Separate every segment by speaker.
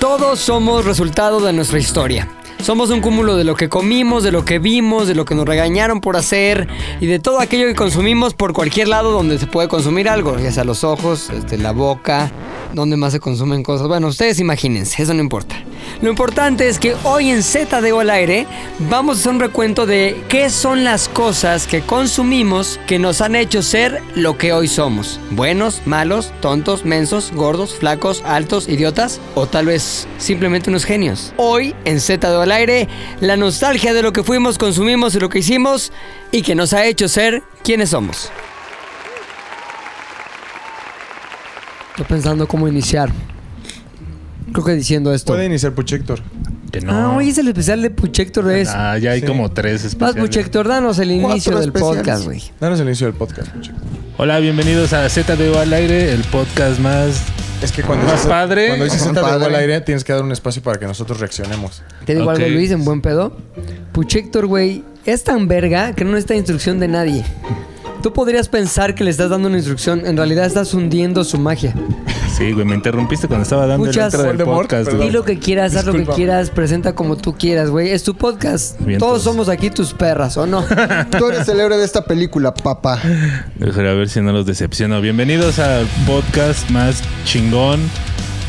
Speaker 1: Todos somos resultado de nuestra historia. Somos un cúmulo de lo que comimos, de lo que vimos, de lo que nos regañaron por hacer y de todo aquello que consumimos por cualquier lado donde se puede consumir algo, ya sea los ojos, este, la boca, donde más se consumen cosas. Bueno, ustedes imagínense, eso no importa. Lo importante es que hoy en Z de O al aire vamos a hacer un recuento de qué son las cosas que consumimos que nos han hecho ser lo que hoy somos. Buenos, malos, tontos, mensos, gordos, flacos, altos, idiotas o tal vez simplemente unos genios. Hoy en Z de O al aire, la nostalgia de lo que fuimos, consumimos y lo que hicimos y que nos ha hecho ser quienes somos. Estoy pensando cómo iniciar. Creo que diciendo esto.
Speaker 2: Puede iniciar Puchector.
Speaker 3: Que no.
Speaker 1: Ah, hoy es el especial de Puchector de eso.
Speaker 3: Ah, ya hay
Speaker 2: Sí.
Speaker 3: como tres
Speaker 1: Vas,
Speaker 3: especiales.
Speaker 1: Puchector, danos el inicio
Speaker 2: Cuatro
Speaker 1: del
Speaker 2: especiales.
Speaker 1: podcast, güey.
Speaker 2: Danos el inicio del podcast, Puchector.
Speaker 3: Hola, bienvenidos a ZDU al aire, el podcast más...
Speaker 2: Es que cuando
Speaker 3: Más
Speaker 2: dices,
Speaker 3: padre.
Speaker 2: cuando dices
Speaker 3: Más
Speaker 2: Z de
Speaker 3: padre.
Speaker 2: al aire, tienes que dar un espacio para que nosotros reaccionemos.
Speaker 1: Te digo
Speaker 3: Ok.
Speaker 1: algo, Luis, en buen pedo. Puchector, güey, es tan verga que no necesita instrucción de nadie. Tú podrías pensar que le estás dando una instrucción, en realidad estás hundiendo su magia.
Speaker 3: Sí, güey, me interrumpiste cuando estaba dando
Speaker 1: Muchas-
Speaker 3: el intro del
Speaker 2: Voldemort,
Speaker 3: podcast,
Speaker 2: perdón.
Speaker 1: Di
Speaker 3: güey.
Speaker 1: lo que quieras, haz lo que
Speaker 2: Disculpa.
Speaker 1: quieras, presenta como tú quieras, güey. Es tu podcast.
Speaker 3: Bien,
Speaker 1: Todos
Speaker 3: entonces.
Speaker 1: somos aquí tus perras, ¿o no?
Speaker 4: Tú eres el héroe de esta película, papá.
Speaker 3: Déjale, a ver si no los decepciono. Bienvenidos al podcast más chingón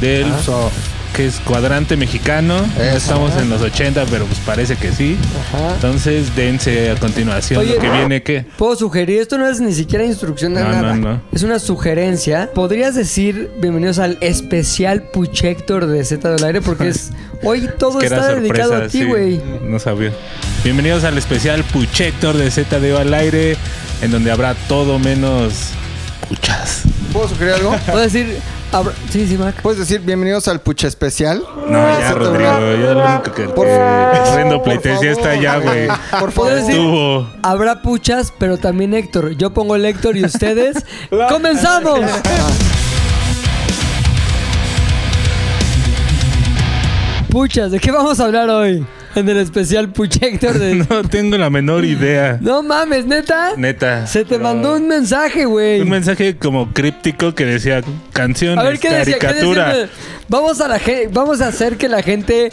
Speaker 3: del...
Speaker 4: Eso.
Speaker 3: Que es cuadrante mexicano. No
Speaker 4: Eso.
Speaker 3: estamos en los 80, pero pues parece que sí. Entonces, dense a continuación
Speaker 1: Oye,
Speaker 3: lo que viene, ¿qué?
Speaker 1: Puedo sugerir, esto no es ni siquiera instrucción de
Speaker 3: No,
Speaker 1: nada.
Speaker 3: no, no.
Speaker 1: Es una sugerencia. Podrías decir bienvenidos al especial Puchector de Z del Aire porque es hoy todo
Speaker 3: que
Speaker 1: está dedicado a ti,
Speaker 3: sí.
Speaker 1: güey.
Speaker 3: No sabía. Bienvenidos al especial Puchector de ZDO al aire, en donde habrá todo menos puchas.
Speaker 4: ¿Puedo sugerir algo?
Speaker 1: Puedo decir, abra- sí, sí, Mac.
Speaker 4: ¿Puedes decir bienvenidos al Puche Especial?
Speaker 3: No, ya, Rodrigo, ya lo único que
Speaker 4: Ah, Por-
Speaker 3: te rindo
Speaker 4: por
Speaker 3: pleitesía
Speaker 4: favor,
Speaker 3: está ya, güey.
Speaker 1: Puedo
Speaker 4: Por favor.
Speaker 1: decir,
Speaker 3: Estuvo.
Speaker 1: habrá puchas, pero también Héctor. Yo pongo el Héctor y ustedes. ¡Comenzamos! Puchas, ¿de qué vamos a hablar hoy? En el especial Puchector de...
Speaker 3: No tengo la menor idea.
Speaker 1: No mames, neta.
Speaker 3: Neta.
Speaker 1: Se te
Speaker 3: Pero-
Speaker 1: mandó un mensaje, güey.
Speaker 3: Un mensaje como críptico que decía canciones,
Speaker 1: A ver qué decía, ¿Qué
Speaker 3: caricatura.
Speaker 1: decía? Vamos a la gen- vamos a hacer que la gente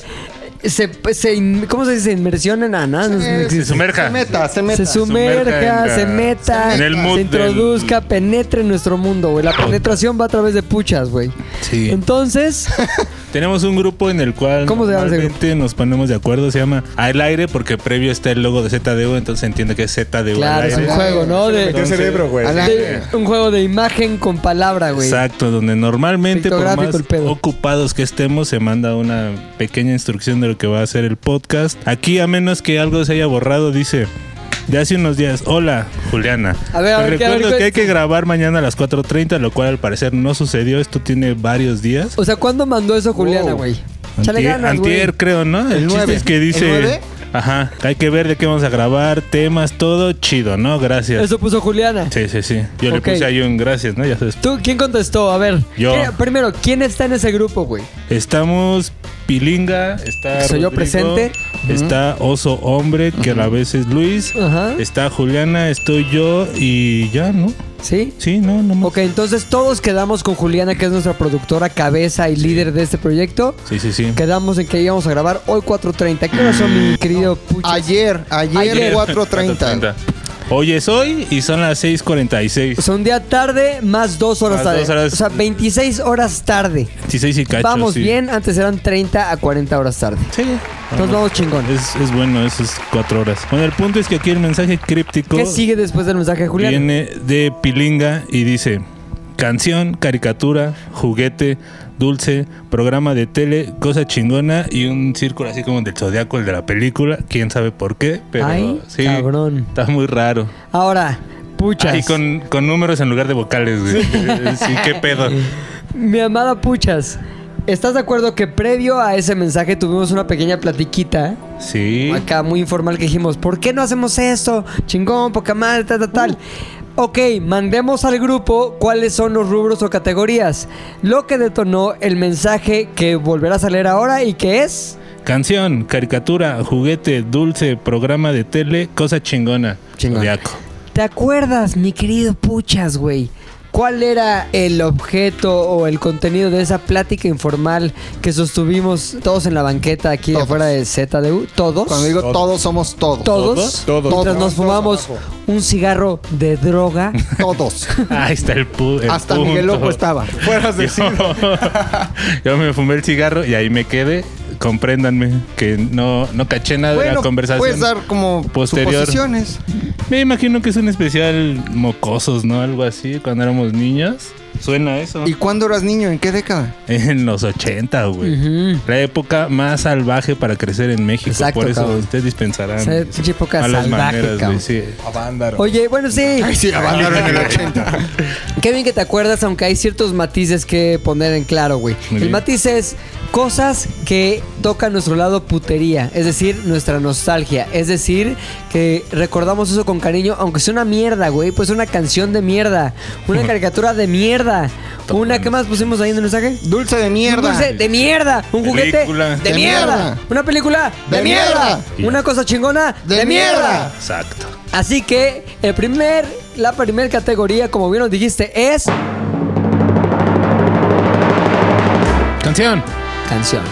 Speaker 1: se, se in- ¿cómo se dice? Inmersión en Ana. no sé,
Speaker 3: se sumerja.
Speaker 4: Se meta, se meta.
Speaker 1: se sumerja,
Speaker 3: sumerja
Speaker 1: se
Speaker 3: en la-
Speaker 1: meta,
Speaker 3: en el mood
Speaker 1: se introduzca, penetre en nuestro mundo, güey. La penetración va a través de puchas, güey.
Speaker 3: Sí.
Speaker 1: Entonces,
Speaker 3: Tenemos un grupo en el cual
Speaker 1: ¿Cómo se llama ese
Speaker 3: normalmente nos ponemos de acuerdo. Se llama Al Aire porque previo está el logo de ZDU, entonces se entiende que es ZDU
Speaker 1: claro,
Speaker 3: al
Speaker 1: es
Speaker 3: aire.
Speaker 1: un juego, ¿no? De,
Speaker 2: Metió
Speaker 3: Entonces-
Speaker 2: cerebro, güey.
Speaker 4: Al
Speaker 1: de- un juego de imagen con palabra, güey.
Speaker 3: Exacto, donde normalmente por
Speaker 1: Pictográfico
Speaker 3: más
Speaker 1: el pedo.
Speaker 3: ocupados que estemos se manda una pequeña instrucción de lo que va a hacer el podcast. Aquí a menos que algo se haya borrado dice de hace unos días, hola Juliana.
Speaker 1: A ver, a
Speaker 3: Te
Speaker 1: ver, ¿qué- a ver,
Speaker 3: recuerdo
Speaker 1: qué-
Speaker 3: que hay que grabar mañana a las 4.30, lo cual al parecer no sucedió. Esto tiene varios días.
Speaker 1: O sea, ¿cuándo mandó eso Juliana,
Speaker 4: Wow.
Speaker 1: güey? Chale
Speaker 3: Antier,
Speaker 1: ganas, güey.
Speaker 3: antier, creo, ¿no? El,
Speaker 4: El
Speaker 3: chiste
Speaker 4: nueve.
Speaker 3: es que dice.
Speaker 4: ¿El nueve?
Speaker 3: Ajá, hay que ver de qué vamos a grabar, temas, todo chido, ¿no? Gracias.
Speaker 1: Eso puso Juliana.
Speaker 3: Sí, sí, sí. Yo le
Speaker 1: Ok.
Speaker 3: puse ahí un gracias, ¿no? Ya sabes.
Speaker 1: ¿Tú quién contestó? A ver.
Speaker 3: Yo.
Speaker 1: ¿qué- primero, ¿quién está en ese grupo, güey?
Speaker 3: Estamos Pilinga, está.
Speaker 1: Soy yo presente.
Speaker 3: Está Oso Hombre, que a la vez es Luis.
Speaker 1: Ajá.
Speaker 3: Está Juliana, estoy yo y ya, ¿no?
Speaker 1: ¿Sí?
Speaker 3: Sí, no, no más.
Speaker 1: Ok, entonces todos quedamos con Juliana, que es nuestra productora, cabeza y líder de este proyecto.
Speaker 3: Sí, sí, sí.
Speaker 1: Quedamos en que íbamos a grabar hoy 4.30. ¿Qué hora son, mi querido Pucha?
Speaker 4: Ayer, ayer,
Speaker 1: Ayer.
Speaker 4: 4.30.
Speaker 3: Hoy es hoy y son las 6:46.
Speaker 1: O sea, un día tarde más dos horas
Speaker 3: Más
Speaker 1: tarde.
Speaker 3: dos horas.
Speaker 1: O sea, 26 horas tarde.
Speaker 3: 16 y cacho.
Speaker 1: Vamos
Speaker 3: sí.
Speaker 1: bien, antes eran 30 a 40 horas tarde.
Speaker 3: Sí.
Speaker 1: Entonces vamos chingón.
Speaker 3: Es, es bueno, esas cuatro horas. Bueno, el punto es que aquí el mensaje críptico
Speaker 1: ¿Qué sigue después del mensaje de Juliana?
Speaker 3: viene de Pilinga y dice: canción, caricatura, juguete, dulce, programa de tele, cosa chingona y un círculo así como del zodiaco, el de la película. Quién sabe por qué, pero
Speaker 1: Ay,
Speaker 3: sí,
Speaker 1: cabrón.
Speaker 3: está muy raro.
Speaker 1: Ahora, Puchas.
Speaker 3: Y con, con números en lugar de vocales, güey. sí, qué pedo.
Speaker 1: Mi amada Puchas, ¿estás de acuerdo que previo a ese mensaje tuvimos una pequeña platiquita
Speaker 3: Sí.
Speaker 1: acá muy informal que dijimos, ¿por qué no hacemos esto? Chingón, poca madre, tal, tal, tal. Ok, mandemos al grupo cuáles son los rubros o categorías. Lo que detonó el mensaje que volverás a leer ahora y que es...
Speaker 3: Canción, caricatura, juguete, dulce, programa de tele, cosa chingona.
Speaker 1: Chingona.
Speaker 3: Zodiaco.
Speaker 1: ¿Te acuerdas, mi querido Puchas, güey? ¿Cuál era el objeto o el contenido de esa plática informal que sostuvimos todos en la banqueta aquí
Speaker 4: Todos.
Speaker 1: afuera de ZDU? ¿Todos?
Speaker 4: Cuando digo todos, somos todos.
Speaker 1: ¿Todos?
Speaker 2: Todos.
Speaker 1: Mientras
Speaker 2: Todos.
Speaker 1: nos fumamos
Speaker 2: Todos abajo.
Speaker 1: un cigarro de droga.
Speaker 4: Todos.
Speaker 3: Ahí está el, pu el
Speaker 4: Hasta
Speaker 3: punto.
Speaker 4: Miguel Loco estaba.
Speaker 2: Fueras de
Speaker 3: Yo, yo me fumé el cigarro y ahí me quedé. Compréndanme que no, no caché nada de la
Speaker 4: Bueno,
Speaker 3: conversación.
Speaker 4: puedes dar como
Speaker 3: posterior.
Speaker 4: suposiciones.
Speaker 3: Me imagino que es un especial mocosos, ¿no? Algo así, cuando éramos niños. Suena eso.
Speaker 4: ¿Y cuándo eras niño? ¿En qué década?
Speaker 3: En los 80, güey.
Speaker 1: Ujú.
Speaker 3: La época más salvaje para crecer en México.
Speaker 1: Exacto,
Speaker 3: Por eso
Speaker 1: cabrón.
Speaker 3: ustedes dispensarán.
Speaker 1: Esa pinche época
Speaker 3: malas
Speaker 1: salvaje,
Speaker 3: maneras,
Speaker 1: cabrón.
Speaker 3: güey, sí.
Speaker 2: Avándaro.
Speaker 1: Oye, bueno, sí.
Speaker 4: sí, abandonaron en el 80.
Speaker 1: Qué bien que te acuerdas, aunque hay ciertos matices que poner en claro, güey. El
Speaker 3: Muy bien.
Speaker 1: matiz es cosas que toca nuestro lado putería, es decir, nuestra nostalgia. Es decir, que recordamos eso con cariño, aunque sea una mierda, güey. Pues una canción de mierda, una caricatura de mierda, una, ¿qué más pusimos ahí en el mensaje?
Speaker 4: Dulce de mierda.
Speaker 1: Un dulce de mierda, un juguete
Speaker 3: Película.
Speaker 1: de,
Speaker 4: De
Speaker 1: mierda.
Speaker 4: mierda.
Speaker 1: una película
Speaker 4: De mierda.
Speaker 1: una cosa chingona de,
Speaker 4: De
Speaker 1: mierda.
Speaker 4: mierda.
Speaker 3: Exacto.
Speaker 1: Así que el primer, la primera categoría, como bien lo dijiste, es
Speaker 3: Canción.
Speaker 1: canción.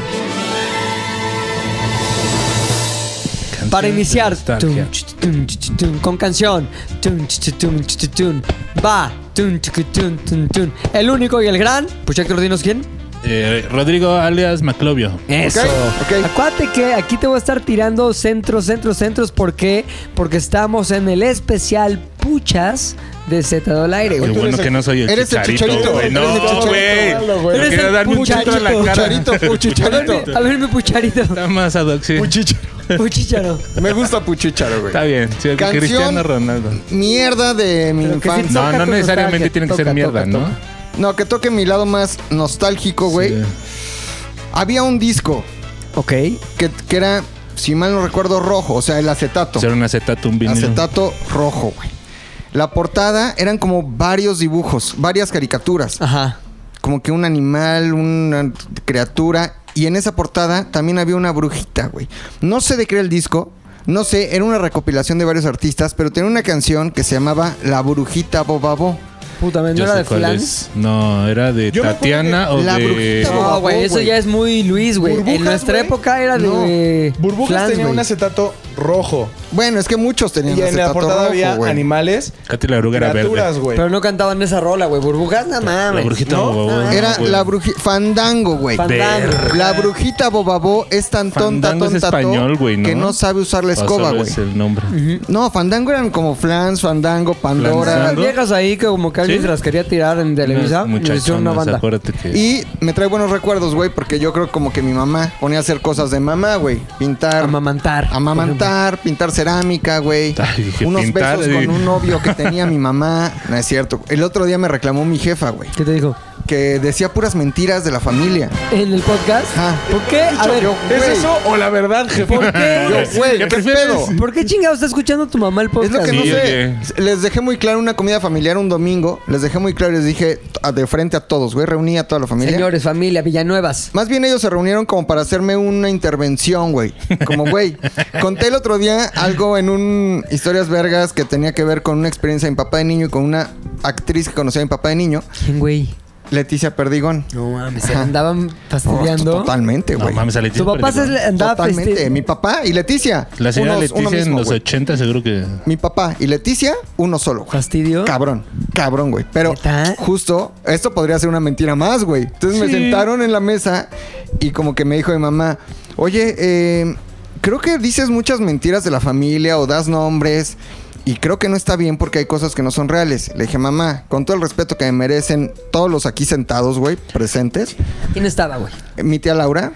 Speaker 3: Canción
Speaker 1: Para
Speaker 3: de
Speaker 1: iniciar,
Speaker 3: nostalgia.
Speaker 1: tum, ch, tum, ch, ch, tum, con canción, Tum, ch, ch, tum, ch, ch, tum. va, tum, ch, ch, tum, tum, tum. el único y el gran, pues Héctor, dinos quién.
Speaker 3: Eh, Rodrigo alias Maclovio.
Speaker 1: Eso.
Speaker 4: ok.
Speaker 1: Acuérdate que aquí te voy a estar tirando centros, centros, centros. ¿Por qué? Porque estamos en el especial Puchas de Z del Aire,
Speaker 3: Qué
Speaker 1: güey.
Speaker 4: tú
Speaker 3: bueno
Speaker 4: eres
Speaker 3: que
Speaker 4: el-
Speaker 3: no soy el
Speaker 4: eres el
Speaker 3: chicharito.
Speaker 4: chicharito,
Speaker 3: güey.
Speaker 4: eres
Speaker 3: No,
Speaker 4: el chicharito,
Speaker 3: güey.
Speaker 2: malo, güey.
Speaker 3: Me
Speaker 1: Eres
Speaker 3: quería
Speaker 1: el
Speaker 3: darme un chito en la cara.
Speaker 4: Pucharito,
Speaker 1: A ver,
Speaker 4: puchicharito.
Speaker 1: mi- a ver, mi pucharito.
Speaker 3: Está más adoxi.
Speaker 4: Puchicharo.
Speaker 1: Puchicharo.
Speaker 4: Me gusta puchicharo, güey.
Speaker 3: Está bien. sí,
Speaker 4: Canción.
Speaker 3: Cristiano Ronaldo.
Speaker 4: Mierda de mi
Speaker 1: Pero que sí
Speaker 4: infancia.
Speaker 3: No,
Speaker 1: Toca
Speaker 3: no
Speaker 1: tu
Speaker 3: necesariamente
Speaker 1: nostalgia,
Speaker 3: tiene que
Speaker 1: toca,
Speaker 3: ser mierda,
Speaker 1: toca,
Speaker 3: ¿no?
Speaker 1: toca.
Speaker 4: No, que toque mi lado más nostálgico, güey.
Speaker 3: Sí.
Speaker 4: Había un disco
Speaker 1: Ok.
Speaker 4: que, que era, si mal no recuerdo, rojo, o sea, el acetato.
Speaker 3: Hacer un pues acetato, un vinilo.
Speaker 4: Acetato rojo, güey. La portada eran como varios dibujos, varias caricaturas.
Speaker 3: Ah.
Speaker 1: Ajá.
Speaker 4: Como que un animal, una criatura. Y en esa portada también había una brujita, güey. No sé de qué era el disco. No sé, era una recopilación de varios artistas, pero tenía una canción que se llamaba La Brujita Bobabo.
Speaker 1: Puta, ¿no
Speaker 3: Yo
Speaker 1: era
Speaker 3: sé
Speaker 1: de
Speaker 3: cuál
Speaker 1: Flan?
Speaker 3: es. No, era de
Speaker 2: Yo me acuerdo
Speaker 3: Tatiana o
Speaker 4: La
Speaker 3: de.
Speaker 4: Brujita Boba.
Speaker 1: No, güey, eso
Speaker 4: güey.
Speaker 1: ya es muy Luis, güey. En
Speaker 4: Burbujas,
Speaker 1: nuestra
Speaker 4: güey.
Speaker 1: época era
Speaker 4: No.
Speaker 1: de.
Speaker 2: Burbujas
Speaker 1: Flans,
Speaker 2: tenía
Speaker 1: güey.
Speaker 2: un acetato rojo.
Speaker 4: Bueno, es que muchos tenían
Speaker 2: Y en la
Speaker 4: acetato
Speaker 2: portada
Speaker 4: rojo,
Speaker 2: había
Speaker 4: güey.
Speaker 2: animales,
Speaker 3: Katy la Bruja era
Speaker 2: criaturas,
Speaker 3: verde.
Speaker 2: güey.
Speaker 1: Pero no cantaban esa rola, güey. Burbujas, no
Speaker 3: La
Speaker 1: mames.
Speaker 3: brujita
Speaker 2: ¿No?
Speaker 3: Boba, güey.
Speaker 4: Era
Speaker 3: Ah, güey.
Speaker 4: la brujita... Fandango, güey.
Speaker 1: Fandango.
Speaker 4: La brujita Bobabó es tan tonta,
Speaker 3: Fandango es
Speaker 4: tonta, to-
Speaker 3: español, güey, ¿no?
Speaker 4: que no sabe usar la
Speaker 3: O solo
Speaker 4: escoba, güey.
Speaker 3: Es el nombre.
Speaker 4: No, Fandango eran como Flans, Fandango, Pandora.
Speaker 1: Las
Speaker 3: Fandango.
Speaker 1: viejas ahí que como que alguien
Speaker 3: Sí.
Speaker 1: se las quería tirar en Televisa. y les
Speaker 3: Muchachos,
Speaker 1: hicieron una banda.
Speaker 3: acuérdate que.
Speaker 4: Y me trae buenos recuerdos, güey, porque yo creo como que mi mamá ponía a hacer cosas de mamá, güey. Pintar,
Speaker 1: Amamantar.
Speaker 4: amamantar, pintar cerámica, güey.
Speaker 3: Ay, dije,
Speaker 4: Unos
Speaker 3: pintar,
Speaker 4: besos
Speaker 3: dije.
Speaker 4: con un novio que tenía mi mamá. No es cierto. El otro día me reclamó mi jefa, güey,
Speaker 1: ¿Qué te dijo?
Speaker 4: que decía puras mentiras de la familia.
Speaker 1: ¿En el podcast?
Speaker 4: Ajá.
Speaker 1: ¿Por qué? A ver,
Speaker 4: Yo,
Speaker 2: ¿Es
Speaker 4: güey.
Speaker 2: eso o la verdad, jefe?
Speaker 1: ¿por qué?
Speaker 4: Yo, güey,
Speaker 3: ¿Qué
Speaker 4: ¿qué,
Speaker 3: prefieres?
Speaker 4: pedo?
Speaker 1: ¿Por qué chingado está escuchando tu mamá el
Speaker 4: Es lo
Speaker 1: podcast?
Speaker 4: que no
Speaker 3: Sí,
Speaker 4: sé.
Speaker 3: oye.
Speaker 4: Les dejé muy claro una comida familiar un domingo. Les dejé muy claro, les dije t- a- de frente a todos, güey. Reuní a toda la familia.
Speaker 1: Señores, familia, Villanuevas.
Speaker 4: Más bien ellos se reunieron como para hacerme una intervención, güey. Como, güey, conté el otro día algo en un Historias Vergas que tenía que ver con una experiencia de mi papá de niño y con una actriz que conocía a mi papá de niño,
Speaker 1: ¿Quién, güey?
Speaker 4: Leticia Perdigón.
Speaker 1: No mames, se
Speaker 4: Ajá.
Speaker 1: andaban fastidiando.
Speaker 4: Oh, totalmente,
Speaker 3: No
Speaker 4: güey.
Speaker 3: mames, a Leticia
Speaker 1: Tu papá
Speaker 3: Perdigón.
Speaker 1: se andaba
Speaker 4: Totalmente. Mi
Speaker 1: fastidiando.
Speaker 4: papá y Leticia.
Speaker 3: La señora
Speaker 4: Unos- uno
Speaker 3: Leticia en
Speaker 4: mismo,
Speaker 3: los
Speaker 4: güey.
Speaker 3: 80 seguro que.
Speaker 4: Mi papá y Leticia, uno solo, güey.
Speaker 1: ¿Fastidio?
Speaker 4: Cabrón, cabrón, güey. Pero
Speaker 1: ¿Neta?
Speaker 4: justo, esto podría ser una mentira más, güey. Entonces me
Speaker 3: Sí.
Speaker 4: sentaron en la mesa y como que me dijo mi mamá, oye, eh, creo que dices muchas mentiras de la familia o das nombres y creo que no está bien porque hay cosas que no son reales. Le dije, mamá, con todo el respeto que me merecen todos los aquí sentados, güey, presentes,
Speaker 1: ¿Quién estaba, güey?
Speaker 4: eh, mi tía Laura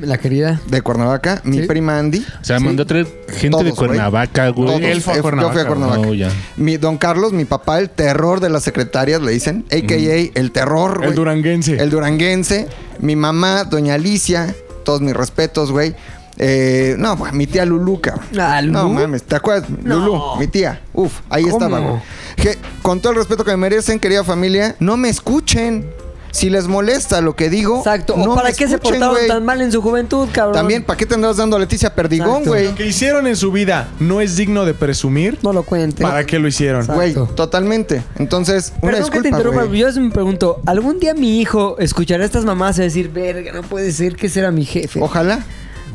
Speaker 1: La querida.
Speaker 4: de Cuernavaca, mi
Speaker 1: Sí.
Speaker 4: prima Andy.
Speaker 3: O sea, mandó a traer gente de
Speaker 4: Todos, güey.
Speaker 3: Cuernavaca,
Speaker 4: Todos.
Speaker 3: güey.
Speaker 2: Él fue a
Speaker 4: Eh, Yo fui
Speaker 2: Cuernavaca,
Speaker 4: a Cuernavaca.
Speaker 3: No, Oh, ya.
Speaker 4: Mi don Carlos, mi papá, el terror de las secretarias, le dicen. AKA, el terror, güey.
Speaker 2: El duranguense.
Speaker 4: El duranguense. Mi mamá, doña Alicia. Todos mis respetos, güey. Eh, no, güey, mi tía Lulú, cabrón.
Speaker 1: Ah, ¿Lulú?
Speaker 4: No mames, ¿te acuerdas?
Speaker 1: No.
Speaker 4: Lulú, mi tía. Uf, ahí
Speaker 1: ¿Cómo?
Speaker 4: estaba, güey. Que, con todo el respeto que me merecen, querida familia, no me escuchen. Si les molesta lo que digo,
Speaker 1: Exacto.
Speaker 4: no
Speaker 1: ¿O para
Speaker 4: me
Speaker 1: qué se
Speaker 4: escuchen,
Speaker 1: portaron
Speaker 4: güey.
Speaker 1: tan mal en su juventud, cabrón?
Speaker 4: También, ¿para qué te andabas dando a Leticia Perdigón,
Speaker 1: Exacto.
Speaker 4: güey?
Speaker 2: Lo que hicieron en su vida no es digno de presumir.
Speaker 1: No lo cuentes.
Speaker 2: ¿Para qué lo hicieron?
Speaker 1: Exacto.
Speaker 4: Güey, totalmente. Entonces, una
Speaker 1: Perdón que te
Speaker 4: disculpa,
Speaker 1: interrumpa,
Speaker 4: güey.
Speaker 1: yo me pregunto, ¿algún día mi hijo escuchará a estas mamás y va a decir, verga, no puede ser que será mi jefe?
Speaker 4: Ojalá.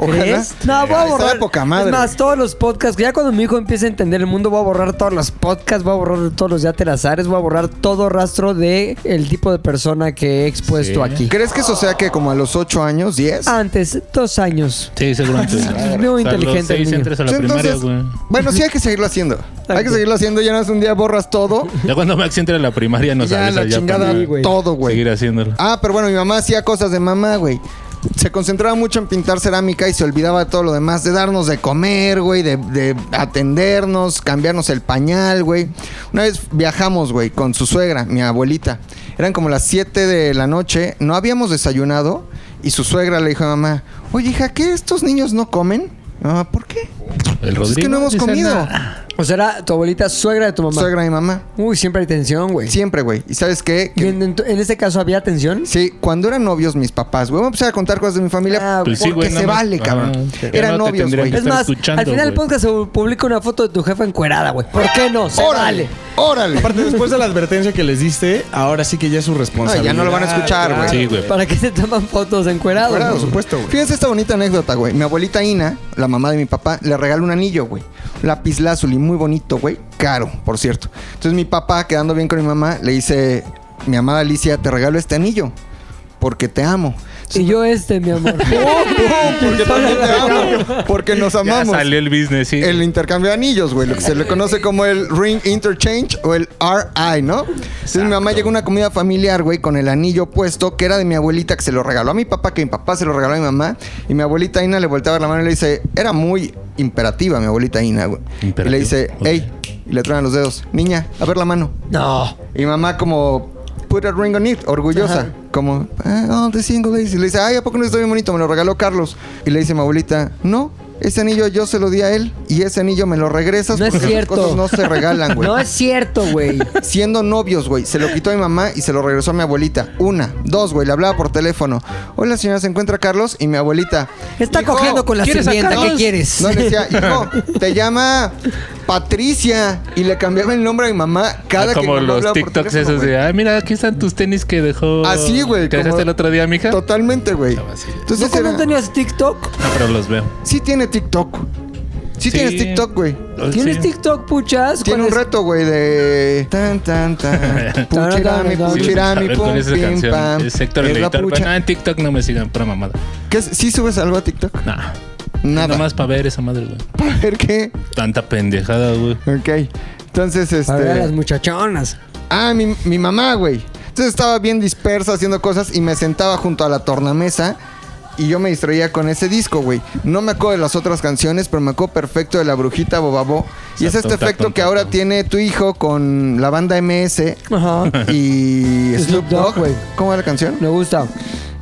Speaker 4: Ojalá.
Speaker 1: ¿Crees? No, voy a
Speaker 4: Estaba
Speaker 1: borrar.
Speaker 4: poca madre.
Speaker 1: Es más, todos los podcasts. Ya cuando mi hijo empiece a entender el mundo, voy a borrar todos los podcasts, voy a borrar todos los yatelazares, voy a borrar todo rastro de el tipo de persona que he expuesto
Speaker 3: Sí.
Speaker 1: aquí.
Speaker 4: ¿Crees que eso sea que como a los 8 años, 10?
Speaker 3: Ah,
Speaker 1: Antes, dos años.
Speaker 3: Sí, seguramente.
Speaker 1: Muy
Speaker 3: Hasta los
Speaker 1: inteligente el
Speaker 3: seis
Speaker 1: niño.
Speaker 3: entras a la
Speaker 4: Sí,
Speaker 3: primaria,
Speaker 4: Pues entonces,
Speaker 3: güey.
Speaker 4: Bueno, sí hay que seguirlo haciendo. Hay que
Speaker 1: Exacto.
Speaker 4: seguirlo haciendo. Ya no es un día borras todo.
Speaker 3: Ya cuando Max entra a la primaria no
Speaker 4: y ya
Speaker 3: sabes
Speaker 4: la
Speaker 3: allá
Speaker 4: chingada
Speaker 3: para
Speaker 4: todo, güey.
Speaker 3: seguir haciéndolo.
Speaker 4: Ah, pero bueno, mi mamá hacía cosas de mamá, güey. Se concentraba mucho en pintar cerámica y se olvidaba de todo lo demás, de darnos de comer, güey, de, de atendernos, cambiarnos el pañal, güey. Una vez viajamos, güey, con su suegra, mi abuelita. Eran como las 7 de la noche, no habíamos desayunado y su suegra le dijo a mamá, oye hija, ¿qué estos niños no comen? Mamá, ¿por qué?
Speaker 3: El
Speaker 4: Pues es
Speaker 3: Rodrigo.
Speaker 4: que no hemos
Speaker 3: dice
Speaker 4: comido.
Speaker 3: nada.
Speaker 1: O sea, era tu abuelita suegra de tu mamá.
Speaker 4: Suegra y mamá.
Speaker 1: Uy, siempre hay tensión, güey.
Speaker 4: Siempre, güey. ¿Y sabes qué?
Speaker 1: ¿Y
Speaker 4: Que-
Speaker 1: en, en tu- en este caso había tensión?
Speaker 4: Sí, cuando eran novios mis papás, güey. Voy a empezar a contar cosas de mi familia
Speaker 1: Ah,
Speaker 4: porque
Speaker 3: Pues sí, güey,
Speaker 4: se
Speaker 3: nada más.
Speaker 4: vale, cabrón.
Speaker 3: Ah, ya
Speaker 4: eran
Speaker 3: no te
Speaker 4: novios,
Speaker 3: tendría
Speaker 4: güey.
Speaker 3: que
Speaker 1: Es
Speaker 3: Está
Speaker 1: más, al
Speaker 3: escuchando,
Speaker 1: final del
Speaker 3: güey.
Speaker 1: podcast se publica una foto de tu jefa encuerada, güey. ¿Por qué no? Se vale.
Speaker 4: ¡Órale!
Speaker 2: Aparte, después de la advertencia que les diste, ahora sí que ya es su
Speaker 4: No,
Speaker 2: responsabilidad.
Speaker 4: ya no lo van a escuchar, güey.
Speaker 3: Sí, güey.
Speaker 1: ¿Para qué se toman fotos encuerados?
Speaker 4: Claro,
Speaker 1: güey?
Speaker 4: güey. Fíjense esta bonita anécdota, güey. Mi abuelita Ina, la mamá de mi papá, le regaló un anillo, güey. Lápiz lazuli, muy bonito, güey. Caro, por cierto. Entonces mi papá, quedando bien con mi mamá, le dice: Mi amada Alicia, te regalo este anillo porque te amo.
Speaker 1: Y yo este, mi amor.
Speaker 4: Porque también te amo. Porque nos
Speaker 3: Ya
Speaker 4: amamos.
Speaker 3: salió el business, sí.
Speaker 4: el intercambio de anillos, güey, lo que se le conoce como el ring interchange o el RI, ¿no? Entonces mi mamá llegó a una comida familiar, güey, con el anillo puesto que era de mi abuelita que se lo regaló a mi papá, que mi papá se lo regaló a mi mamá, y mi abuelita Ina le volteaba la mano y le dice, era muy imperativa mi abuelita Ina, güey. Y
Speaker 3: Imperativa,
Speaker 4: le dice,
Speaker 3: ok.
Speaker 4: hey, y le traen los dedos, niña, a ver la mano.
Speaker 1: No.
Speaker 4: Y mamá como put a ring on it, orgullosa.
Speaker 1: Ajá.
Speaker 4: Como, ah, all the single ladies. Y le dice, ay, ¿a poco no está bien bonito? Me lo regaló Carlos. Y le dice mi abuelita, no, ese anillo yo se lo di a él y ese anillo me lo regresas
Speaker 1: No es
Speaker 4: porque esas
Speaker 1: cierto.
Speaker 4: cosas no se regalan, güey.
Speaker 1: No es cierto, güey.
Speaker 4: Siendo novios, güey, se lo quitó a mi mamá y se lo regresó a mi abuelita. Una, dos, güey, le hablaba por teléfono. Hola, señora, se encuentra Carlos y mi abuelita.
Speaker 1: Está
Speaker 4: "Hijo,
Speaker 1: cogiendo con la
Speaker 3: ¿quieres
Speaker 1: sirvienta.
Speaker 3: sacarlos?
Speaker 1: ¿Qué quieres?
Speaker 4: no, le decía, hijo, te llama Patricia. Y le cambiaba el nombre a mi mamá cada
Speaker 3: Ah,
Speaker 4: que mi
Speaker 3: como
Speaker 4: mamá
Speaker 3: los
Speaker 4: hablaba por
Speaker 3: TikToks
Speaker 4: teléfono,
Speaker 3: esos
Speaker 4: güey.
Speaker 3: de, ah, mira, aquí están tus tenis que dejó.
Speaker 4: Así, Ah, güey,
Speaker 3: ¿Te
Speaker 4: como-
Speaker 3: dejaste el otro día, mija? No,
Speaker 4: Totalmente, güey.
Speaker 3: Ah, sí.
Speaker 4: Entonces,
Speaker 1: ¿No que no
Speaker 4: era-
Speaker 1: tenías TikTok?
Speaker 3: pero los veo.
Speaker 4: sí tiene TikTok.
Speaker 3: Sí.
Speaker 4: Sí, tienes TikTok, güey.
Speaker 1: ¿Tienes
Speaker 3: Sí.
Speaker 1: TikTok, puchas?
Speaker 4: Tiene un
Speaker 1: ¿Cuál es?
Speaker 4: reto, güey, de tan tan tan
Speaker 1: Sí,
Speaker 4: puchirami, puchirami,
Speaker 3: a ver,
Speaker 4: pum
Speaker 3: con esa
Speaker 4: pim
Speaker 3: canción.
Speaker 4: pam.
Speaker 3: Es Héctor
Speaker 4: Es
Speaker 3: el
Speaker 4: la
Speaker 3: editor.
Speaker 4: pucha.
Speaker 3: Pero, no, en TikTok no me sigan, pura mamada.
Speaker 4: ¿Qué es? ¿Sí subes algo a TikTok?
Speaker 3: Nah.
Speaker 4: Nada.
Speaker 3: Nada más para ver esa madre, güey.
Speaker 4: Para ver qué.
Speaker 3: Tanta pendejada, güey.
Speaker 4: Ok. Entonces,
Speaker 1: Para ver a las
Speaker 4: este.
Speaker 1: muchachonas.
Speaker 4: Ah, mi, mi mamá, güey. Entonces estaba bien dispersa haciendo cosas y me sentaba junto a la tornamesa. Y yo me distraía con ese disco, güey. No me acuerdo de las otras canciones, pero me acuerdo perfecto de La Brujita Bobabó. Y es este
Speaker 3: Tonta,
Speaker 4: efecto que
Speaker 3: tonta,
Speaker 4: ahora
Speaker 3: tonta.
Speaker 4: tiene tu hijo con la banda MS.
Speaker 1: Ajá.
Speaker 4: y
Speaker 1: Snoop
Speaker 4: Snoop
Speaker 1: Dogg,
Speaker 4: Dogg,
Speaker 1: güey.
Speaker 4: ¿Cómo va la canción?
Speaker 1: Me gusta.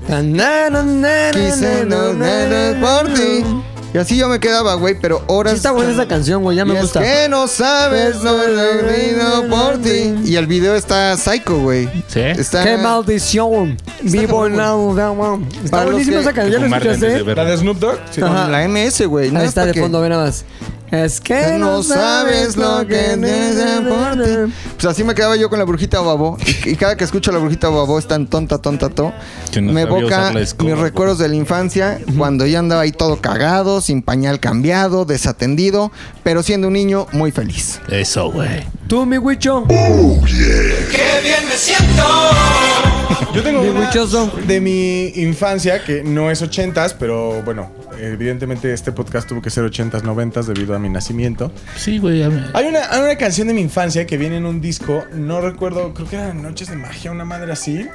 Speaker 1: Na, na, na, na,
Speaker 4: Quise
Speaker 1: na,
Speaker 4: no
Speaker 1: na, na,
Speaker 4: por ti.
Speaker 1: na.
Speaker 4: Y así yo me quedaba, güey, pero
Speaker 1: Sí
Speaker 4: horas.
Speaker 1: está buena esa canción, güey. Ya
Speaker 4: Y
Speaker 1: me
Speaker 4: es
Speaker 1: gusta.
Speaker 4: que no sabes, no no por ti. Y el video está psycho, güey.
Speaker 3: ¿Sí?
Speaker 4: Está.
Speaker 1: ¡Qué maldición! Vivo
Speaker 4: cabrón,
Speaker 1: en la Está
Speaker 4: Para los
Speaker 1: buenísima
Speaker 4: que-
Speaker 1: esa
Speaker 3: De
Speaker 1: canción. ¿Ya la
Speaker 3: fumar antes de
Speaker 1: escuchaste?
Speaker 3: ver.
Speaker 2: ¿La de Snoop Dogg? Sí.
Speaker 4: Con
Speaker 1: Ajá.
Speaker 4: la MS, güey.
Speaker 1: Ahí
Speaker 4: Nada
Speaker 1: está
Speaker 4: más
Speaker 1: de
Speaker 4: que-
Speaker 1: fondo, ve nada más. Es
Speaker 4: Que
Speaker 1: que
Speaker 4: no sabes lo que tienes por ti. Pues así me quedaba yo con la brujita babo. Y, y cada que escucho la brujita babo es tan tonta, tonta, to.
Speaker 3: Que no
Speaker 4: me
Speaker 3: sabía
Speaker 4: evoca
Speaker 3: usar la
Speaker 4: mis
Speaker 3: escoba, güey.
Speaker 4: recuerdos de la infancia, cuando yo andaba ahí todo cagado, sin pañal cambiado, desatendido, pero siendo un niño muy feliz.
Speaker 3: Eso, güey.
Speaker 1: Tú, mi huicho.
Speaker 2: Yo tengo
Speaker 1: Mi
Speaker 2: una
Speaker 1: huichoso.
Speaker 2: de mi infancia que no es ochentas, pero bueno, evidentemente este podcast tuvo que ser ochentas, noventas debido a mi nacimiento.
Speaker 3: Sí, güey. ya me-
Speaker 2: Hay una, hay una canción de mi infancia que viene en un disco, no recuerdo, creo que era Noches de Magia, una madre así,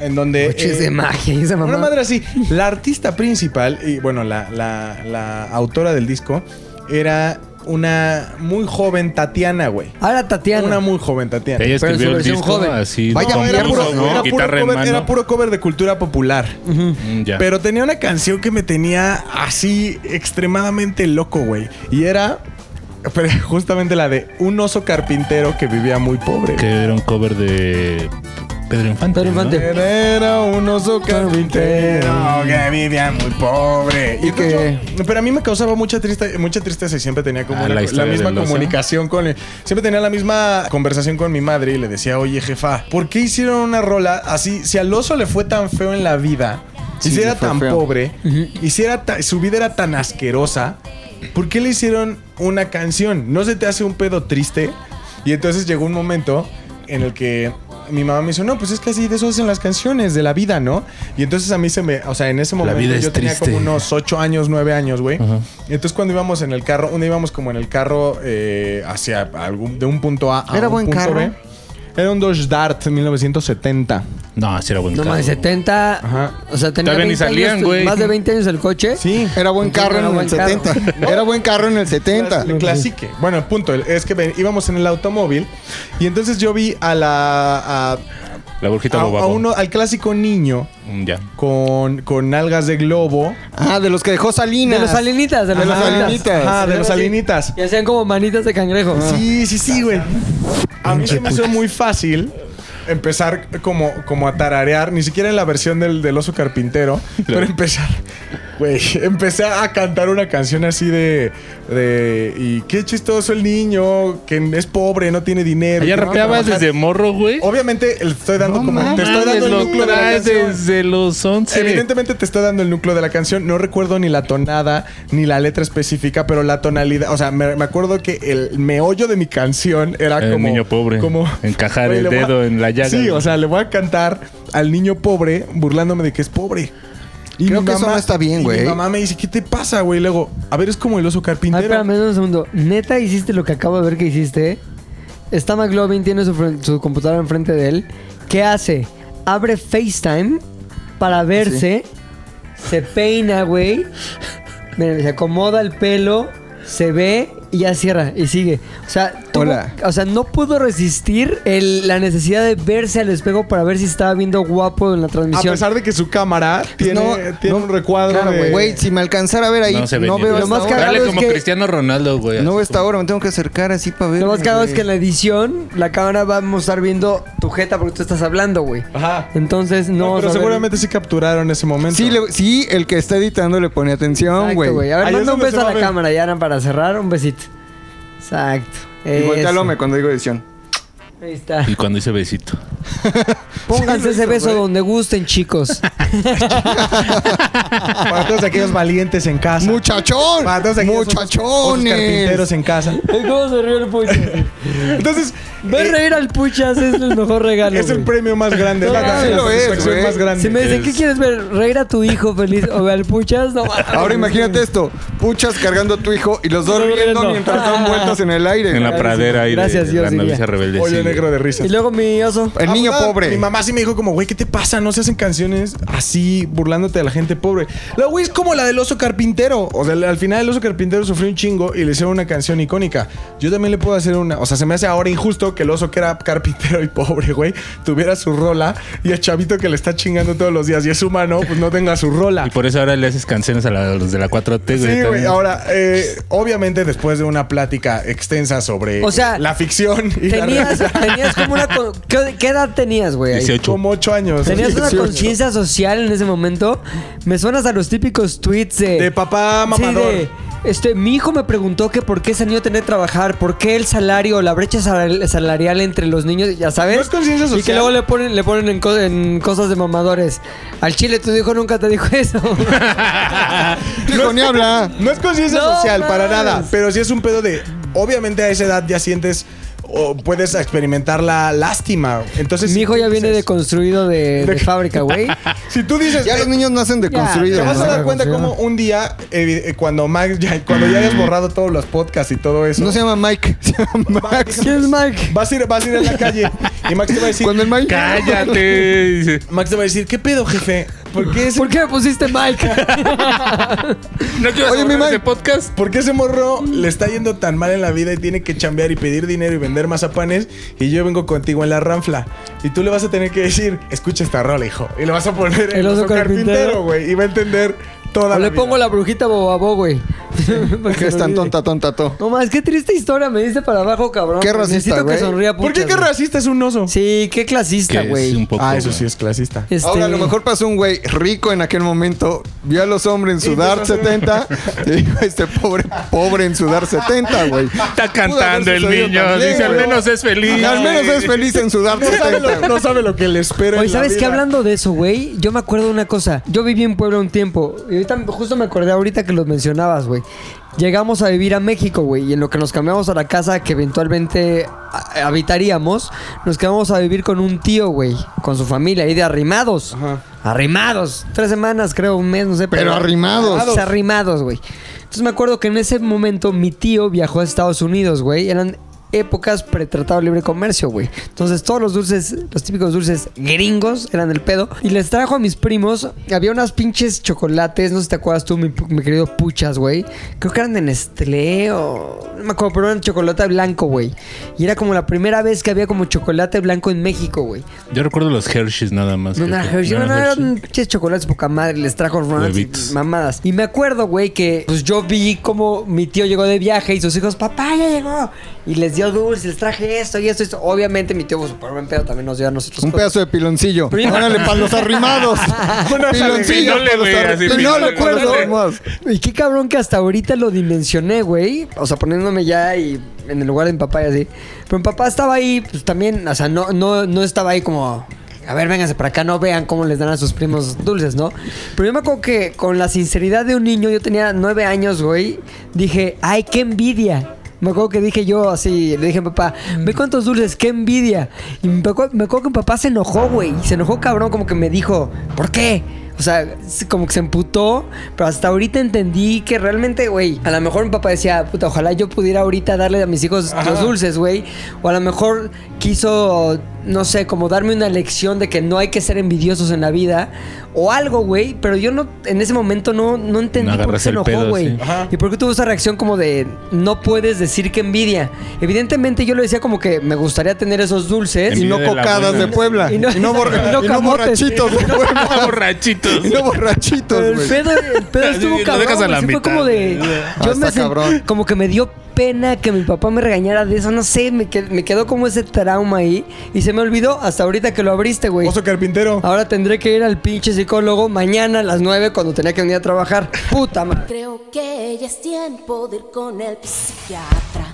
Speaker 2: en donde...
Speaker 1: Noches
Speaker 2: eh,
Speaker 1: de magia, esa
Speaker 2: Una
Speaker 1: mamá.
Speaker 2: madre así. La artista principal, y bueno, la, la- la autora del disco, era una muy joven Tatiana, güey.
Speaker 1: Ahora Tatiana.
Speaker 2: Una muy joven Tatiana.
Speaker 3: Ella
Speaker 1: Pero en su
Speaker 3: escribió el
Speaker 1: versión
Speaker 3: disco
Speaker 1: joven.
Speaker 3: así.
Speaker 4: Vaya,
Speaker 3: con
Speaker 2: era,
Speaker 4: famosa,
Speaker 2: puro,
Speaker 3: blues,
Speaker 4: ¿no?
Speaker 2: era puro
Speaker 3: Guitarra en
Speaker 2: cover,
Speaker 3: mano.
Speaker 2: era puro cover de cultura popular.
Speaker 3: Mm, ya.
Speaker 2: Pero tenía una canción que me tenía así extremadamente loco, güey. Y era pero, justamente la de un oso carpintero que vivía muy pobre.
Speaker 3: Que era un cover de Pedro Infante.
Speaker 1: Pedro
Speaker 3: ¿no?
Speaker 1: Infante.
Speaker 2: Era un oso carpintero que vivía muy pobre.
Speaker 4: Y
Speaker 2: Y entonces
Speaker 4: que-
Speaker 2: yo- pero a mí me causaba mucha triste, mucha tristeza y siempre tenía como
Speaker 3: Ah,
Speaker 2: una-
Speaker 3: la
Speaker 2: la,
Speaker 3: historia
Speaker 2: misma
Speaker 3: del oso.
Speaker 2: comunicación con él. Siempre tenía la misma conversación con mi madre y le decía, oye jefa, ¿por qué hicieron una rola así? Si al oso le fue tan feo en la vida,
Speaker 4: Sí,
Speaker 2: si era
Speaker 4: le fue
Speaker 2: tan
Speaker 4: feo.
Speaker 2: pobre, y si era ta- su vida era tan asquerosa, ¿por qué le hicieron una canción? ¿No se te hace un pedo triste? Y entonces llegó un momento en el que mi mamá me dijo, no, pues es que así de eso hacen las canciones, de la vida, ¿no? Y entonces a mí se me, o sea, en ese momento
Speaker 3: vida es
Speaker 2: yo tenía
Speaker 3: triste.
Speaker 2: como unos 8 años, 9 años, güey.
Speaker 3: Ajá.
Speaker 2: Y entonces cuando íbamos en el carro, un día íbamos como en el carro eh, hacia algún, de un punto A a
Speaker 4: Era
Speaker 2: un
Speaker 4: buen
Speaker 2: punto
Speaker 4: carro.
Speaker 2: B. Era un Dodge Dart 1970.
Speaker 3: No, sí era buen
Speaker 1: No
Speaker 3: carro.
Speaker 1: más de 70.
Speaker 2: Ajá.
Speaker 1: O sea, tenía
Speaker 3: Todavía ni
Speaker 1: 20
Speaker 3: salían,
Speaker 1: años,
Speaker 3: güey.
Speaker 1: más de 20 años el coche.
Speaker 2: Sí.
Speaker 4: Era buen carro
Speaker 1: Era
Speaker 4: en
Speaker 1: buen
Speaker 4: el
Speaker 1: carro.
Speaker 4: 70. Era buen carro en el 70.
Speaker 2: Cla- Clasique. Bueno, el punto es que ven- íbamos en el automóvil y entonces yo vi a la a,
Speaker 3: La burjita
Speaker 2: a-
Speaker 3: Bobapo.
Speaker 2: a uno al clásico niño
Speaker 3: Mm, Ya.
Speaker 2: con con algas de globo.
Speaker 4: Ah, de los que dejó Salinas.
Speaker 1: De los salinitas, de los
Speaker 2: Ajá.
Speaker 1: salinitas.
Speaker 2: Ajá, de los
Speaker 1: Sí.
Speaker 2: salinitas.
Speaker 1: Y hacían como manitas de cangrejo.
Speaker 2: Sí, sí, sí, güey. A mí se me hizo muy fácil empezar como, como a tararear, ni siquiera en la versión del, del oso carpintero, pero empezar. Güey, empecé a cantar una canción así de, de. Y qué chistoso el niño, que es pobre, no tiene dinero.
Speaker 3: Allá
Speaker 2: que no
Speaker 3: rapeabas
Speaker 2: trabaja".
Speaker 3: desde morro, güey.
Speaker 2: Obviamente, le estoy dando como. te estoy
Speaker 3: Mames,
Speaker 2: dando el
Speaker 3: lo
Speaker 2: núcleo de la
Speaker 3: traes
Speaker 2: canción.
Speaker 3: desde los 11.
Speaker 2: Evidentemente te está dando el núcleo de la canción. No recuerdo ni la tonada, ni la letra específica, pero la tonalidad. O sea, me, me acuerdo que el meollo de mi canción era
Speaker 3: El
Speaker 2: como.
Speaker 3: niño pobre.
Speaker 2: Como,
Speaker 3: Encajar
Speaker 2: Güey,
Speaker 3: el
Speaker 2: le voy a-
Speaker 3: dedo en la llaga.
Speaker 2: Sí, o sea, le voy a cantar al niño pobre burlándome de que es pobre. Y
Speaker 4: Creo
Speaker 2: mi
Speaker 4: que eso no está bien,
Speaker 2: y
Speaker 4: güey.
Speaker 2: Mi mamá me dice, ¿qué te pasa, güey? Y Luego, a ver, es como el oso
Speaker 1: Ah,
Speaker 2: carpintero.
Speaker 1: espérame un segundo. ¿Neta hiciste lo que acabo de ver que hiciste? Está McLovin, tiene su, fren- su computadora enfrente de él. ¿Qué hace? Abre FaceTime para verse. Se peina, güey. Miren, Se acomoda el pelo. Se ve y ya cierra y sigue. O sea, tuvo-
Speaker 4: Hola.
Speaker 1: o sea no pudo resistir el- la necesidad de verse al espejo para ver si estaba viendo guapo en la
Speaker 2: a
Speaker 1: transmisión.
Speaker 2: pesar de que su cámara tiene,
Speaker 4: Pues No,
Speaker 2: tiene
Speaker 4: no,
Speaker 2: un recuadro
Speaker 4: Claro,
Speaker 2: de-
Speaker 4: güey. Güey, si me alcanzara a ver ahí,
Speaker 3: No
Speaker 4: no,
Speaker 3: se ve ni
Speaker 4: veo
Speaker 3: Dios.
Speaker 1: Lo
Speaker 4: hasta
Speaker 1: más
Speaker 4: ahora.
Speaker 1: cagado
Speaker 3: Dale
Speaker 1: es
Speaker 3: como
Speaker 1: que-
Speaker 3: Cristiano Ronaldo, güey.
Speaker 4: No veo
Speaker 3: así
Speaker 4: hasta ahora, me tengo que acercar así para ver.
Speaker 1: Lo más cagado es que en
Speaker 4: güey.
Speaker 1: la edición la cámara va a estar viendo tu jeta porque tú estás hablando, güey.
Speaker 2: Ajá.
Speaker 1: Entonces no.
Speaker 2: No,
Speaker 1: vas a
Speaker 2: pero
Speaker 1: ver-
Speaker 2: seguramente sí capturaron ese momento.
Speaker 4: Sí, le- sí, el que está editando le pone atención,
Speaker 1: Exacto, güey. A ver,
Speaker 2: Ahí es
Speaker 1: manda un
Speaker 2: donde se
Speaker 1: beso
Speaker 2: va
Speaker 1: a la
Speaker 2: a ver.
Speaker 1: cámara, ya para cerrar, un besito. Exacto.
Speaker 4: Y
Speaker 1: Eso.
Speaker 4: voltealome cuando digo edición.
Speaker 1: Ahí está.
Speaker 3: como- Y cuando hice besito.
Speaker 1: Pónganse ese beso
Speaker 4: güey.
Speaker 1: donde gusten, chicos.
Speaker 2: Para todos aquellos valientes en casa.
Speaker 4: ¡Muchachón!
Speaker 2: Para todos aquellos osos- osos carpinteros
Speaker 4: ¡Muchachones!
Speaker 2: en casa.
Speaker 1: ¿Cómo se rió el puchas?
Speaker 2: Entonces,
Speaker 1: Ver
Speaker 2: eh,
Speaker 1: reír al puchas es el mejor regalo.
Speaker 2: es el
Speaker 1: güey.
Speaker 2: premio más grande.
Speaker 1: No,
Speaker 2: es la,
Speaker 1: sí
Speaker 2: la
Speaker 1: lo
Speaker 4: es,
Speaker 2: satisfacción
Speaker 4: güey.
Speaker 2: más grande.
Speaker 1: Si me dicen, ¿qué
Speaker 3: Es-
Speaker 1: quieres ver? ¿Reír a tu hijo feliz o al puchas? No, mames.
Speaker 4: Ahora imagínate esto: puchas cargando a tu hijo y los dos
Speaker 1: No,
Speaker 4: riendo
Speaker 1: no.
Speaker 4: mientras dan vueltas en el aire.
Speaker 3: En la pradera ahí
Speaker 1: Gracias,
Speaker 3: de,
Speaker 1: Dios,
Speaker 3: la
Speaker 1: diría.
Speaker 3: novicia rebelde.
Speaker 2: Oye,
Speaker 3: sí,
Speaker 2: negro
Speaker 3: güey.
Speaker 2: de risa.
Speaker 1: Y luego mi oso.
Speaker 4: El niño
Speaker 2: Abogado,
Speaker 4: pobre.
Speaker 2: Mi mamá sí me dijo como, güey, ¿qué te pasa? No se hacen canciones así burlándote de la gente pobre. La güey es como la del oso carpintero. O sea, al final el oso carpintero sufrió un chingo y le hicieron una canción icónica. Yo también le puedo hacer una. O sea, se me hace ahora injusto que el oso que era carpintero y pobre, güey, tuviera su rola y el chavito que le está chingando todos los días y es humano, pues no tenga su rola.
Speaker 3: Y por eso ahora le haces canciones a, la- a los de la 4T, güey.
Speaker 2: Sí, güey.
Speaker 3: también.
Speaker 2: Ahora, eh, obviamente, después de una plática extensa sobre
Speaker 1: O sea,
Speaker 2: la ficción y la
Speaker 1: Tenías,
Speaker 2: realidad,
Speaker 1: tenías como una. con- ¿Qué, qué edad tenías, güey? ahí?
Speaker 3: 18.
Speaker 2: como ocho años.
Speaker 1: Tenías una
Speaker 4: 18.
Speaker 1: conciencia social en ese momento. Me suenas a los típicos tweets de.
Speaker 2: De papá mamador.
Speaker 1: Sí, de, este, mi hijo me preguntó que por qué ese niño tenía que trabajar, por qué el salario, la brecha sal- salarial entre los niños, ya sabes.
Speaker 2: No es conciencia
Speaker 1: Y que
Speaker 2: social.
Speaker 1: luego le ponen, le ponen en, co- en cosas de mamadores. Al chile tu hijo nunca te dijo eso.
Speaker 4: Tu hijo ni habla.
Speaker 2: No es conciencia
Speaker 1: No
Speaker 2: social para
Speaker 1: mames.
Speaker 2: nada, pero sí es un pedo de. Obviamente a esa edad ya sientes o puedes experimentar la lástima. Entonces,
Speaker 1: mi hijo
Speaker 2: si tú
Speaker 1: ya viene
Speaker 2: dices-
Speaker 1: deconstruido de, de fábrica, güey.
Speaker 2: Si tú dices.
Speaker 4: Ya
Speaker 2: eh,
Speaker 4: los niños nacen
Speaker 2: te
Speaker 4: deconstruidos.
Speaker 2: vas a
Speaker 4: ¿no?
Speaker 2: dar cuenta cómo un día, eh, eh, cuando Max ya, cuando ya
Speaker 1: Mm.
Speaker 2: hayas borrado todos los podcasts y todo eso,
Speaker 4: No se llama Mike, se llama Max.
Speaker 1: ¿Quién es Mike?
Speaker 2: vas, a ir, vas a ir a la calle y Max te va a decir:
Speaker 4: Cuando el Mike.
Speaker 3: ¡Cállate! Dice,
Speaker 2: Max te va a decir, ¿qué pedo, jefe? ¿Por qué ese,
Speaker 1: ¿Por
Speaker 2: ¿Por
Speaker 1: qué me pusiste Mike?
Speaker 3: ¿No te ibas
Speaker 4: Oye,
Speaker 3: a
Speaker 4: mi
Speaker 3: borrar
Speaker 4: man.
Speaker 3: ese podcast?
Speaker 2: qué ese morro le está yendo tan mal en la vida y tiene que chambear y pedir dinero y vender mazapanes? Y yo vengo contigo en la ranfla. Y tú le vas a tener que decir, escucha esta rola, hijo. Y le vas a poner
Speaker 1: El oso carpintero.
Speaker 2: güey. Y va a entender toda
Speaker 1: O
Speaker 2: la
Speaker 1: le
Speaker 2: vida.
Speaker 1: pongo la brujita bobabó, güey. Para que
Speaker 4: Que es
Speaker 1: no
Speaker 4: tan
Speaker 1: olvide.
Speaker 4: tonta, tonta, to.
Speaker 1: No más, qué triste historia me diste para abajo, cabrón.
Speaker 4: Qué racista,
Speaker 1: Necesito
Speaker 4: güey.
Speaker 1: que sonría
Speaker 2: ¿Por qué
Speaker 1: puchas,
Speaker 2: qué
Speaker 1: güey.
Speaker 2: racista es un oso?
Speaker 1: Sí, qué clasista,
Speaker 3: que es
Speaker 1: güey.
Speaker 3: un poco.
Speaker 2: Ah, eso sí es clasista.
Speaker 1: Este-
Speaker 4: Ahora, a lo mejor pasó un güey rico en aquel momento, vio a los hombres en sudar 70 y dijo, este pobre, pobre en sudar 70, güey.
Speaker 3: Está
Speaker 4: Pudo
Speaker 3: cantando
Speaker 4: haber
Speaker 3: el
Speaker 4: sucedido
Speaker 3: niño.
Speaker 4: también,
Speaker 3: Dice, al
Speaker 4: güey.
Speaker 3: menos es feliz.
Speaker 4: Al menos es feliz en sudar
Speaker 2: No sabe
Speaker 4: 70.
Speaker 2: lo, no sabe lo que le espera.
Speaker 1: Oye,
Speaker 2: en la
Speaker 1: ¿sabes qué?
Speaker 2: vida.
Speaker 1: Hablando de eso, güey, yo me acuerdo de una cosa. Yo viví en Puebla un tiempo. Y ahorita, justo me acordé ahorita que los mencionabas, güey. Llegamos a vivir a México, güey. Y en lo que nos cambiamos a la casa que eventualmente ah, habitaríamos, nos quedamos a vivir con un tío, güey. Con su familia, ahí de arrimados.
Speaker 2: Ajá.
Speaker 1: Arrimados. Tres semanas, creo, un mes, no sé.
Speaker 4: Pero arrimados.
Speaker 1: O sea, arrimados, güey. Entonces me acuerdo que en ese momento mi tío viajó a Estados Unidos, güey. Eran épocas pretratado de libre comercio, güey. Entonces todos los dulces, los típicos dulces gringos eran el pedo. Y les trajo a mis primos. Había unas pinches chocolates, no sé si te acuerdas tú, mi, mi querido Puchas, güey. Creo que eran de Nestlé o... No me acuerdo, pero eran chocolate blanco, güey. Y era como la primera vez que había como chocolate blanco en México, güey.
Speaker 3: Yo recuerdo los Hershey's nada más.
Speaker 1: No,
Speaker 3: que-
Speaker 1: no,
Speaker 3: que-
Speaker 1: Hershey,
Speaker 3: no
Speaker 1: no,
Speaker 3: eran
Speaker 1: eran
Speaker 3: Hershey's.
Speaker 1: pinches chocolates poca madre, les trajo Ronald's
Speaker 3: Huevitos.
Speaker 1: y mamadas. Y me acuerdo, güey, que pues yo vi como mi tío llegó de viaje y sus hijos, papá, ya llegó. Y les dio dulce, les traje esto y esto, y esto. Obviamente mi tío fue súper buen pedo, también nos dio a nosotros.
Speaker 4: Un
Speaker 1: cosas.
Speaker 4: pedazo de piloncillo. Órale, para los arrimados. piloncillo.
Speaker 3: Pinole,
Speaker 4: para los
Speaker 3: güey,
Speaker 4: arri-
Speaker 3: así,
Speaker 4: Pinole,
Speaker 3: pinole.
Speaker 4: para los
Speaker 1: Recuerdo-
Speaker 4: arrimados.
Speaker 1: Y qué cabrón que hasta ahorita lo dimensioné, güey. O sea, poniéndome ya y en el lugar de mi papá y así. Pero mi papá estaba ahí, pues también, o sea, no, no, no estaba ahí como. A ver, vénganse para acá, no vean cómo les dan a sus primos dulces, ¿no? Pero yo me acuerdo que con la sinceridad de un niño, yo tenía nueve años, güey, dije, ay, qué envidia. Me acuerdo que dije yo así, le dije a mi papá, ve cuántos dulces, qué envidia. Y me acuerdo, me acuerdo que mi papá se enojó, güey. Se enojó cabrón, como que me dijo, ¿por qué? O sea, se- como que se emputó, pero hasta ahorita entendí que realmente, güey, a lo mejor mi papá decía, puta, ojalá yo pudiera ahorita darle a mis hijos los dulces, güey. O a lo mejor quiso, no sé, como darme una lección de que no hay que ser envidiosos en la vida o algo, güey. Pero yo no, en ese momento no, no entendí por qué
Speaker 3: agarras
Speaker 1: se
Speaker 3: el
Speaker 1: enojó,
Speaker 3: pedo,
Speaker 1: güey.
Speaker 3: sí.
Speaker 2: Ajá.
Speaker 1: Y por qué tuvo esa reacción como de, no puedes decir que envidia. Evidentemente yo le decía como que me gustaría tener esos dulces.
Speaker 4: Y
Speaker 3: Envidia
Speaker 4: no
Speaker 3: de la
Speaker 4: cocadas
Speaker 3: buena.
Speaker 4: de Puebla.
Speaker 1: Y
Speaker 4: Y
Speaker 1: no-
Speaker 4: no,
Speaker 1: y
Speaker 4: borra-
Speaker 1: no
Speaker 4: y no
Speaker 1: camotes.
Speaker 4: borrachitos de Puebla.
Speaker 3: Borrachitos.
Speaker 4: Y no borrachitos,
Speaker 1: Pero el
Speaker 4: pues, güey.
Speaker 1: pedo, el pedo
Speaker 3: Así
Speaker 1: estuvo
Speaker 3: lo
Speaker 1: cabrón.
Speaker 3: dejas a
Speaker 1: güey.
Speaker 3: la
Speaker 1: Sí fue
Speaker 3: mitad.
Speaker 1: como de.
Speaker 4: Ah,
Speaker 1: Yo
Speaker 4: está
Speaker 1: me sent-
Speaker 4: cabrón.
Speaker 1: Como que me dio pena que mi papá me regañara de eso. No sé, me, qued- me quedó como ese trauma ahí. Y se me olvidó hasta ahorita que lo abriste, güey. Ah.
Speaker 2: Oso carpintero.
Speaker 1: Ahora tendré que ir al pinche psicólogo mañana a las 9 cuando tenía que venir a trabajar. Puta madre.
Speaker 5: Creo que ya es tiempo de ir con el psiquiatra.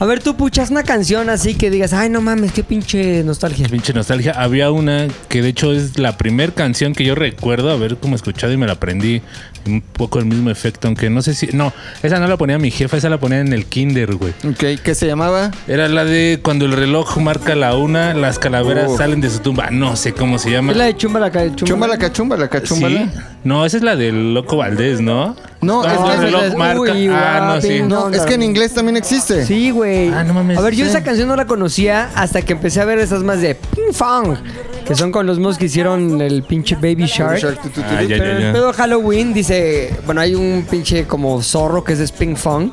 Speaker 1: A ver, tú puchas una canción así que digas, ay, no mames, qué pinche nostalgia.
Speaker 3: Pinche nostalgia. Había una que de hecho es la primer canción que yo recuerdo haber como escuchado y me la aprendí. Un poco el mismo efecto, aunque no sé si. No, esa no la ponía mi jefa, esa la ponía en el kinder, güey.
Speaker 4: Ok, ¿qué se llamaba?
Speaker 3: Era la de cuando el reloj marca la una, las calaveras
Speaker 4: Uf.
Speaker 3: salen de su tumba. No sé cómo se llama.
Speaker 1: Es la de chumba la Ca- Chumba
Speaker 4: Chumbala cachumbala cachumbala.
Speaker 3: ¿Sí? No, esa es la del Loco Valdés, ¿no?
Speaker 4: No,
Speaker 3: Ah,
Speaker 4: es que
Speaker 3: el
Speaker 4: esa
Speaker 3: reloj
Speaker 1: es-
Speaker 3: marca.
Speaker 1: Uy,
Speaker 3: ah, no, sí.
Speaker 1: guapi.
Speaker 4: No,
Speaker 1: No,
Speaker 4: es
Speaker 1: no.
Speaker 4: que en inglés también existe.
Speaker 1: Sí, güey.
Speaker 3: Ah, no mames.
Speaker 1: A ver, yo
Speaker 3: Sí.
Speaker 1: esa canción no la conocía hasta que empecé a ver esas más de Ping Fong, que son con los mismos que hicieron el pinche Baby Shark.
Speaker 4: Shark, tu, tu, tu,
Speaker 3: Ah,
Speaker 4: tu.
Speaker 3: ya,
Speaker 1: Pero en el pedo Halloween dice, bueno, hay un pinche como zorro que es de Ping Fong,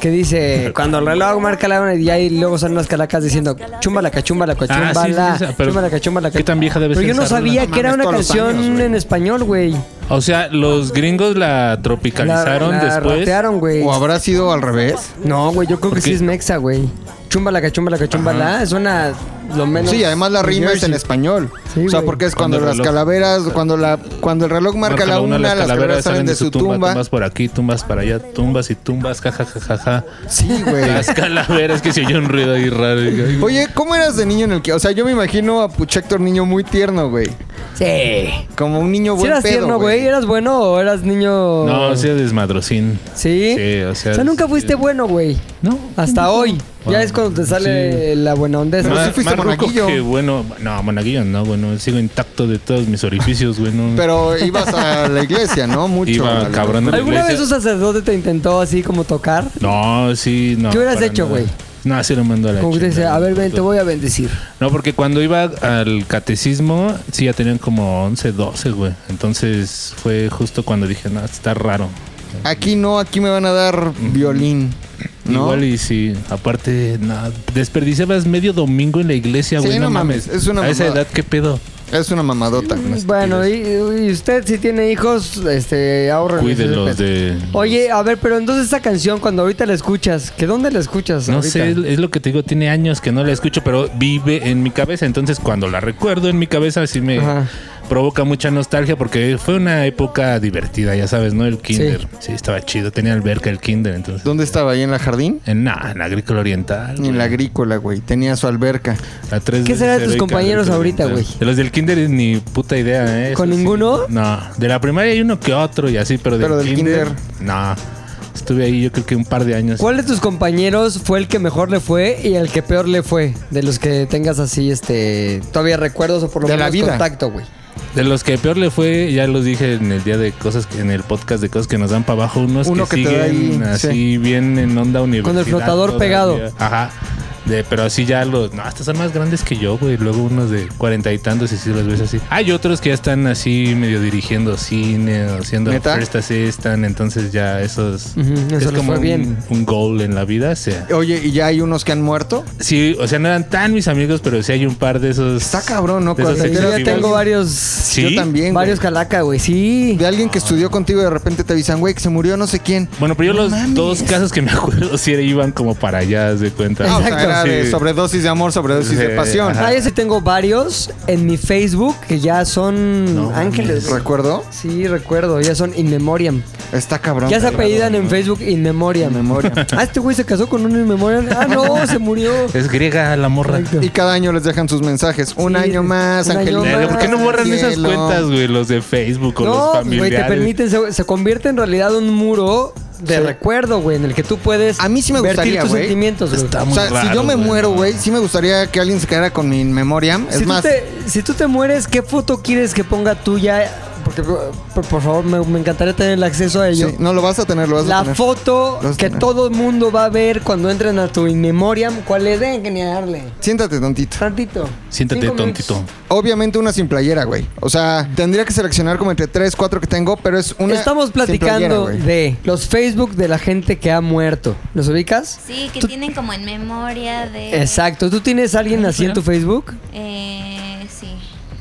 Speaker 1: que dice, cuando el reloj marca la una y ahí luego salen las calacas diciendo, chumba la cachumba la
Speaker 3: Ah,
Speaker 1: cachumba
Speaker 3: sí, sí,
Speaker 1: la,
Speaker 3: sí, pero
Speaker 1: chumba la cachumba la
Speaker 3: ¿qué tan vieja debe
Speaker 1: Pero
Speaker 3: ser
Speaker 1: yo no
Speaker 3: esa rola?
Speaker 1: sabía
Speaker 4: No
Speaker 1: que era
Speaker 4: mames,
Speaker 1: una
Speaker 4: todos los
Speaker 1: canción
Speaker 4: años, güey.
Speaker 1: en español, güey.
Speaker 3: O sea, los gringos la tropicalizaron
Speaker 1: La- la
Speaker 3: después.
Speaker 1: ratearon, güey.
Speaker 4: ¿O habrá sido al revés?
Speaker 1: No, güey, yo creo que
Speaker 3: qué?
Speaker 1: sí es mexa, güey. Chumba la cachumba la cachumba la, Ah, suena lo menos.
Speaker 4: Sí, además la
Speaker 1: New
Speaker 4: rima es en
Speaker 1: Jersey.
Speaker 4: español.
Speaker 1: Sí,
Speaker 4: o sea,
Speaker 1: güey.
Speaker 4: porque es
Speaker 3: Cuando
Speaker 4: cuando,
Speaker 3: el
Speaker 4: las
Speaker 3: reloj-
Speaker 4: calaveras, cuando la cuando el reloj marca, la una, las calaveras salen de su tumba.
Speaker 3: Tumbas por aquí, tumbas para allá, tumbas y tumbas, jajajajaja.
Speaker 4: Sí, güey.
Speaker 3: Las calaveras, que se oyó un ruido ahí raro.
Speaker 4: Oye, ¿cómo eras de niño en el que? O sea, yo me imagino a Puchector niño muy tierno, güey.
Speaker 1: Sí.
Speaker 4: Como un niño
Speaker 1: Si
Speaker 4: buen
Speaker 1: eras
Speaker 4: pedo,
Speaker 1: tierno, güey, ¿eras bueno o eras niño...?
Speaker 4: Oh.
Speaker 3: No, o sea, desmadrocín.
Speaker 1: ¿Sí?
Speaker 3: Sí, o sea,
Speaker 1: nunca
Speaker 3: sí.
Speaker 1: fuiste bueno, güey.
Speaker 3: No.
Speaker 1: Hasta hoy.
Speaker 3: Bueno,
Speaker 1: ya es cuando te sale la buena onda. esa.
Speaker 4: Pero sí
Speaker 3: Más,
Speaker 4: fuiste
Speaker 3: más ruco
Speaker 4: monaguillo.
Speaker 3: que bueno. No, monaguillo no, bueno. Sigo intacto de todos mis orificios, güey. no.
Speaker 4: Pero ibas a la iglesia, ¿no? Mucho.
Speaker 3: Iba
Speaker 4: a la-
Speaker 3: cabrón.
Speaker 1: ¿Alguna
Speaker 3: iglesia.
Speaker 1: vez un sacerdote te intentó así como tocar?
Speaker 3: No, sí, no.
Speaker 1: ¿Qué hubieras
Speaker 3: para
Speaker 1: hecho,
Speaker 3: nada.
Speaker 1: güey?
Speaker 3: No, sí lo mando a la
Speaker 1: Como que te decía,
Speaker 3: chingada.
Speaker 1: a ver, ven, te voy a bendecir.
Speaker 3: No, porque cuando iba al catecismo, sí ya tenían como 11, 12, güey. Entonces fue justo cuando dije, no, está raro.
Speaker 4: Aquí no, aquí me van a dar violín. ¿No?
Speaker 3: Igual y sí, aparte, no, desperdiciabas medio domingo en la iglesia,
Speaker 4: Sí,
Speaker 3: güey.
Speaker 4: no mames, es una
Speaker 3: A esa
Speaker 4: mamada.
Speaker 3: edad, ¿qué pedo?
Speaker 4: Es una mamadota.
Speaker 1: Bueno, y, y usted si tiene hijos, este, ahorren.
Speaker 3: Cuídenlos de.
Speaker 1: Oye, a ver, pero entonces esa canción, cuando ahorita la escuchas, ¿que dónde la
Speaker 4: pues
Speaker 1: escuchas?
Speaker 3: No
Speaker 1: ahorita?
Speaker 3: sé, es lo que te digo, tiene años que no la escucho, pero vive en mi cabeza. Entonces, cuando la recuerdo en mi cabeza, sí me
Speaker 1: Ajá.
Speaker 3: provoca mucha nostalgia porque fue una época divertida, ya sabes, ¿no? El kinder. Sí, estaba chido, tenía alberca el kinder, entonces.
Speaker 4: ¿Dónde estaba? ¿Ahí en la jardín?
Speaker 3: En, nah, en la agrícola oriental.
Speaker 4: Ni en la agrícola, güey. Tenía su alberca.
Speaker 3: La tres
Speaker 1: ¿Qué
Speaker 3: veces
Speaker 1: será de tus
Speaker 3: heroica
Speaker 1: compañeros
Speaker 3: del
Speaker 1: ahorita,
Speaker 3: kinder.
Speaker 1: güey?
Speaker 3: De los del kinder ni puta idea, ¿eh?
Speaker 1: ¿Con
Speaker 3: Eso
Speaker 1: ninguno?
Speaker 3: No, de la primaria hay uno que otro y así, pero del,
Speaker 4: Pero del
Speaker 3: kinder,
Speaker 4: kinder.
Speaker 3: No, estuve ahí yo creo que un par de años.
Speaker 1: ¿Cuál de tus compañeros fue el que mejor le fue y el que peor le fue? De los que tengas así, este, todavía recuerdos o por lo
Speaker 4: De la
Speaker 1: menos
Speaker 4: vida.
Speaker 1: contacto, güey.
Speaker 3: De los que peor le fue, ya los dije en el día de cosas, que- en el podcast de cosas que nos dan para abajo, unos
Speaker 4: Uno
Speaker 3: que,
Speaker 4: que te da
Speaker 3: siguen
Speaker 4: ahí,
Speaker 3: así
Speaker 4: sí.
Speaker 3: bien en onda universidad.
Speaker 1: flotador pegado.
Speaker 3: Ajá. De, pero así ya los... No, estos son más grandes que yo, güey. Luego unos de cuarenta y tantos y si los ves así. Hay otros que ya están así medio dirigiendo cine o haciendo
Speaker 4: ¿Neta?
Speaker 3: first assistant. Entonces ya esos...
Speaker 1: Ujú, eso les
Speaker 3: es como
Speaker 1: fue
Speaker 3: un,
Speaker 1: bien.
Speaker 3: un goal en la vida. O sea,
Speaker 4: Oye, ¿y ya hay unos que han muerto?
Speaker 3: sí, o sea, no eran tan mis amigos, pero sí hay un par de esos...
Speaker 4: Está cabrón, ¿no?
Speaker 3: de esos
Speaker 1: Yo
Speaker 4: Cuando te
Speaker 1: ya
Speaker 4: enteras
Speaker 3: exhibidos.
Speaker 1: tengo varios,
Speaker 3: Sí.
Speaker 4: Yo también, güey.
Speaker 1: varios calaca, güey, sí.
Speaker 4: De alguien que estudió contigo y de repente te avisan, güey, que se murió no sé quién.
Speaker 3: Bueno, pero yo
Speaker 4: No
Speaker 3: los
Speaker 4: mames.
Speaker 3: dos casos que me acuerdo sí era- iban como para allá, haz de cuenta.
Speaker 4: Ah, o sea, era
Speaker 3: Sí.
Speaker 4: de sobredosis de amor, sobredosis de
Speaker 3: Sí,
Speaker 4: pasión.
Speaker 3: ajá.
Speaker 1: Ah, yo sí tengo varios en mi Facebook que ya son
Speaker 3: No,
Speaker 1: ángeles, güey.
Speaker 4: ¿Recuerdo?
Speaker 1: Sí, recuerdo, ya son in memoriam.
Speaker 4: Está cabrón.
Speaker 1: Ya se
Speaker 4: cabrón.
Speaker 1: apellidan en Facebook in memoriam.
Speaker 4: Memoria.
Speaker 1: Ah, este güey se casó con un in memoriam. Ah, no, se murió.
Speaker 3: Es griega la morra. Eh,
Speaker 1: Exacto.
Speaker 4: Y cada año les dejan sus mensajes. Un
Speaker 1: Sí,
Speaker 4: año más,
Speaker 1: un año
Speaker 4: Angelina.
Speaker 1: más.
Speaker 3: Verga, ¿Por qué no borran esas
Speaker 4: Cielo.
Speaker 3: cuentas, güey? Los de Facebook o
Speaker 1: No,
Speaker 3: los
Speaker 1: pues, güey,
Speaker 3: familiares.
Speaker 1: te permiten, se, se convierte en realidad un muro de
Speaker 4: Sí.
Speaker 1: recuerdo, güey, en el que tú puedes
Speaker 4: A mí sí me
Speaker 1: vertir
Speaker 4: gustaría,
Speaker 1: tus
Speaker 4: güey.
Speaker 1: sentimientos, güey.
Speaker 3: Está
Speaker 4: O
Speaker 3: muy
Speaker 4: sea, si
Speaker 3: raro,
Speaker 4: yo me
Speaker 3: güey.
Speaker 4: muero, güey, sí me gustaría que alguien se quedara con mi memoria.
Speaker 1: Si,
Speaker 4: es
Speaker 1: tú
Speaker 4: más,
Speaker 1: te, si tú te mueres, ¿qué foto quieres que ponga tuya? Porque, por, por favor, me, me encantaría tener el acceso a
Speaker 4: sí,
Speaker 1: ello.
Speaker 4: no lo vas a tener, lo vas a
Speaker 1: La
Speaker 4: tener.
Speaker 1: foto
Speaker 4: Lo vas a
Speaker 1: que
Speaker 4: tener.
Speaker 1: todo el mundo va a ver cuando entren a tu in memoriam, ¿cuál es? Dejen que ni darle.
Speaker 4: Siéntate tantito.
Speaker 1: Tantito.
Speaker 3: Siéntate
Speaker 1: Cinco minutos.
Speaker 3: tontito.
Speaker 4: Obviamente una sin playera, güey. O sea, tendría que seleccionar como entre tres, cuatro que tengo, pero es una
Speaker 1: Estamos
Speaker 4: sin playera,
Speaker 1: platicando
Speaker 4: güey.
Speaker 1: de los Facebook de la gente que ha muerto. ¿Los ubicas?
Speaker 6: Sí, que
Speaker 1: Tú-
Speaker 6: tienen como en memoria de.
Speaker 1: Exacto. ¿Tú tienes a alguien así en tu Facebook?
Speaker 6: Eh, sí.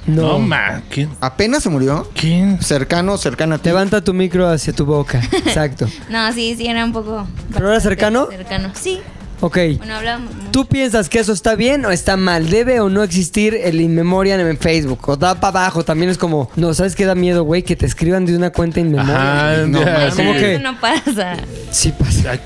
Speaker 3: No, ma. ¿Quién?
Speaker 4: ¿Apenas se murió?
Speaker 3: ¿Quién?
Speaker 4: Cercano, cercana a ti.
Speaker 1: Levanta tu micro hacia tu boca. Exacto.
Speaker 6: No, sí, sí, era un poco.
Speaker 1: ¿Pero era
Speaker 6: bastante
Speaker 1: cercano?
Speaker 6: Cercano. Sí.
Speaker 1: Ok.
Speaker 6: Bueno, hablábamos. mucho.
Speaker 1: ¿Tú piensas que eso está bien o está mal? ¿Debe o no existir el in memoriam en Facebook? O da para abajo. También es como, no, ¿sabes qué da miedo, güey? Que te escriban de una cuenta in memoriam.
Speaker 3: Ajá,
Speaker 4: No,
Speaker 3: ya,
Speaker 4: ma,
Speaker 3: sí.
Speaker 1: ¿cómo que?
Speaker 6: Eso no pasa.
Speaker 1: Sí pasa.
Speaker 3: Ay,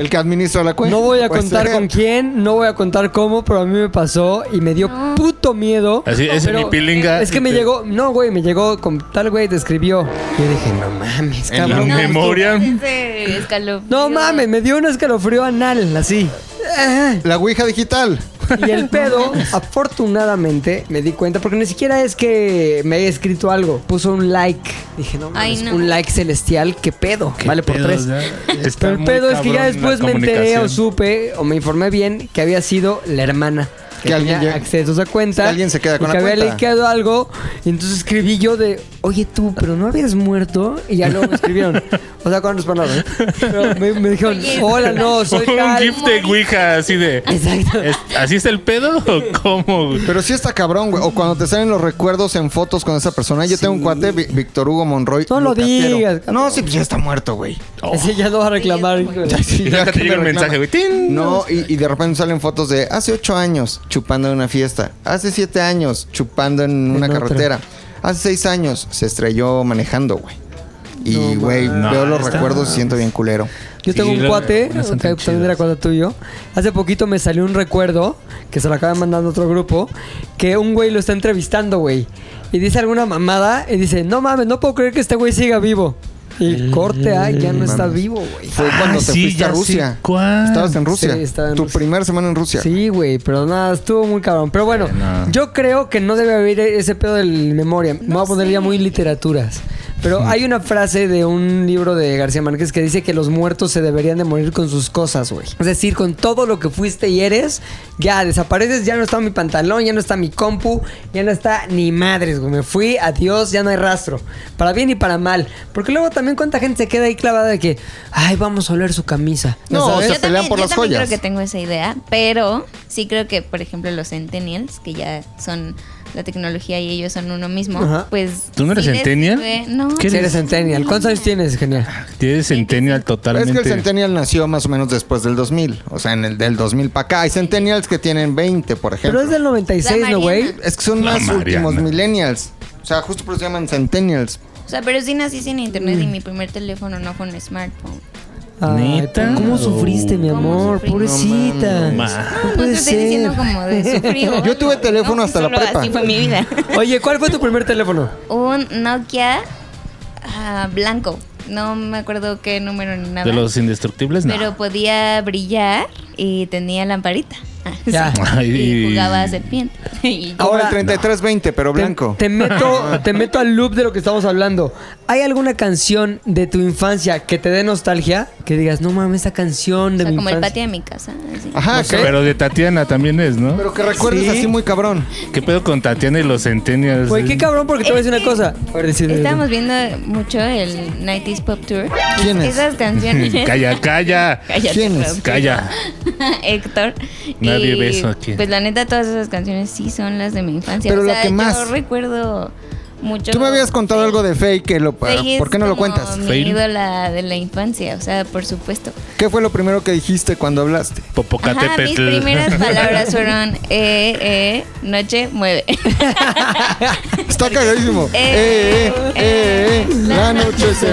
Speaker 4: El que administra la
Speaker 3: Pues,
Speaker 4: cuenta. Pues,
Speaker 1: No voy a
Speaker 4: Puede
Speaker 1: contar
Speaker 3: eh.
Speaker 4: ser.
Speaker 1: con quién, no voy a contar cómo, pero a mí me pasó y me dio puto miedo.
Speaker 3: Así es,
Speaker 1: Pero
Speaker 3: mi pilinga.
Speaker 1: Es que me llegó, no, güey, me llegó con tal güey, te escribió. Yo dije, no mames,
Speaker 3: En la
Speaker 1: cabrón.
Speaker 3: memoria.
Speaker 6: Ese escalofrío.
Speaker 1: No mames, me dio un escalofrío anal, así. Ah.
Speaker 4: La Ouija digital.
Speaker 1: Y el pedo, afortunadamente, me di cuenta, porque ni siquiera es que me haya escrito algo. Puso un like. Dije, no, mames,
Speaker 6: Ay, no.
Speaker 1: un like celestial, qué pedo.
Speaker 3: ¿Qué
Speaker 1: vale por
Speaker 3: pedo,
Speaker 1: tres.
Speaker 3: ya? Está
Speaker 1: Pero el
Speaker 3: muy
Speaker 1: pedo es que ya
Speaker 3: cabrón
Speaker 1: después
Speaker 3: la
Speaker 1: me enteré o
Speaker 3: comunicación.
Speaker 1: supe o me informé bien que había sido la hermana. Que,
Speaker 4: Que alguien
Speaker 1: alguien
Speaker 4: ya-
Speaker 1: acceso a esa cuenta.
Speaker 4: que alguien se queda
Speaker 1: y
Speaker 4: con
Speaker 1: que
Speaker 4: la
Speaker 1: había
Speaker 4: cuenta.
Speaker 1: likeado algo. Y entonces escribí yo de, oye tú, pero no habías muerto. Y ya luego me escribieron. o sea, con otras palabras. Pero me, me dijeron,
Speaker 6: Oye,
Speaker 1: hola, no, soy
Speaker 3: Un
Speaker 1: tal.
Speaker 3: gif de Ouija así de.
Speaker 1: Exacto.
Speaker 3: ¿Es- ¿Así está el pedo o cómo? güey?
Speaker 4: Pero sí está cabrón, güey. O cuando te salen los recuerdos en fotos con esa persona. Yo tengo un cuate, Vi- Víctor Hugo Monroy.
Speaker 1: No lo
Speaker 4: Lucatero.
Speaker 1: digas, cabrón.
Speaker 4: No, sí, pues ya está muerto, güey.
Speaker 3: Oh.
Speaker 1: Ese ya lo va a reclamar. hijo de-
Speaker 4: Sí,
Speaker 3: Y
Speaker 4: ya
Speaker 3: nunca
Speaker 4: que
Speaker 3: te llega
Speaker 4: me
Speaker 3: el mensaje,
Speaker 4: reclama.
Speaker 3: güey. ¡Tin!
Speaker 4: No, y, y de repente salen fotos de hace ocho años chupando en una fiesta, hace siete años chupando en una
Speaker 1: otra.
Speaker 4: carretera, hace seis años se elló manejando, güey. Y,
Speaker 1: No,
Speaker 4: güey,
Speaker 3: man.
Speaker 4: veo
Speaker 3: No,
Speaker 4: los
Speaker 3: está-
Speaker 4: recuerdos y siento bien culero.
Speaker 1: Yo tengo
Speaker 3: Sí,
Speaker 1: un
Speaker 3: la-
Speaker 1: cuate,
Speaker 3: unas
Speaker 1: que
Speaker 3: son tan
Speaker 1: también era
Speaker 3: chidas.
Speaker 1: cuate tuyo. Hace poquito me salió un recuerdo que se lo acaba mandando otro grupo. Que un güey lo está entrevistando, güey. Y dice alguna mamada y dice: No mames, no puedo creer que este güey siga vivo. Y corte, ah, ya no está vivo, güey.
Speaker 4: Fue cuando te
Speaker 3: Ah, sí,
Speaker 4: fuiste
Speaker 3: ya
Speaker 4: a
Speaker 3: sé
Speaker 4: Rusia.
Speaker 3: cuál.
Speaker 4: Estabas en Rusia.
Speaker 1: Sí, estaba en
Speaker 4: tu
Speaker 1: Rusia.
Speaker 4: primera semana en Rusia.
Speaker 1: Sí, güey, pero nada, estuvo muy cabrón. Pero bueno,
Speaker 3: no.
Speaker 1: yo creo que no debe haber ese pedo del memoria. Me voy a poner ya muy literaturas. Pero hay una frase de un libro de García Márquez que dice que los muertos se deberían de morir con sus cosas, güey. Es decir, con todo lo que fuiste y eres, ya desapareces, ya no está mi pantalón, ya no está mi compu, ya no está ni madres, güey. Me fui, adiós, ya no hay rastro. Para bien y para mal. Porque luego también cuánta gente se queda ahí clavada de que, ay, vamos a oler su camisa.
Speaker 4: No,
Speaker 1: ¿sabes?
Speaker 4: o sea,
Speaker 6: yo también,
Speaker 4: pelean por
Speaker 6: yo
Speaker 4: las
Speaker 6: también
Speaker 4: joyas.
Speaker 6: creo que tengo esa idea, pero sí creo que, por ejemplo, los centennials, que ya son la tecnología y ellos son uno mismo,
Speaker 1: Ajá.
Speaker 6: pues...
Speaker 3: ¿Tú no eres
Speaker 6: sí les
Speaker 3: centennial?
Speaker 6: sirve. No.
Speaker 3: ¿Qué
Speaker 1: Si eres centennial. ¿Cuántos años tienes, genial?
Speaker 3: Tienes Centennial totalmente.
Speaker 4: Es que el Centennial nació más o menos después del 2000. O sea, en el del 2000 para acá. Hay Centennials que tienen 20, por ejemplo.
Speaker 1: Pero es del 96,
Speaker 6: La
Speaker 1: ¿no, güey?
Speaker 6: Mariana.
Speaker 4: Es que son
Speaker 3: La
Speaker 4: más
Speaker 3: Mariana.
Speaker 4: últimos millennials. O sea, justo por eso se llaman Centennials.
Speaker 6: O sea, pero sí nací sin internet y
Speaker 1: Mm.
Speaker 6: mi primer teléfono no fue un smartphone.
Speaker 1: Ay,
Speaker 3: Neta.
Speaker 1: ¿Cómo sufriste, mi
Speaker 6: ¿Cómo
Speaker 1: amor?
Speaker 6: sufrí?
Speaker 1: Pobrecita.
Speaker 3: No mames.
Speaker 6: No, no te
Speaker 1: puede
Speaker 6: estoy diciendo
Speaker 1: ser.
Speaker 6: como de sufrir. o
Speaker 4: Yo tuve
Speaker 6: algo,
Speaker 4: teléfono
Speaker 6: ¿no?
Speaker 4: hasta la
Speaker 6: Solo
Speaker 4: prepa.
Speaker 6: Así fue mi vida.
Speaker 1: Oye, ¿cuál fue tu primer teléfono?
Speaker 6: un Nokia ah, blanco. No me acuerdo qué número ni nada.
Speaker 3: De los indestructibles, no.
Speaker 6: Pero pues, podía brillar y tenía lamparita. Ah,
Speaker 1: Ya.
Speaker 3: Ay,
Speaker 6: y jugaba a serpiente. Y yo-
Speaker 4: Ahora
Speaker 1: Ahora-
Speaker 4: el 3320, pero blanco.
Speaker 1: Te, te meto, te meto al loop de lo que estamos hablando. ¿Hay alguna canción de tu infancia que te dé nostalgia? Que digas, no mames, esa canción
Speaker 6: o
Speaker 1: de
Speaker 6: sea,
Speaker 1: mi
Speaker 6: como el patio
Speaker 1: infancia.
Speaker 6: de mi casa. así.
Speaker 4: Ajá, que- pero,
Speaker 3: Pero de Tatiana también es, ¿no?
Speaker 4: que recuerdes
Speaker 1: Sí.
Speaker 4: así muy cabrón.
Speaker 3: ¿Qué pedo con Tatiana y los Centennials?
Speaker 1: Güey, qué cabrón, porque te voy a decir una cosa. A ver, decide.
Speaker 6: Estábamos viendo mucho el 90s Pop Tour.
Speaker 4: ¿Quién es?
Speaker 6: Esas canciones.
Speaker 3: calla, calla.
Speaker 6: Cállate,
Speaker 4: ¿Quién es?
Speaker 6: Rob.
Speaker 3: Calla.
Speaker 6: Héctor.
Speaker 3: Nadie
Speaker 6: Y,
Speaker 3: ve eso aquí.
Speaker 6: Pues la neta, todas esas canciones sí son las de mi infancia.
Speaker 4: Pero
Speaker 6: o
Speaker 4: la
Speaker 6: sea,
Speaker 4: que
Speaker 6: Yo
Speaker 4: más-
Speaker 6: recuerdo mucho.
Speaker 4: Tú me habías contado algo de Faye que lo...
Speaker 6: Faye es
Speaker 4: ¿Por qué no lo
Speaker 6: como
Speaker 4: cuentas?
Speaker 6: Mi
Speaker 3: Faye.
Speaker 6: ídola de la infancia, o sea, por supuesto.
Speaker 4: ¿Qué fue lo primero que dijiste cuando hablaste?
Speaker 6: Ajá, mis
Speaker 3: Popocatépetl.
Speaker 6: primeras palabras fueron eh, eh, noche, mueve.
Speaker 4: Está cagadísimo.
Speaker 6: Eh,
Speaker 4: Eh, eh, eh, eh, la noche se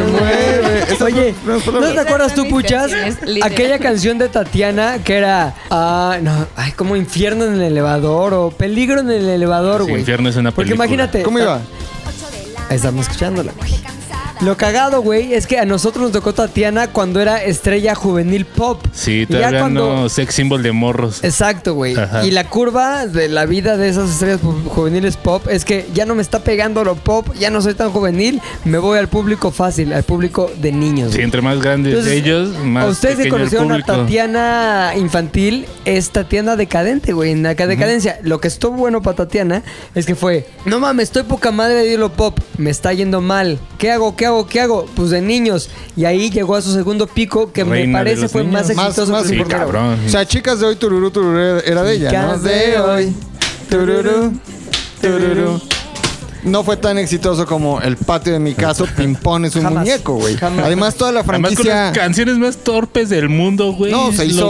Speaker 4: mueve. Esas
Speaker 1: Oye,
Speaker 4: fueron
Speaker 1: ¿no
Speaker 4: las palabras.
Speaker 1: te
Speaker 6: Esas
Speaker 1: acuerdas
Speaker 6: son
Speaker 1: tú,
Speaker 6: mis
Speaker 1: Puchas?
Speaker 6: canciones, literal.
Speaker 1: Aquella canción de Tatiana que era. Ah, no, ay, como infierno en el elevador o peligro en el elevador,
Speaker 3: Sí,
Speaker 1: güey.
Speaker 3: Infierno es una
Speaker 1: Porque
Speaker 3: película.
Speaker 1: imagínate.
Speaker 4: ¿Cómo iba?
Speaker 1: Estamos escuchándola, güey. Lo cagado, güey, es que a nosotros nos tocó Tatiana cuando era estrella juvenil pop.
Speaker 3: Sí,
Speaker 1: Y
Speaker 3: todavía no sex symbol de morros.
Speaker 1: Exacto, güey.
Speaker 3: Ajá.
Speaker 1: Y la curva de la vida de esas estrellas pu- juveniles pop es que ya no me está pegando lo pop, ya no soy tan juvenil, me voy al público fácil, al público de niños.
Speaker 3: Sí,
Speaker 1: güey.
Speaker 3: entre más grandes
Speaker 1: Entonces,
Speaker 3: ellos, más
Speaker 1: a ustedes que
Speaker 3: pequeño el
Speaker 1: conocieron a
Speaker 3: público.
Speaker 1: Tatiana infantil, es Tatiana decadente, güey, en la ca- decadencia. Lo que estuvo bueno para Tatiana es que fue, no mames, estoy poca madre de lo pop, me está yendo mal. ¿Qué hago? ¿Qué hago? ¿Qué hago? Pues de niños. Y ahí llegó a su segundo pico que
Speaker 3: Reina
Speaker 1: me
Speaker 3: de
Speaker 1: parece
Speaker 3: los
Speaker 1: fue más
Speaker 3: niños.
Speaker 4: Más-
Speaker 1: exitoso.
Speaker 4: más
Speaker 1: que el
Speaker 3: Sí,
Speaker 1: primero.
Speaker 3: cabrón.
Speaker 4: O sea, chicas de hoy, tururú, tururú, era de ella, ¿no?
Speaker 1: Chicas de hoy,
Speaker 4: tururú, tururú. No fue tan exitoso como El patio de mi casa, Pimpón es un
Speaker 1: Jamás,
Speaker 4: muñeco, güey.
Speaker 1: jamás.
Speaker 4: Además, toda la
Speaker 3: Además, con
Speaker 4: franquicia...
Speaker 3: las canciones más torpes del mundo, güey.
Speaker 4: No, se hizo...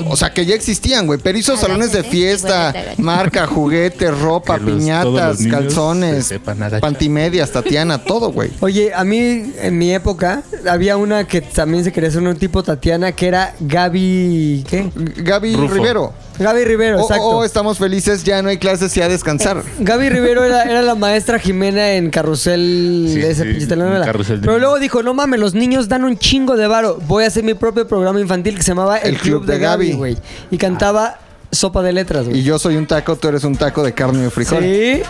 Speaker 3: logró-
Speaker 4: O sea, que ya existían, güey. Pero hizo salones de
Speaker 6: Agáchate, igual
Speaker 4: fiesta,
Speaker 6: que te agachas.
Speaker 4: marca, juguetes, ropa,
Speaker 3: Que los- todos los
Speaker 4: piñatas,
Speaker 3: niños
Speaker 4: calzones,
Speaker 3: se sepan agachar.
Speaker 4: pantimedias, Tatiana, todo, güey.
Speaker 1: Oye, a mí en mi época había una que también se quería hacer un tipo Tatiana que era Gaby. ¿Qué?
Speaker 4: Gaby
Speaker 3: Rufo.
Speaker 4: Rivero.
Speaker 1: Gaby Rivero,
Speaker 4: Oh,
Speaker 1: exacto.
Speaker 4: oh, estamos felices, ya no hay clases y a descansar.
Speaker 1: Gaby Rivero era, era la maestra Jimena en Carrusel
Speaker 3: Sí,
Speaker 1: de esa
Speaker 3: sí,
Speaker 1: pinche telenovela.
Speaker 3: Carrusel de-
Speaker 1: Pero luego dijo, no mames, los niños dan un chingo de varo. Voy a hacer mi propio programa infantil que se llamaba El, Club, de Gaby, güey. Y cantaba Sopa de Letras,
Speaker 4: Y
Speaker 1: güey.
Speaker 4: yo soy un taco, tú eres un taco de carne y de frijol.
Speaker 1: Sí.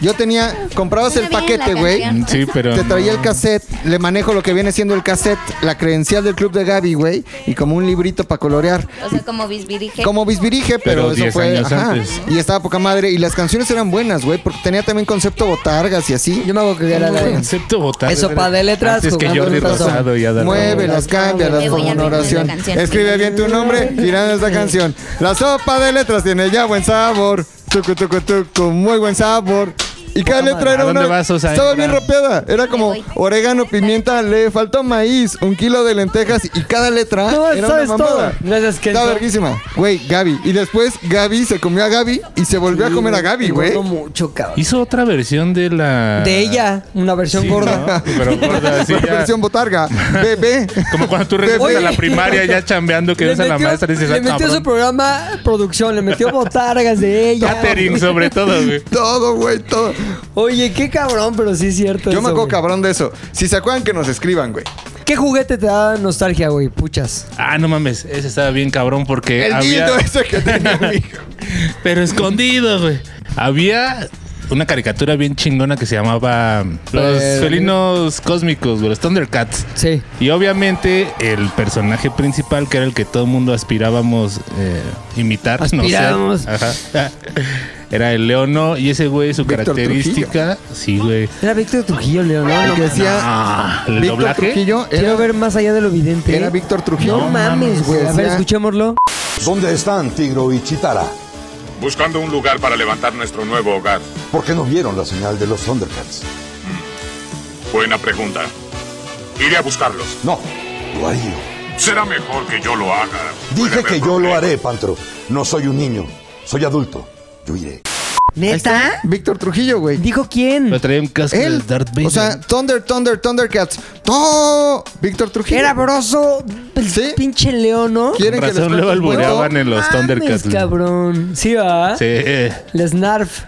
Speaker 4: Yo tenía, comprabas el
Speaker 6: Suena bien
Speaker 4: paquete,
Speaker 6: la
Speaker 4: güey.
Speaker 6: canción.
Speaker 3: Sí, pero.
Speaker 4: Te traía
Speaker 3: no.
Speaker 4: el cassette, le manejo lo que viene siendo el cassette, la credencial del club de Gaby, güey, y como un librito para colorear.
Speaker 6: O sea, como bisbirige.
Speaker 4: Como bisbirige, pero,
Speaker 3: Pero
Speaker 4: eso
Speaker 3: 10
Speaker 4: fue.
Speaker 3: años
Speaker 4: ajá.
Speaker 3: antes.
Speaker 4: Y estaba poca madre. Y las canciones eran buenas, güey, porque tenía también concepto botargas y así.
Speaker 1: Yo me hago que era la de...
Speaker 3: Concepto votar.
Speaker 1: Eso, pa' de letras,
Speaker 3: Antes que
Speaker 1: jugando
Speaker 3: Jordi
Speaker 1: en un tazón.
Speaker 3: Rosado y Adán
Speaker 4: Mueve,
Speaker 3: Raúl.
Speaker 4: las cambia, las
Speaker 6: Me voy
Speaker 4: forma una
Speaker 6: a arruinar la
Speaker 4: oración.
Speaker 6: canción.
Speaker 4: Escribe bien tu nombre, girando esta canción. La sopa de letras tiene ya buen sabor. Tucu, tucu, tucu, muy buen sabor. Y cada letra era
Speaker 3: ¿A
Speaker 4: una.
Speaker 3: dónde vas, Osa?
Speaker 4: Estaba bien rapeada. Era como
Speaker 6: voy.
Speaker 4: orégano, pimienta, le faltó maíz, un kilo de lentejas y cada letra
Speaker 1: No,
Speaker 4: era una
Speaker 1: sabes todo.
Speaker 4: mamada.
Speaker 1: Gracias, Kenzo.
Speaker 4: Estaba verguísima. Güey, Gaby. Y después Gaby se comió a Gaby y se volvió a comer a Gaby,
Speaker 1: Me
Speaker 4: güey.
Speaker 1: acuerdo mucho, cabrón.
Speaker 3: Hizo otra versión de la.
Speaker 1: De ella, una versión
Speaker 3: Sí,
Speaker 1: gorda.
Speaker 3: ¿no? Pero gorda, así ya.
Speaker 4: Versión botarga. Bebé.
Speaker 3: Como cuando tú regresas
Speaker 1: Oye.
Speaker 3: a la primaria ya chambeando que ves a la maestra y dices,
Speaker 1: le
Speaker 3: ah,
Speaker 1: metió su
Speaker 3: cabrón.
Speaker 1: programa producción, le metió botargas de ella.
Speaker 3: Catering, sobre todo, güey.
Speaker 4: Todo, güey, todo.
Speaker 1: Oye, qué cabrón, pero sí es cierto.
Speaker 4: Yo
Speaker 1: eso,
Speaker 4: me acuerdo
Speaker 1: güey.
Speaker 4: cabrón de eso. Si se acuerdan que nos escriban, güey.
Speaker 1: ¿Qué juguete te da nostalgia, güey? Puchas.
Speaker 3: Ah, no mames, ese estaba bien cabrón porque
Speaker 4: El
Speaker 3: había...
Speaker 4: dildo ese que tenía mi hijo.
Speaker 3: Pero escondido, güey. Había una caricatura bien chingona que se llamaba mm, Los
Speaker 1: Eh,
Speaker 3: Felinos Cósmicos, güey, los Thundercats.
Speaker 1: Sí.
Speaker 3: Y obviamente el personaje principal, que era el que todo el mundo aspirábamos eh, imitar, no sé.
Speaker 1: Aspirábamos.
Speaker 3: Ajá. Era el leono y ese güey, su
Speaker 4: Víctor
Speaker 3: característica. Sí, güey.
Speaker 1: Era Víctor Trujillo, León. No,
Speaker 4: El que decía
Speaker 3: Ah, el
Speaker 4: Víctor
Speaker 3: doblaje.
Speaker 4: Trujillo
Speaker 1: Quiero
Speaker 4: era,
Speaker 1: ver más allá de lo vidente.
Speaker 4: era Víctor Trujillo.
Speaker 1: No mames, güey. A ver,
Speaker 4: decía-
Speaker 1: escuchémoslo.
Speaker 7: ¿Dónde están Tigro y Chitara? buscando un lugar para levantar nuestro nuevo hogar.
Speaker 8: ¿Por qué no vieron la señal de los Thundercats?
Speaker 7: Buena pregunta. Iré a buscarlos.
Speaker 8: No, lo haría.
Speaker 7: Será mejor que yo lo haga. Puede
Speaker 8: Dije
Speaker 7: haber
Speaker 8: que yo lo
Speaker 7: problemas.
Speaker 8: haré, Pantro. No soy un niño, soy adulto. Yo iré.
Speaker 4: está
Speaker 1: ¿Neta?
Speaker 4: Víctor Trujillo, güey.
Speaker 1: ¿Dijo quién?
Speaker 3: Pero traía un casco de
Speaker 4: Él.
Speaker 3: Darth Vader.
Speaker 4: O sea, Thunder, Thunder, Thundercats. ¡Todo! Víctor Trujillo.
Speaker 1: Era broso, el
Speaker 4: Sí.
Speaker 1: pinche león, ¿no?
Speaker 4: ¿Quieren
Speaker 3: Con
Speaker 4: que les
Speaker 3: razón luego
Speaker 4: cuente un cuento?
Speaker 3: albureaban en los
Speaker 1: Mames,
Speaker 3: Thundercats.
Speaker 1: cabrón. Sí, va.
Speaker 3: Sí. eh.
Speaker 1: La Snarf.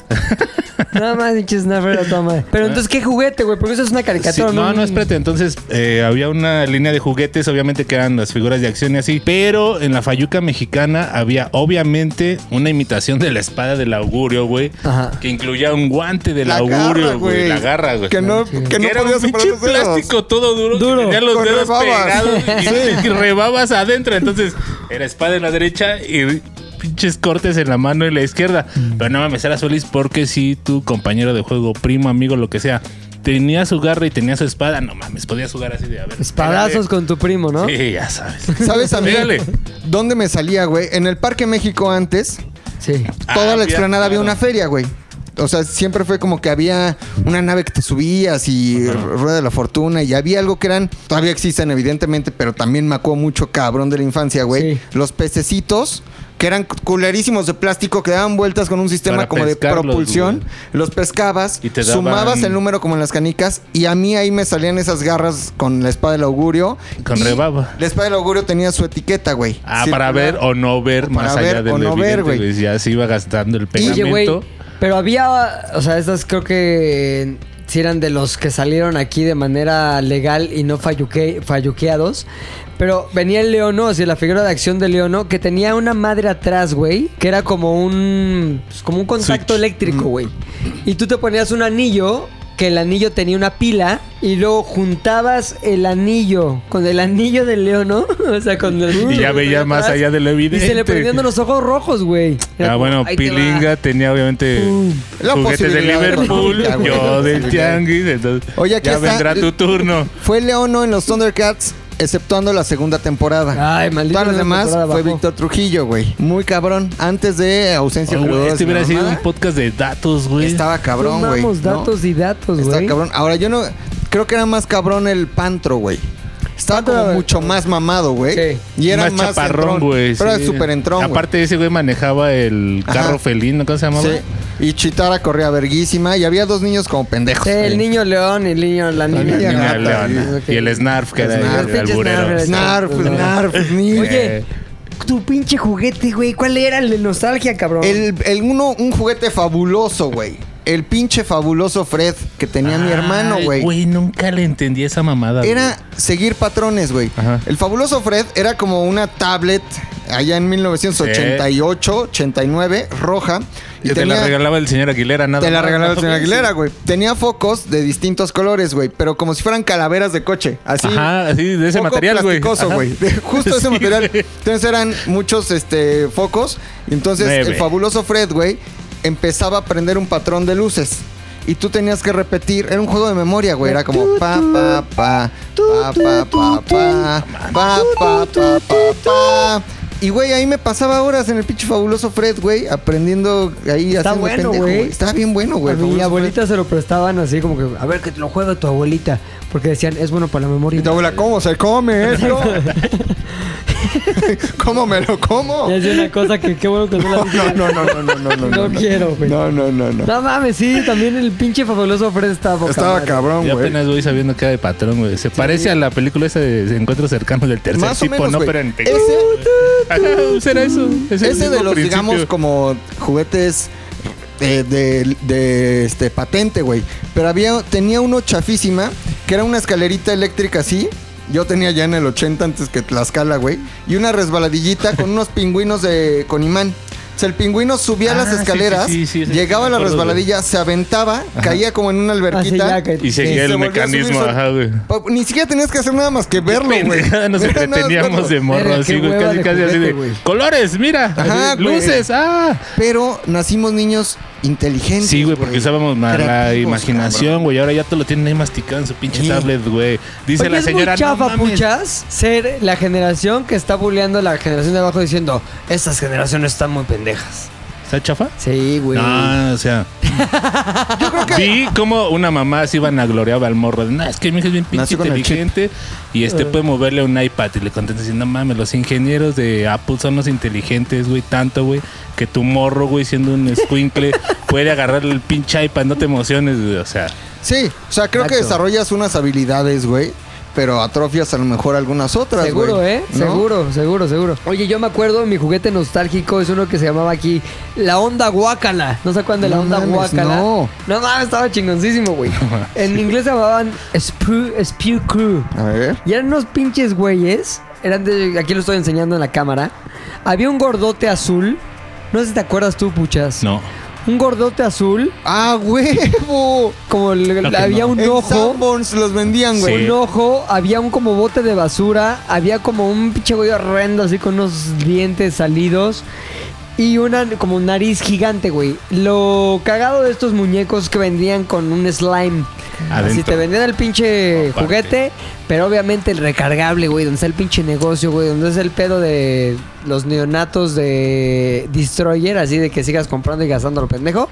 Speaker 1: Nada más, pinche Snarf era toda madre. Pero entonces, ¿qué juguete, güey? Porque eso es una
Speaker 3: Ah. Sí,
Speaker 1: caricatura,
Speaker 3: no,
Speaker 1: Un-
Speaker 3: no, espérate. Entonces eh, había una línea de juguetes, obviamente que eran las figuras de acción y así. Pero en la Fayuca mexicana había obviamente una imitación de la espada del augurio, güey.
Speaker 1: Ajá.
Speaker 3: Que incluía un guante del
Speaker 4: La
Speaker 3: augurio,
Speaker 4: garra,
Speaker 3: güey.
Speaker 4: güey.
Speaker 3: La garra, güey.
Speaker 4: Que no, que no
Speaker 3: era un
Speaker 4: podía separar
Speaker 3: pinche
Speaker 4: los dedos.
Speaker 3: plástico todo duro,
Speaker 1: Ah, Duro.
Speaker 3: que tenía los
Speaker 4: Con
Speaker 3: dedos
Speaker 4: rebabas.
Speaker 3: pegados y, y rebabas adentro. Entonces, era espada en la derecha y pinches cortes en la mano y la izquierda.
Speaker 4: Mm.
Speaker 3: Pero no mames, eras feliz porque si tu compañero de juego, primo, amigo, lo que sea, tenía su garra y tenía su espada, no mames, podías jugar así de a ver.
Speaker 1: Espadazos con tu primo, ¿no?
Speaker 3: Sí, ya sabes.
Speaker 4: ¿Sabes a mí
Speaker 3: Pégale.
Speaker 4: dónde me salía, güey? En el Parque México antes,
Speaker 1: Sí.
Speaker 4: toda
Speaker 3: Ah,
Speaker 4: la
Speaker 3: había-
Speaker 4: explanada había
Speaker 3: claro.
Speaker 4: una feria, güey. O sea, siempre fue como que había una nave que te subías y Rueda de la Fortuna y había algo que eran, todavía existen evidentemente, pero también me acuerdo mucho cabrón de la infancia, güey.
Speaker 1: Sí.
Speaker 4: Los pececitos, que eran culerísimos de plástico, que daban vueltas con un sistema
Speaker 3: Para
Speaker 4: como de
Speaker 3: pescarlos,
Speaker 4: propulsión.
Speaker 3: güey.
Speaker 4: Los pescabas,
Speaker 3: Y te daban-
Speaker 4: sumabas el número como en las canicas y a mí ahí me salían esas garras con la espada del augurio.
Speaker 3: Con
Speaker 4: Y
Speaker 3: rebaba.
Speaker 4: La espada del augurio tenía su etiqueta, güey.
Speaker 3: Ah, para ver o no ver
Speaker 4: Para
Speaker 3: más
Speaker 4: ver
Speaker 3: allá de
Speaker 4: o
Speaker 3: lo
Speaker 4: no ver,
Speaker 3: evidente,
Speaker 4: güey.
Speaker 3: güey. Ya se iba gastando el
Speaker 1: Oye, güey,
Speaker 3: pegamento.
Speaker 1: pero había, o sea, estas creo que si eran de los que salieron aquí de manera legal y no falluque- falluqueados. Pero venía el Leono, o sea, la figura de acción de Leono, que tenía una madre atrás, güey, que era como un, pues, como un contacto
Speaker 3: Switch. Mm.
Speaker 1: eléctrico, güey. Y tú te ponías un anillo, que el anillo tenía una pila, y luego juntabas el anillo con el anillo del Leono, o sea, con el
Speaker 3: Y ya veía más allá de lo
Speaker 1: Y se le
Speaker 3: evidente.
Speaker 1: prendían los ojos rojos, güey. Era
Speaker 3: Ah,
Speaker 1: como,
Speaker 3: bueno,
Speaker 1: "Ahí te va".
Speaker 3: Pilinga tenía obviamente
Speaker 1: Pum.
Speaker 4: La
Speaker 3: juguetes de
Speaker 4: posibilidad
Speaker 3: Liverpool,
Speaker 4: económica, güey, la
Speaker 3: yo del
Speaker 4: posibilidad.
Speaker 3: Tianguis, entonces
Speaker 4: Oye, aquí
Speaker 3: ya
Speaker 4: está-
Speaker 3: vendrá tu turno.
Speaker 4: Fue Leono en los Thundercats, exceptuando la segunda temporada.
Speaker 1: Ay, maldito.
Speaker 4: Todas las
Speaker 1: no me
Speaker 4: demás
Speaker 1: acordaba,
Speaker 4: fue
Speaker 1: bajó.
Speaker 4: Víctor Trujillo, güey. Muy cabrón. Antes de ausencia
Speaker 3: Oh,
Speaker 4: de
Speaker 3: güey,
Speaker 4: jugadores
Speaker 3: este
Speaker 4: y la
Speaker 3: hubiera sido un
Speaker 4: mamada,
Speaker 3: podcast de datos, güey.
Speaker 4: Estaba cabrón, güey.
Speaker 1: Sumamos
Speaker 4: ¿no?
Speaker 1: datos y datos,
Speaker 4: Estaba
Speaker 1: güey.
Speaker 4: cabrón. Ahora yo no. Creo que era más cabrón el Pantro, güey. Estaba
Speaker 1: Pantro,
Speaker 4: como
Speaker 1: güey.
Speaker 4: mucho más mamado, güey.
Speaker 1: Sí.
Speaker 4: Y era más,
Speaker 3: chaparrón,
Speaker 4: entrón.
Speaker 3: güey.
Speaker 4: Pero
Speaker 3: sí.
Speaker 4: era súper entrón, güey.
Speaker 3: Aparte, ese güey manejaba el
Speaker 4: Ajá.
Speaker 3: carro felino, ¿cómo se llamaba?
Speaker 4: Sí. Y Chitara corría verguísima. Y había dos niños como pendejos.
Speaker 1: Sí, el niño león y el niño la
Speaker 3: La
Speaker 1: niña.
Speaker 3: niña
Speaker 4: gata,
Speaker 3: leona.
Speaker 1: ok.
Speaker 3: Y el Snarf, que
Speaker 4: El
Speaker 3: era
Speaker 4: Snarf,
Speaker 3: el,
Speaker 1: pinche
Speaker 3: alburero.
Speaker 1: Snarf.
Speaker 4: Snarf, Snarf, niño.
Speaker 1: Oye, tu pinche juguete, güey. ¿Cuál era el de nostalgia, cabrón?
Speaker 4: El, el uno, un juguete fabuloso, güey. El pinche fabuloso Fred que tenía mi hermano,
Speaker 3: Ay,
Speaker 4: güey.
Speaker 3: Güey, nunca le entendí esa mamada. güey.
Speaker 4: Era seguir patrones, güey.
Speaker 3: Ajá.
Speaker 4: El fabuloso Fred era como una tablet allá en 1988, 89, roja.
Speaker 3: Y te la
Speaker 4: tenía-
Speaker 3: regalaba el señor Aguilera, nada
Speaker 4: Te la
Speaker 3: más,
Speaker 4: regalaba
Speaker 3: ¿no?
Speaker 4: el señor Aguilera, güey. Tenía focos de distintos colores, güey. Pero como si fueran calaveras de coche. Así.
Speaker 3: Ajá, así, de ese
Speaker 4: Foco
Speaker 3: material, güey.
Speaker 4: plasticoso,
Speaker 3: Ajá.
Speaker 4: güey. Justo ese
Speaker 3: Sí,
Speaker 4: material.
Speaker 3: güey.
Speaker 4: Entonces eran muchos este, focos. Entonces
Speaker 3: Nueve.
Speaker 4: el fabuloso Fred, güey, empezaba a prender un patrón de luces. Y tú tenías que repetir. Era un juego de memoria, güey. Era como pa, pa, pa, pa, pa, pa, pa, pa, pa, pa, pa, pa. Y, güey, ahí me pasaba horas en el pinche fabuloso Fred, güey, aprendiendo ahí
Speaker 1: Está
Speaker 4: haciendo
Speaker 1: bueno,
Speaker 4: pendejo,
Speaker 1: güey.
Speaker 4: güey. Estaba bien bueno, güey.
Speaker 1: a
Speaker 4: el
Speaker 1: mi
Speaker 4: Fabuloso Fred.
Speaker 1: abuelita se lo prestaban así como que, a ver, que te lo juega tu abuelita. Porque decían, es bueno para la memoria.
Speaker 4: Y tu abuela, ¿cómo se come esto? ¿Cómo me lo como?
Speaker 1: Y es una cosa que qué bueno que no la dije.
Speaker 4: No, no, no, no, no, no, no.
Speaker 1: No quiero, güey.
Speaker 4: No, no, no, no.
Speaker 1: No mames, sí, también el pinche fabuloso Fred estaba boca
Speaker 4: Estaba
Speaker 1: madre.
Speaker 4: cabrón,
Speaker 3: Yo
Speaker 4: güey.
Speaker 3: apenas voy sabiendo que era de patrón, güey. Se parece a la película esa de Encuentros Cercanos del Tercer
Speaker 4: Más o
Speaker 3: Tipo,
Speaker 4: menos,
Speaker 3: ¿no?
Speaker 4: güey.
Speaker 3: Pero en
Speaker 4: Ese-
Speaker 3: Ajá, será eso. Es el
Speaker 4: Ese
Speaker 3: mismo
Speaker 4: de los,
Speaker 3: principio.
Speaker 4: digamos, como juguetes de, de- de, este, patente, güey. Pero había, tenía uno chafísima, que era una escalerita eléctrica así. Yo tenía ya en el 80 antes que Tlaxcala, güey. Y una resbaladillita con unos pingüinos de, con imán. O sea, el pingüino subía
Speaker 3: Ah,
Speaker 4: las
Speaker 3: sí, sí,
Speaker 4: escaleras,
Speaker 3: sí, sí, sí,
Speaker 4: llegaba a la
Speaker 3: me acuerdo,
Speaker 4: resbaladilla, se aventaba, caía como en una
Speaker 1: Así
Speaker 4: alberquita.
Speaker 1: ya que...
Speaker 3: Y
Speaker 4: Sí,
Speaker 3: seguía
Speaker 4: se
Speaker 3: el
Speaker 4: volvió a
Speaker 3: mecanismo,
Speaker 4: subir sol-
Speaker 3: ajá, güey.
Speaker 4: Pa- Ni siquiera tenías que hacer nada más que verlo, güey.
Speaker 3: Pendejada, nos
Speaker 4: Era nada más verlo.
Speaker 3: entreteníamos de morro
Speaker 1: Verga,
Speaker 3: así,
Speaker 1: qué
Speaker 3: güey.
Speaker 1: hueva
Speaker 3: Casi,
Speaker 1: de
Speaker 3: casi así
Speaker 1: juguete,
Speaker 3: de.
Speaker 1: güey.
Speaker 3: ¡Colores! ¡Mira!
Speaker 4: Ajá,
Speaker 3: así,
Speaker 4: güey.
Speaker 3: ¡Luces! ¡Ah!
Speaker 4: Pero nacimos niños inteligentes.
Speaker 3: Sí, güey, porque usábamos más la
Speaker 4: Creativos,
Speaker 3: imaginación, güey. Ahora ya te lo tienen ahí masticado en su pinche
Speaker 4: Sí.
Speaker 3: tablet, güey. Dice
Speaker 1: Oye,
Speaker 3: la
Speaker 1: es
Speaker 3: señora.
Speaker 1: muy chafa,
Speaker 3: "No mames".
Speaker 1: puchas, ser la generación que está bulleando a la generación de abajo diciendo, estas generaciones están muy pendejas.
Speaker 3: Están ¿Está chafa?
Speaker 1: Sí, güey.
Speaker 3: No, Ah, o sea. Vi como una mamá así vanagloriaba al morro. de, "Nah, es que mi hijo es bien pinche
Speaker 4: Nació con el chip".
Speaker 3: inteligente y
Speaker 1: Ah.
Speaker 3: este puede moverle un iPad. Y le contesta así, no mames, los ingenieros de Apple son los inteligentes, güey, tanto, güey, que tu morro, güey, siendo un squinkle, puede agarrarle el pinche iPad. No te emociones, güey. O sea,
Speaker 4: Sí, o sea, creo que
Speaker 1: Exacto.
Speaker 4: desarrollas unas habilidades, güey, pero atrofias a lo mejor algunas otras, güey.
Speaker 1: Seguro, ¿eh?
Speaker 4: ¿No?
Speaker 1: Seguro, seguro, seguro. Oye, yo me acuerdo, mi juguete nostálgico es uno que se llamaba aquí la onda guácala. ¿No se acuerdan de la
Speaker 4: No
Speaker 1: onda
Speaker 4: mames,
Speaker 1: guácala?
Speaker 4: no.
Speaker 1: No mames, estaba chingoncísimo, güey. En inglés se llamaban Spew, Spew Crew.
Speaker 4: A ver.
Speaker 1: Y eran unos pinches güeyes. Eran de. Aquí lo estoy enseñando en la cámara. Había un gordote azul. No sé si te acuerdas tú, puchas.
Speaker 3: no.
Speaker 1: Un gordote azul.
Speaker 4: ¡Ah, huevo!
Speaker 1: Como el-
Speaker 3: Creo que
Speaker 1: había
Speaker 3: no. Eh.
Speaker 1: un
Speaker 4: En
Speaker 1: ojo.
Speaker 4: Sanborns los vendían, güey.
Speaker 3: Sí.
Speaker 1: Un ojo, había un como bote de basura, había como un pinche güey horrendo así con unos dientes salidos y una como nariz gigante, güey. Lo cagado de estos muñecos que vendían con un slime. Así
Speaker 3: Adentro.
Speaker 1: te vendían el pinche
Speaker 3: Aparte.
Speaker 1: juguete, pero obviamente el recargable, güey, donde está el pinche negocio, güey, donde es el pedo de los neonatos de Destroyer, así de que sigas comprando y gastando lo pendejo.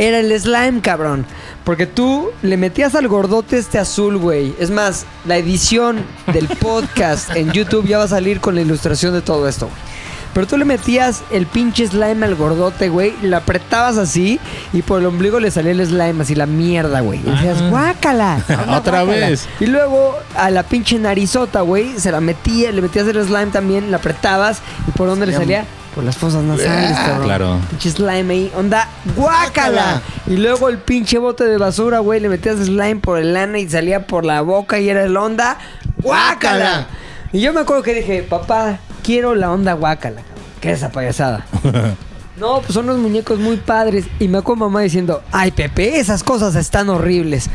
Speaker 1: Era el slime, cabrón. Porque tú le metías al gordote este azul, güey. Es más, la edición del podcast en YouTube ya va a salir con la ilustración de todo esto, güey. Pero tú le metías el pinche slime al gordote, güey. La apretabas así y por el ombligo le salía el slime, así la mierda, güey. Y decías, guácala. anda,
Speaker 3: Otra
Speaker 1: guácala".
Speaker 3: vez.
Speaker 1: Y luego a la pinche narizota, güey, se la metía, le metías el slime también, la apretabas. ¿Y por dónde le salía? Por las fosas nasales, cabrón.
Speaker 3: Claro.
Speaker 1: Pinche slime ahí, onda, guácala.
Speaker 4: Guácala.
Speaker 1: Y luego el pinche bote de basura, güey, le metías slime por el lana y salía por la boca y era el onda, guácala.
Speaker 4: Guácala.
Speaker 1: Y yo me acuerdo que dije, papá, quiero la onda guácala, cabrón. ¿Qué es esa payasada? No, pues son unos muñecos muy padres. Y me acuerdo mamá diciendo, ay Pepe, esas cosas están horribles.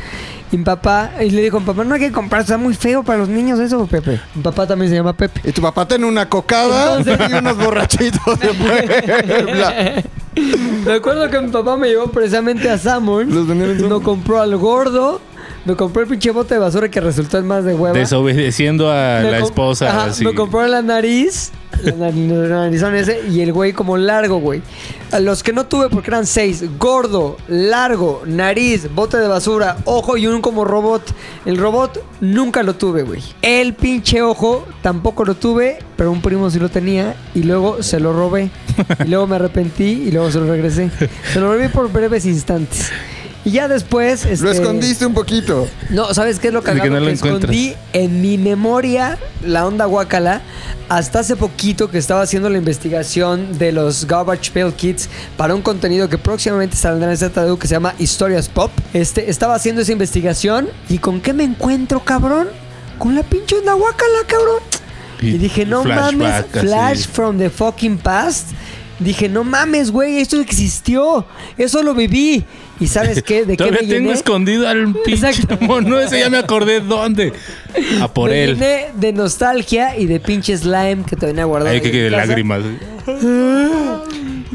Speaker 1: Y mi papá, y le dijo, papá, no hay que comprar, está muy feo para los niños eso, Pepe. Mi papá también se llama Pepe.
Speaker 4: Y tu papá tiene una cocada y unos borrachitos de Puebla.
Speaker 1: Me acuerdo que mi papá me llevó precisamente a Samurns.
Speaker 4: Los vendían en
Speaker 1: Me
Speaker 4: Sanborns.
Speaker 1: compró al gordo. Me compró el pinche bote de basura que resultó en más de hueva.
Speaker 3: Desobedeciendo a
Speaker 1: Me
Speaker 3: la
Speaker 1: com-
Speaker 3: esposa.
Speaker 1: Ajá,
Speaker 3: así.
Speaker 1: Me compró la nariz. La nar- narizón ese. Y el güey como largo, güey. A los que no tuve porque eran seis. Gordo, largo, nariz, bote de basura, ojo y un como robot. El robot nunca lo tuve, güey. El pinche ojo tampoco lo tuve, pero un primo sí lo tenía. Y luego se lo robé. Y luego me arrepentí y luego se lo regresé. Se lo robé por breves instantes. Y ya después...
Speaker 4: Lo
Speaker 1: este,
Speaker 4: escondiste un poquito.
Speaker 1: no, ¿sabes qué es lo
Speaker 3: que
Speaker 1: cagado? que
Speaker 3: no lo
Speaker 1: escondí en mi memoria la onda guacala hasta hace poquito que estaba haciendo la investigación de los Garbage Pail Kids para un contenido que próximamente saldrá en ZDU que se llama Historias Pop. Este, estaba haciendo esa investigación y ¿con qué me encuentro, cabrón? Con la pinche onda guacala, cabrón. Y, dije, no
Speaker 3: flashback,
Speaker 1: mames,
Speaker 3: así.
Speaker 1: Flash from the fucking past. Dije, no mames, güey, esto existió. Eso lo viví. ¿Y sabes qué? ¿De qué me
Speaker 3: Todavía tengo
Speaker 1: llené?
Speaker 3: escondido al pinche
Speaker 1: Exacto.
Speaker 3: mono ese, ya me acordé dónde. A por
Speaker 1: Me
Speaker 3: él.
Speaker 1: llené de nostalgia y de pinche slime que te venía guardado.
Speaker 3: Ay,
Speaker 1: ahí
Speaker 3: que,
Speaker 1: en
Speaker 3: que
Speaker 1: casa.
Speaker 3: lágrimas.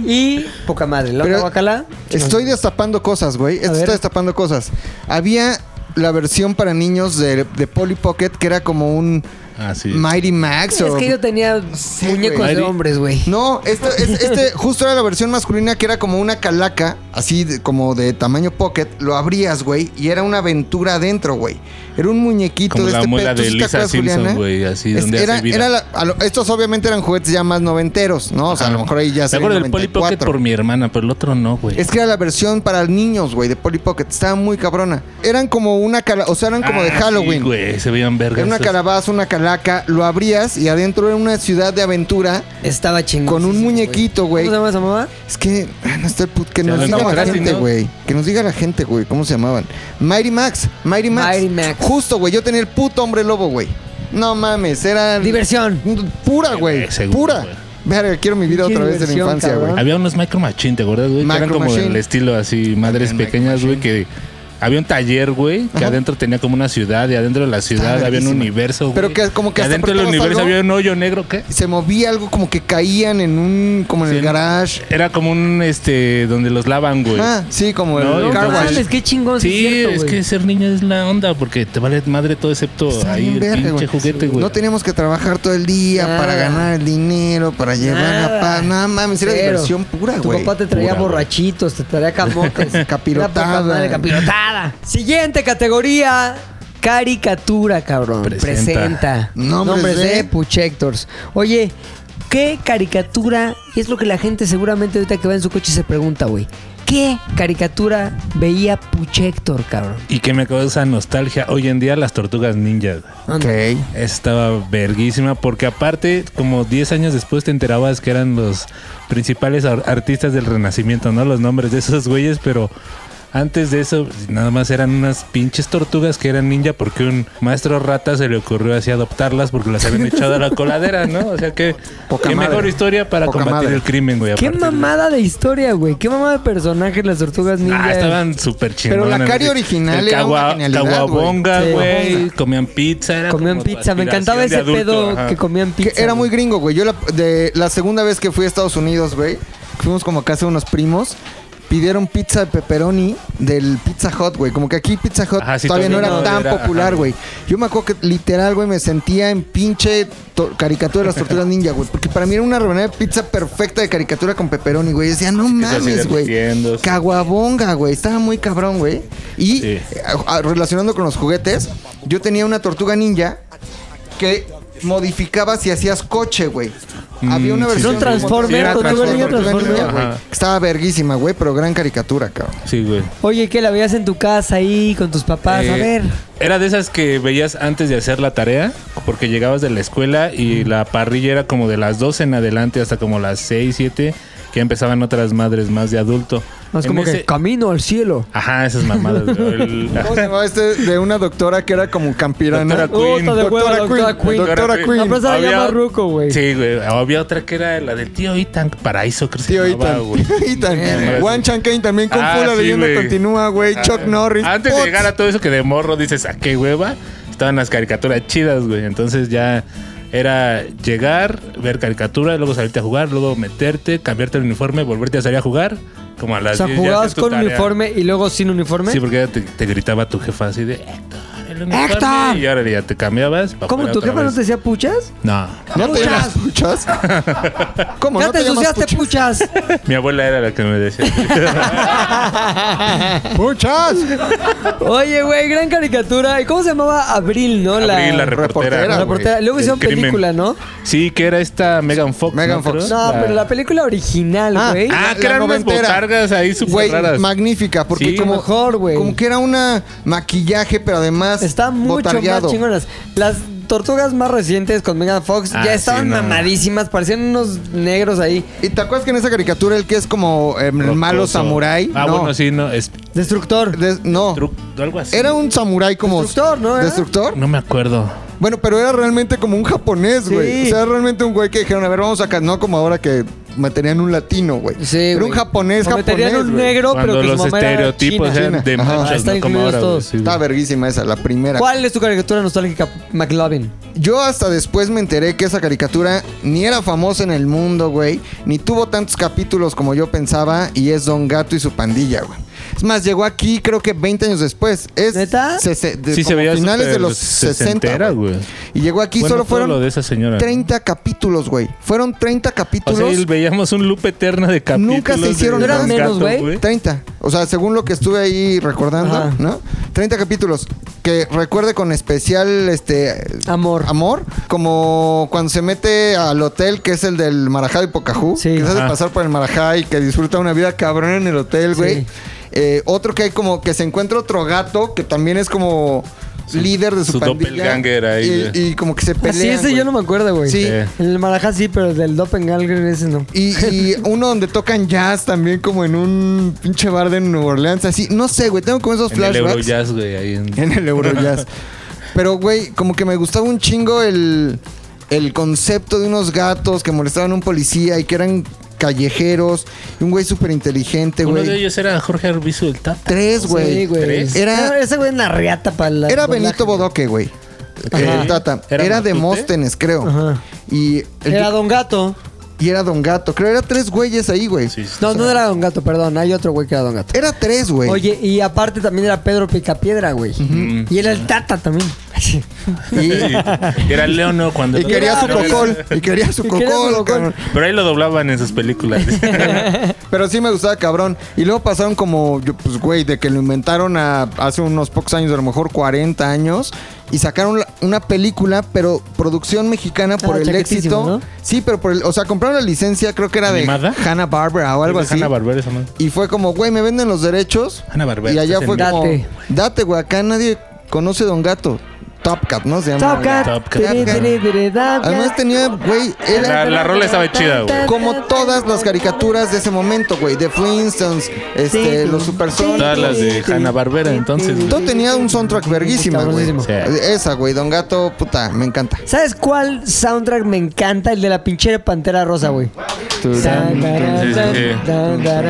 Speaker 1: Y poca madre. La
Speaker 4: Pero-
Speaker 1: guacala.
Speaker 4: Estoy destapando cosas, güey. Esto
Speaker 1: Este. ver.
Speaker 4: está destapando cosas. Había la versión para niños de, de Polly Pocket que era como un
Speaker 3: Así.
Speaker 4: Mighty Max
Speaker 1: Es
Speaker 4: o-
Speaker 1: que yo tenía
Speaker 4: sé,
Speaker 1: muñecos
Speaker 3: güey.
Speaker 1: de hombres, güey.
Speaker 4: No, este, es- este justo era la versión masculina que era como una calaca, así de- como de tamaño pocket. Lo abrías, güey, y era una aventura adentro, güey. Era un muñequito
Speaker 3: Como
Speaker 4: de
Speaker 3: la
Speaker 4: este
Speaker 3: mula
Speaker 4: pedo. ¿Tú
Speaker 3: de
Speaker 4: sí te
Speaker 3: Lisa
Speaker 4: acuerdas,
Speaker 3: Simpson,
Speaker 4: Juliana?
Speaker 3: güey, así
Speaker 4: Es-
Speaker 3: donde
Speaker 4: era-
Speaker 3: hace vida.
Speaker 4: era la- a lo- estos obviamente eran juguetes ya más noventeros, ¿no? O sea, a lo mejor ahí ya
Speaker 3: Me
Speaker 4: se
Speaker 3: acuerdo del Polly Pocket por mi hermana, pero el otro no, güey.
Speaker 4: Es que era la versión para niños, güey, de Polly Pocket. Estaba muy cabrona. Eran como una cala... O sea, eran como de
Speaker 3: Ah, sí,
Speaker 4: Halloween.
Speaker 3: güey, se veían vergas.
Speaker 4: era una
Speaker 3: esos.
Speaker 4: calabaza, una calaca. Lo abrías y adentro era una ciudad de aventura
Speaker 1: Estaba chingón.
Speaker 4: con un muñequito, güey.
Speaker 1: ¿Cómo se llama esa mamá?
Speaker 4: Es que... ah, no está el put- Que
Speaker 3: Se
Speaker 4: nos
Speaker 3: lo
Speaker 4: diga la
Speaker 3: encontraste,
Speaker 4: gente,
Speaker 3: ¿no?
Speaker 4: güey. Que nos diga la gente, güey. ¿Cómo se llamaban? Mighty Max. Mighty Max.
Speaker 1: Mighty Max.
Speaker 4: Justo, güey. Yo tenía el puto hombre lobo, güey. No mames. Era...
Speaker 1: Diversión.
Speaker 4: Pura, güey.
Speaker 3: güey, seguro,
Speaker 4: Pura.
Speaker 3: güey.
Speaker 4: Verga, quiero mi vida
Speaker 1: Qué
Speaker 4: otra vez de la
Speaker 1: diversión,
Speaker 4: infancia,
Speaker 1: cabrón.
Speaker 4: güey.
Speaker 3: Había unos Micro Machine, ¿te acuerdas, güey? Que eran
Speaker 4: Micro
Speaker 3: como
Speaker 4: Machine.
Speaker 3: del estilo así, madres
Speaker 4: También Micro
Speaker 3: pequeñas, güey, que Había un taller, güey, que adentro tenía como una ciudad y adentro de la ciudad había un
Speaker 4: verguísima.
Speaker 3: universo, güey.
Speaker 4: Pero que como que
Speaker 3: Y
Speaker 4: hasta
Speaker 3: adentro del
Speaker 4: apretabas
Speaker 3: universo
Speaker 4: algo.
Speaker 3: había un hoyo negro, ¿qué?
Speaker 4: Se movía algo como que caían en un. como en
Speaker 3: Sí,
Speaker 4: el
Speaker 3: no.
Speaker 4: garage.
Speaker 3: Era como un, este, donde los lavan, güey.
Speaker 4: Ah, sí, como
Speaker 3: No,
Speaker 4: el
Speaker 3: y
Speaker 4: car
Speaker 3: entonces-
Speaker 4: wash.
Speaker 1: mames, qué chingón.
Speaker 3: Sí,
Speaker 1: cierto,
Speaker 3: es
Speaker 1: güey.
Speaker 3: que ser niño es la onda, porque te vale madre todo excepto
Speaker 4: Está
Speaker 3: ahí
Speaker 4: bien
Speaker 3: el
Speaker 4: verga,
Speaker 3: pinche
Speaker 4: güey.
Speaker 3: juguete, güey.
Speaker 4: No teníamos que trabajar todo el día
Speaker 1: Nada.
Speaker 4: para ganar el dinero, para llevar
Speaker 1: Ah. Nada.
Speaker 4: la paz. Nada mames, era
Speaker 1: Cero.
Speaker 4: diversión pura,
Speaker 1: Tu
Speaker 4: güey.
Speaker 1: papá te traía
Speaker 3: Pura, güey.
Speaker 1: borrachitos, te traía camotes, Era
Speaker 4: Capirotada.
Speaker 1: poca madre, capirotada. Siguiente categoría. Caricatura, cabrón. Presenta.
Speaker 3: Presenta.
Speaker 4: Nombres
Speaker 1: Nombres de,
Speaker 4: de
Speaker 1: Puchectors. Oye, ¿qué caricatura? Y es lo que la gente seguramente ahorita que va en su coche se pregunta, güey. ¿Qué caricatura veía Puchector, cabrón?
Speaker 3: Y que me causa nostalgia hoy en día las tortugas ninjas. güey.
Speaker 1: Anda.
Speaker 4: Ok.
Speaker 3: Estaba verguísima porque aparte como 10 años después te enterabas que eran los principales ar- artistas del Renacimiento, ¿no? Los nombres de esos güeyes, pero antes de eso nada más eran unas pinches tortugas que eran ninja porque un maestro rata se le ocurrió así adoptarlas porque las habían echado a la coladera, ¿no? O sea que
Speaker 4: Poca
Speaker 3: qué
Speaker 4: madre.
Speaker 3: mejor historia para
Speaker 4: Poca
Speaker 3: combatir
Speaker 4: madre.
Speaker 3: el crimen, güey.
Speaker 1: Qué
Speaker 3: aparte de-
Speaker 1: mamada de historia, güey. Qué mamada de personajes las tortugas ninja.
Speaker 3: Ah, estaban súper chingones.
Speaker 4: Pero la cari original era una genialidad, güey.
Speaker 3: Caguabonga,
Speaker 1: Sí.
Speaker 3: güey.
Speaker 1: Caguabonga.
Speaker 3: Comían pizza. Era
Speaker 1: Comían
Speaker 3: como tu
Speaker 1: pizza. Me
Speaker 3: aspiración
Speaker 1: encantaba
Speaker 3: de
Speaker 1: ese
Speaker 3: adulto,
Speaker 1: pedo
Speaker 3: ajá.
Speaker 1: que comían
Speaker 4: Que
Speaker 1: pizza.
Speaker 4: era
Speaker 1: güey.
Speaker 4: muy gringo, güey. Yo la, de, la segunda vez que fui a Estados Unidos, güey, fuimos como a casa de unos primos. Pidieron pizza de pepperoni del Pizza Hut, güey. Como que aquí Pizza Hut
Speaker 3: Ajá, sí,
Speaker 4: todavía no era
Speaker 3: todavía no
Speaker 4: tan
Speaker 3: era,
Speaker 4: popular,
Speaker 3: ajá.
Speaker 4: güey. Yo me acuerdo que literal, güey, me sentía en pinche to- caricatura de las tortugas ninja, güey. Porque para mí era una rebanada de pizza perfecta de caricatura con pepperoni, güey. Decía, no
Speaker 3: te hacía
Speaker 4: mames, güey.
Speaker 3: derritiendo, sí.
Speaker 4: Caguabonga, güey. Estaba muy cabrón, güey. Y
Speaker 3: Sí.
Speaker 4: eh, a- a- relacionando con los juguetes, yo tenía una tortuga ninja que modificabas y hacías coche, güey. Había una
Speaker 3: Mm, sí,
Speaker 4: versión.
Speaker 1: Son Transformers,
Speaker 4: Era
Speaker 1: Tortuga Ninja,
Speaker 3: Transformers.
Speaker 4: güey.
Speaker 3: Ajá.
Speaker 4: Estaba verguísima, güey, pero gran caricatura, cabrón.
Speaker 3: Sí, güey.
Speaker 1: Oye, ¿qué la veías en tu casa ahí con tus papás?
Speaker 3: Eh,
Speaker 1: a ver.
Speaker 3: Era de esas que veías antes de hacer la tarea, porque llegabas de la escuela y la parrilla era como de las 12 en adelante hasta como las 6, 7, que empezaban otras madres más de adulto.
Speaker 1: No, es
Speaker 3: En
Speaker 1: como
Speaker 3: ese-
Speaker 1: que camino al cielo.
Speaker 3: Ajá, esas mamadas. güey. El-
Speaker 4: ¿Cómo se llamaba este de una doctora que era como campirana?
Speaker 3: Doctora Queen.
Speaker 1: Oh, está de hueva, doctora Queen.
Speaker 4: Doctora
Speaker 3: Doctora
Speaker 4: Queen.
Speaker 1: No, pero esa la
Speaker 3: Había-
Speaker 1: llama Ruco, güey.
Speaker 3: Sí, güey. Había otra que era la del tío Itan Paraíso, creo que se
Speaker 4: Tío
Speaker 3: llamaba,
Speaker 4: Ethan.
Speaker 3: Ah, güey.
Speaker 4: Ethan.
Speaker 3: Verga.
Speaker 4: Juan Chankane también con
Speaker 3: Ah,
Speaker 4: full la
Speaker 3: sí,
Speaker 4: leyenda
Speaker 3: güey. Ah.
Speaker 4: continúa, güey. Chuck Norris.
Speaker 3: Antes
Speaker 4: Putz.
Speaker 3: de llegar a todo eso que de morro dices, ¿a qué hueva? Estaban las caricaturas chidas, güey. Entonces ya era llegar, ver caricatura, luego salirte a jugar, luego meterte, cambiarte el uniforme, volverte a salir a jugar. Como a las
Speaker 1: O sea,
Speaker 3: 10 ya
Speaker 1: jugabas
Speaker 3: hacías tu
Speaker 1: con
Speaker 3: tarea.
Speaker 1: uniforme y luego sin uniforme.
Speaker 3: Sí, porque ya te, te gritaba tu jefa así de, Héctor, el uniforme.
Speaker 1: ¡Héctor!
Speaker 3: Y ahora ya te cambiabas. para
Speaker 1: ¿Cómo?
Speaker 3: poner
Speaker 1: ¿Tu
Speaker 3: otra
Speaker 1: jefa no
Speaker 3: vez.
Speaker 1: te decía puchas?
Speaker 3: No.
Speaker 4: ¿No te llamas
Speaker 1: Puchas.
Speaker 4: puchas? ¿Cómo?
Speaker 1: ¿Ya
Speaker 4: ¿No
Speaker 1: te
Speaker 4: llamas
Speaker 1: ensuciaste puchas?
Speaker 3: Mi abuela era la que me decía.
Speaker 4: puchas?
Speaker 1: Oye, güey, gran caricatura. ¿Y cómo se llamaba? Abril, ¿no?
Speaker 3: Abril, la reportera.
Speaker 1: la
Speaker 4: reportera, güey.
Speaker 1: reportera. Luego
Speaker 3: Del
Speaker 1: hicieron
Speaker 3: crimen.
Speaker 1: película, ¿no?
Speaker 3: Sí, que era esta Megan Fox.
Speaker 4: Megan Fox.
Speaker 3: Creo.
Speaker 1: No, pero la película original,
Speaker 4: Ah,
Speaker 1: güey.
Speaker 3: Ah,
Speaker 4: La-
Speaker 3: que
Speaker 4: la
Speaker 3: eran unas
Speaker 4: noventera.
Speaker 3: botargas ahí súper
Speaker 4: Güey,
Speaker 3: raras.
Speaker 4: magnífica, porque
Speaker 3: Sí,
Speaker 4: como,
Speaker 1: mejor, güey.
Speaker 4: como que era una maquillaje, pero además
Speaker 1: Está mucho
Speaker 4: botargueado.
Speaker 1: más chingonas. Las tortugas más recientes con Megan Fox
Speaker 3: Ah,
Speaker 1: ya
Speaker 3: sí,
Speaker 1: estaban
Speaker 3: no.
Speaker 1: mamadísimas, parecían unos negros ahí.
Speaker 4: ¿Y te acuerdas que en esa caricatura el que es como eh, el malo
Speaker 3: Rocoso.
Speaker 4: samurái?
Speaker 3: Ah,
Speaker 4: no.
Speaker 3: bueno, sí, no. Es
Speaker 1: Destructor.
Speaker 4: De- no.
Speaker 3: tru- algo así.
Speaker 4: Era un samurái como...
Speaker 1: Destructor, ¿no era?
Speaker 4: ¿Destructor?
Speaker 3: No me acuerdo.
Speaker 4: Bueno, pero era realmente como un japonés,
Speaker 1: Sí.
Speaker 4: güey. O sea, era realmente un güey que dijeron, a ver, vamos acá. No como ahora que meterían un latino, güey.
Speaker 1: Sí,
Speaker 4: era
Speaker 1: güey.
Speaker 4: un japonés,
Speaker 1: O meterían
Speaker 4: japonés,
Speaker 1: un
Speaker 4: güey.
Speaker 1: negro, pero
Speaker 3: Cuando
Speaker 1: que su
Speaker 3: los
Speaker 1: mamá era
Speaker 3: estereotipos
Speaker 1: china.
Speaker 3: eran de
Speaker 4: China. Ajá. Ah,
Speaker 3: machos,
Speaker 1: Están
Speaker 3: no como
Speaker 1: incluidos
Speaker 3: ahora. güey,
Speaker 1: todos.
Speaker 3: sí, güey.
Speaker 4: Está verguísima esa, la primera.
Speaker 1: ¿Cuál es tu caricatura nostálgica, McLovin?
Speaker 4: Yo hasta después me enteré que esa caricatura ni era famosa en el mundo, güey, ni tuvo tantos capítulos como yo pensaba y es Don Gato y su pandilla, güey. Es más, llegó aquí creo que 20 años después. Es
Speaker 1: ¿Neta?
Speaker 4: sese- de-
Speaker 3: Sí, se
Speaker 4: como
Speaker 3: veía
Speaker 4: finales de
Speaker 3: súper
Speaker 4: los 60.
Speaker 3: sesentera,
Speaker 4: güey.
Speaker 3: güey.
Speaker 4: Y llegó aquí,
Speaker 3: Bueno,
Speaker 4: solo
Speaker 3: todo
Speaker 4: fueron
Speaker 3: lo de esa señora.
Speaker 4: 30 capítulos, güey. Fueron 30
Speaker 3: O
Speaker 4: capítulos.
Speaker 3: sea, y veíamos un loop eterno de capítulos.
Speaker 4: Nunca se hicieron
Speaker 3: de
Speaker 4: ¿No eran
Speaker 3: Don
Speaker 1: menos,
Speaker 3: Gato,
Speaker 1: güey?
Speaker 4: 30. O sea, según lo que estuve ahí recordando,
Speaker 1: Ajá.
Speaker 4: ¿no? 30 capítulos. Que recuerde con especial este
Speaker 1: Amor.
Speaker 4: Amor. Como cuando se mete al hotel que es el del Marajá y Pocahú.
Speaker 1: Sí.
Speaker 4: Que se hace
Speaker 3: Ajá.
Speaker 4: pasar por el Marajá y que disfruta una vida cabrón en el hotel,
Speaker 1: Sí.
Speaker 4: güey. Eh, otro que hay como que se encuentra otro gato que también es como líder de su,
Speaker 3: su
Speaker 4: pandilla.
Speaker 3: doppelganger ahí,
Speaker 4: Y-
Speaker 3: güey.
Speaker 4: Y, como que se pelean.
Speaker 1: Así ese
Speaker 4: güey.
Speaker 1: yo no me acuerdo, güey.
Speaker 4: Sí.
Speaker 1: En el Marajá sí, pero del Doppelganger ese no.
Speaker 4: Y, y uno donde tocan jazz también, como en un pinche bar de Nueva Orleans, así. No sé, güey, tengo como esos
Speaker 3: En el
Speaker 4: flashbacks. Este
Speaker 3: Eurojazz, güey. ahí en-
Speaker 4: En el Eurojazz. Pero, güey, como que me gustaba un chingo el, el concepto de unos gatos que molestaban a un policía y que eran callejeros, y un güey súper inteligente,
Speaker 3: Uno de
Speaker 4: güey.
Speaker 3: ellos era Jorge Arbizu del Tata.
Speaker 4: Tres, güey.
Speaker 1: Sí,
Speaker 3: ¿Tres?
Speaker 4: Era-
Speaker 1: Era, ese güey es una riata para la.
Speaker 4: Era
Speaker 1: doblaje.
Speaker 4: Benito Bodoque, güey. El Tata.
Speaker 3: ¿Era
Speaker 4: Era,
Speaker 3: Matute?
Speaker 4: Demóstenes, creo.
Speaker 1: Ajá.
Speaker 4: Y, el-
Speaker 1: Era Don Gato.
Speaker 4: y era Don Gato. Creo era tres güeyes ahí, güey.
Speaker 3: Sí, sí.
Speaker 1: No, no era Don Gato, perdón. Hay otro güey que era Don Gato.
Speaker 4: Era tres, güey.
Speaker 1: Oye, y aparte también era Pedro Picapiedra, güey. Y era el Tata también.
Speaker 4: Y,
Speaker 3: Y era Leono cuando...
Speaker 4: y quería su
Speaker 3: Pero-
Speaker 4: cocol. Y quería su
Speaker 1: Y quería su
Speaker 4: cocol,
Speaker 1: cocol.
Speaker 4: cabrón.
Speaker 3: Pero ahí lo doblaban en sus películas.
Speaker 4: Pero sí me gustaba, cabrón. Y luego pasaron como, yo, pues, güey, de que lo inventaron a- hace unos pocos años, a lo mejor 40 años, y sacaron la- una película, pero producción mexicana por
Speaker 1: Ah,
Speaker 4: el
Speaker 1: chaquetísimo,
Speaker 4: éxito.
Speaker 1: ¿no?
Speaker 4: Sí, pero por el, o sea, compraron la licencia, creo que era
Speaker 3: ¿Animada?
Speaker 4: de Hanna Barbera o algo así.
Speaker 3: Hanna Barbera, esa madre.
Speaker 4: y fue como, güey, me venden los derechos.
Speaker 3: Hanna-Barbera,
Speaker 4: Y allá
Speaker 3: estás
Speaker 4: fue
Speaker 3: en-
Speaker 4: como,
Speaker 1: Date.
Speaker 4: date, güey, acá nadie conoce a Don Gato. Top Cat, ¿no? Se llama.
Speaker 1: Top Cat.
Speaker 3: Top Cat.
Speaker 1: Tere, tere, tere, da,
Speaker 4: Además tenía, güey, era
Speaker 3: La, la rola estaba chida, güey.
Speaker 4: como todas las caricaturas de ese momento, güey. De Flintstones, este,
Speaker 1: Sí.
Speaker 4: los Supersónicos.
Speaker 3: Todas las de Hanna-Barbera, entonces. güey.
Speaker 4: Todo tenía un soundtrack verguísima, güey.
Speaker 1: Cabronísimo.
Speaker 3: Sí.
Speaker 4: Esa, güey. Don Gato, puta, me encanta.
Speaker 1: ¿Sabes cuál soundtrack me encanta? El de la pinchera Pantera Rosa, güey.
Speaker 3: Sí, sí, sí.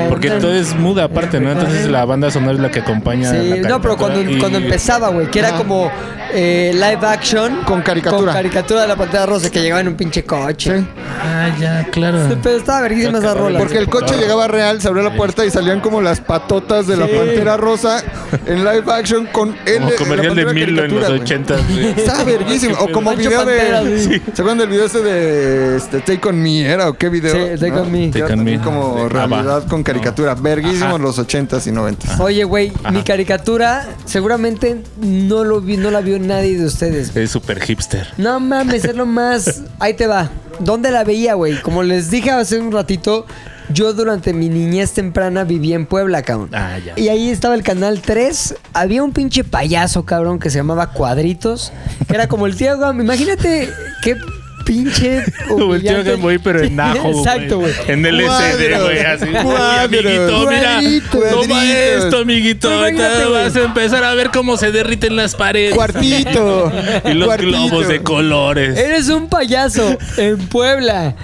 Speaker 3: Porque todo es muda aparte, ¿no? Entonces la banda sonora es la que acompaña.
Speaker 1: Sí,
Speaker 3: a la
Speaker 1: no, pero
Speaker 3: caricatura
Speaker 1: cuando,
Speaker 3: y-
Speaker 1: cuando empezaba, güey, que era
Speaker 4: Ajá.
Speaker 1: como eh, live action.
Speaker 4: Con caricatura.
Speaker 1: Con caricatura de la pantalla rosa que llegaba en un pinche coche.
Speaker 4: Sí.
Speaker 3: Ah, ya, claro.
Speaker 1: Pero estaba verguísima esa rola.
Speaker 4: Porque el coche llegaba real, se abrió la puerta y salían como las patotas de la pantera rosa en live action con él.
Speaker 3: Como comercial de Milo en los 80.
Speaker 4: Está verguísimo. O como
Speaker 1: Pancho
Speaker 4: video
Speaker 1: Pantera,
Speaker 4: de.
Speaker 1: sí.
Speaker 4: ¿Se acuerdan del video ese de este, Take on Me? ¿Era o qué video?
Speaker 1: Sí, Take On Me.
Speaker 4: Era
Speaker 3: Take on
Speaker 4: también
Speaker 3: Me.
Speaker 4: Como
Speaker 3: De
Speaker 4: realidad
Speaker 3: ABBA.
Speaker 4: con caricatura. Verguísimo en los 80s y 90s.
Speaker 1: Oye, güey, mi caricatura seguramente no, lo vi, no la vio nadie de ustedes. güey.
Speaker 3: Es súper hipster.
Speaker 1: No mames, es lo más. Ahí te va. ¿Dónde la veía, güey? Como les dije hace un ratito, yo durante mi niñez temprana vivía en Puebla, cabrón.
Speaker 3: Ah, ya.
Speaker 1: Y ahí estaba el canal 3. Había un pinche payaso, cabrón, que se llamaba Cuadritos. Que era como el tío Gam. Imagínate qué pinche.
Speaker 3: Como el tío
Speaker 1: humillante-
Speaker 3: Game Boy, pero en ajo.
Speaker 1: Exacto, güey.
Speaker 3: En LCD, güey. Así.
Speaker 4: Cuadros.
Speaker 3: Uy, amiguito, mira.
Speaker 4: Cuadritos.
Speaker 3: Toma esto, amiguito.
Speaker 1: Tú imagínate,
Speaker 3: Ahorita
Speaker 1: güey.
Speaker 3: vas a empezar a ver cómo se derriten las paredes.
Speaker 4: Cuartito.
Speaker 3: Y los
Speaker 4: Cuartito.
Speaker 3: globos de colores.
Speaker 1: Eres un payaso en Puebla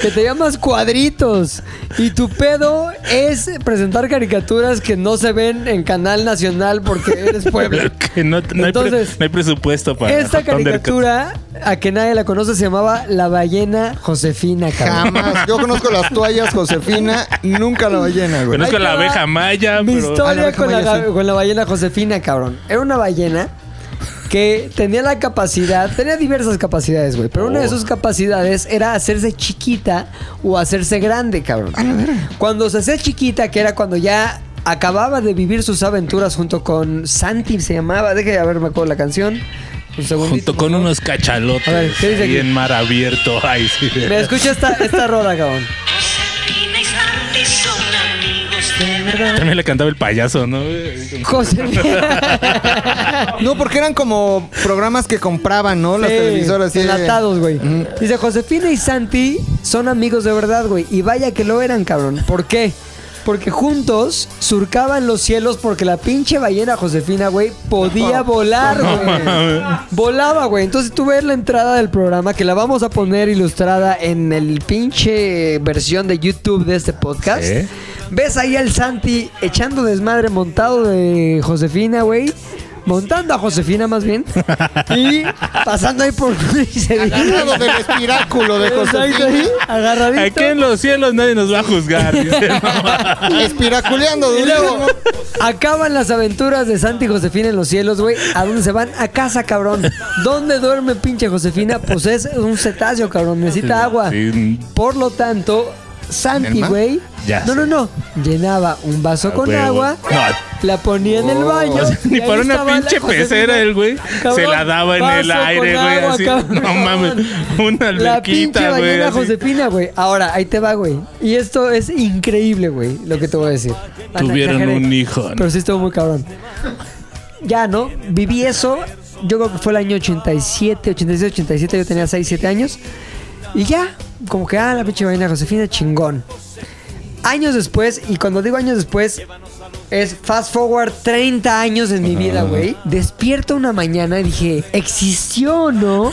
Speaker 1: que te llamas Cuadritos y tu pedo es presentar caricaturas que no se ven en Canal Nacional porque eres Puebla.
Speaker 3: Que no, no hay pre-
Speaker 1: Entonces,
Speaker 3: no hay presupuesto para.
Speaker 1: Esta
Speaker 3: Thundercats.
Speaker 1: caricatura, a que nadie la conoce, se llamaba La ballena Josefina, cabrón.
Speaker 4: Jamás. Yo conozco las toallas, Josefina. Nunca la ballena, güey.
Speaker 3: Conozco
Speaker 1: Ahí
Speaker 3: la
Speaker 1: te va.
Speaker 3: abeja maya,
Speaker 1: Mi
Speaker 3: pero.
Speaker 4: Ah, la
Speaker 1: historia
Speaker 4: abeja
Speaker 1: con la,
Speaker 4: maya, sí.
Speaker 1: con la ballena Josefina, cabrón. Era una ballena que tenía la capacidad, tenía diversas capacidades, güey, pero una
Speaker 4: Oh.
Speaker 1: de sus capacidades era hacerse chiquita o hacerse grande, cabrón. Cuando se hacía chiquita, que era cuando ya acababa de vivir sus aventuras junto con Santi, se llamaba, déjame a ver, me acuerdo la canción. Un segundito.
Speaker 3: Junto con unos cachalotes.
Speaker 1: A ver, ¿qué dice
Speaker 3: ahí
Speaker 1: aquí?
Speaker 3: en mar abierto. Ay, sí.
Speaker 1: Me escucha esta, esta rola, cabrón.
Speaker 3: También le cantaba el payaso, ¿no?
Speaker 1: Josefina.
Speaker 4: No, porque eran como programas que compraban, ¿no? Las
Speaker 1: Sí,
Speaker 4: televisoras. así de-
Speaker 1: Enlatados, güey.
Speaker 4: Ujú.
Speaker 1: Dice, Josefina y Santi son amigos de verdad, güey. Y vaya que lo eran, cabrón. ¿Por qué? Porque juntos surcaban los cielos porque la pinche ballena Josefina, güey, podía volar, güey. Volaba, güey. Entonces tú ves la entrada del programa que la vamos a poner ilustrada en el pinche versión de YouTube de este podcast.
Speaker 3: Sí.
Speaker 1: Ves ahí al Santi echando desmadre montado de Josefina, güey. Montando a Josefina más bien. Y pasando ahí por Luis
Speaker 4: Agarrado del espiráculo de
Speaker 1: Exacto,
Speaker 4: Josefina.
Speaker 1: ahí, agarradito.
Speaker 3: Aquí en los cielos nadie nos va a juzgar. dice, mamá.
Speaker 4: Espiraculeando de
Speaker 1: Y
Speaker 4: un
Speaker 1: luego
Speaker 4: lado.
Speaker 1: acaban las aventuras de Santi y Josefina en los cielos, güey. ¿A dónde se van? A casa, cabrón. ¿Dónde duerme pinche Josefina? Pues es un cetáceo, cabrón. Necesita agua.
Speaker 3: Sí.
Speaker 1: Por lo tanto,
Speaker 4: ¿En el
Speaker 1: Santi,
Speaker 4: mar?
Speaker 1: güey.
Speaker 3: Ya
Speaker 1: No,
Speaker 3: sé. Ah,
Speaker 1: no, no. Llenaba un vaso con
Speaker 3: Huevo.
Speaker 1: agua.
Speaker 3: No, Oh.
Speaker 1: La ponía en el baño.
Speaker 3: o sea,
Speaker 1: y ahí
Speaker 3: ni para una
Speaker 1: estaba la
Speaker 3: pinche
Speaker 1: Josefina.
Speaker 3: pecera el güey. Se
Speaker 1: Cabrón,
Speaker 3: la daba en el
Speaker 1: vaso con
Speaker 3: aire, güey.
Speaker 1: agua,
Speaker 3: así.
Speaker 1: cabrón.
Speaker 3: No mames. Una
Speaker 1: La pinche
Speaker 3: alberquita, güey.
Speaker 1: ballena
Speaker 3: así.
Speaker 1: Josefina, güey. Ahora, ahí te va, güey. Y esto es increíble, güey, lo que te voy a decir. Ana,
Speaker 3: Tuvieron
Speaker 1: exageré,
Speaker 3: un hijo, ¿no?
Speaker 1: Pero sí estuvo muy cabrón. Ya, ¿no? Viví eso. Yo creo que fue el año 87, 86, 87. Yo tenía 6, 7 años. Y ya, como que, ah, la pinche ballena Josefina, chingón. Años después, y cuando digo años después, Es fast forward 30 años en mi vida, güey. Despierto una mañana y dije, ¿existió o no?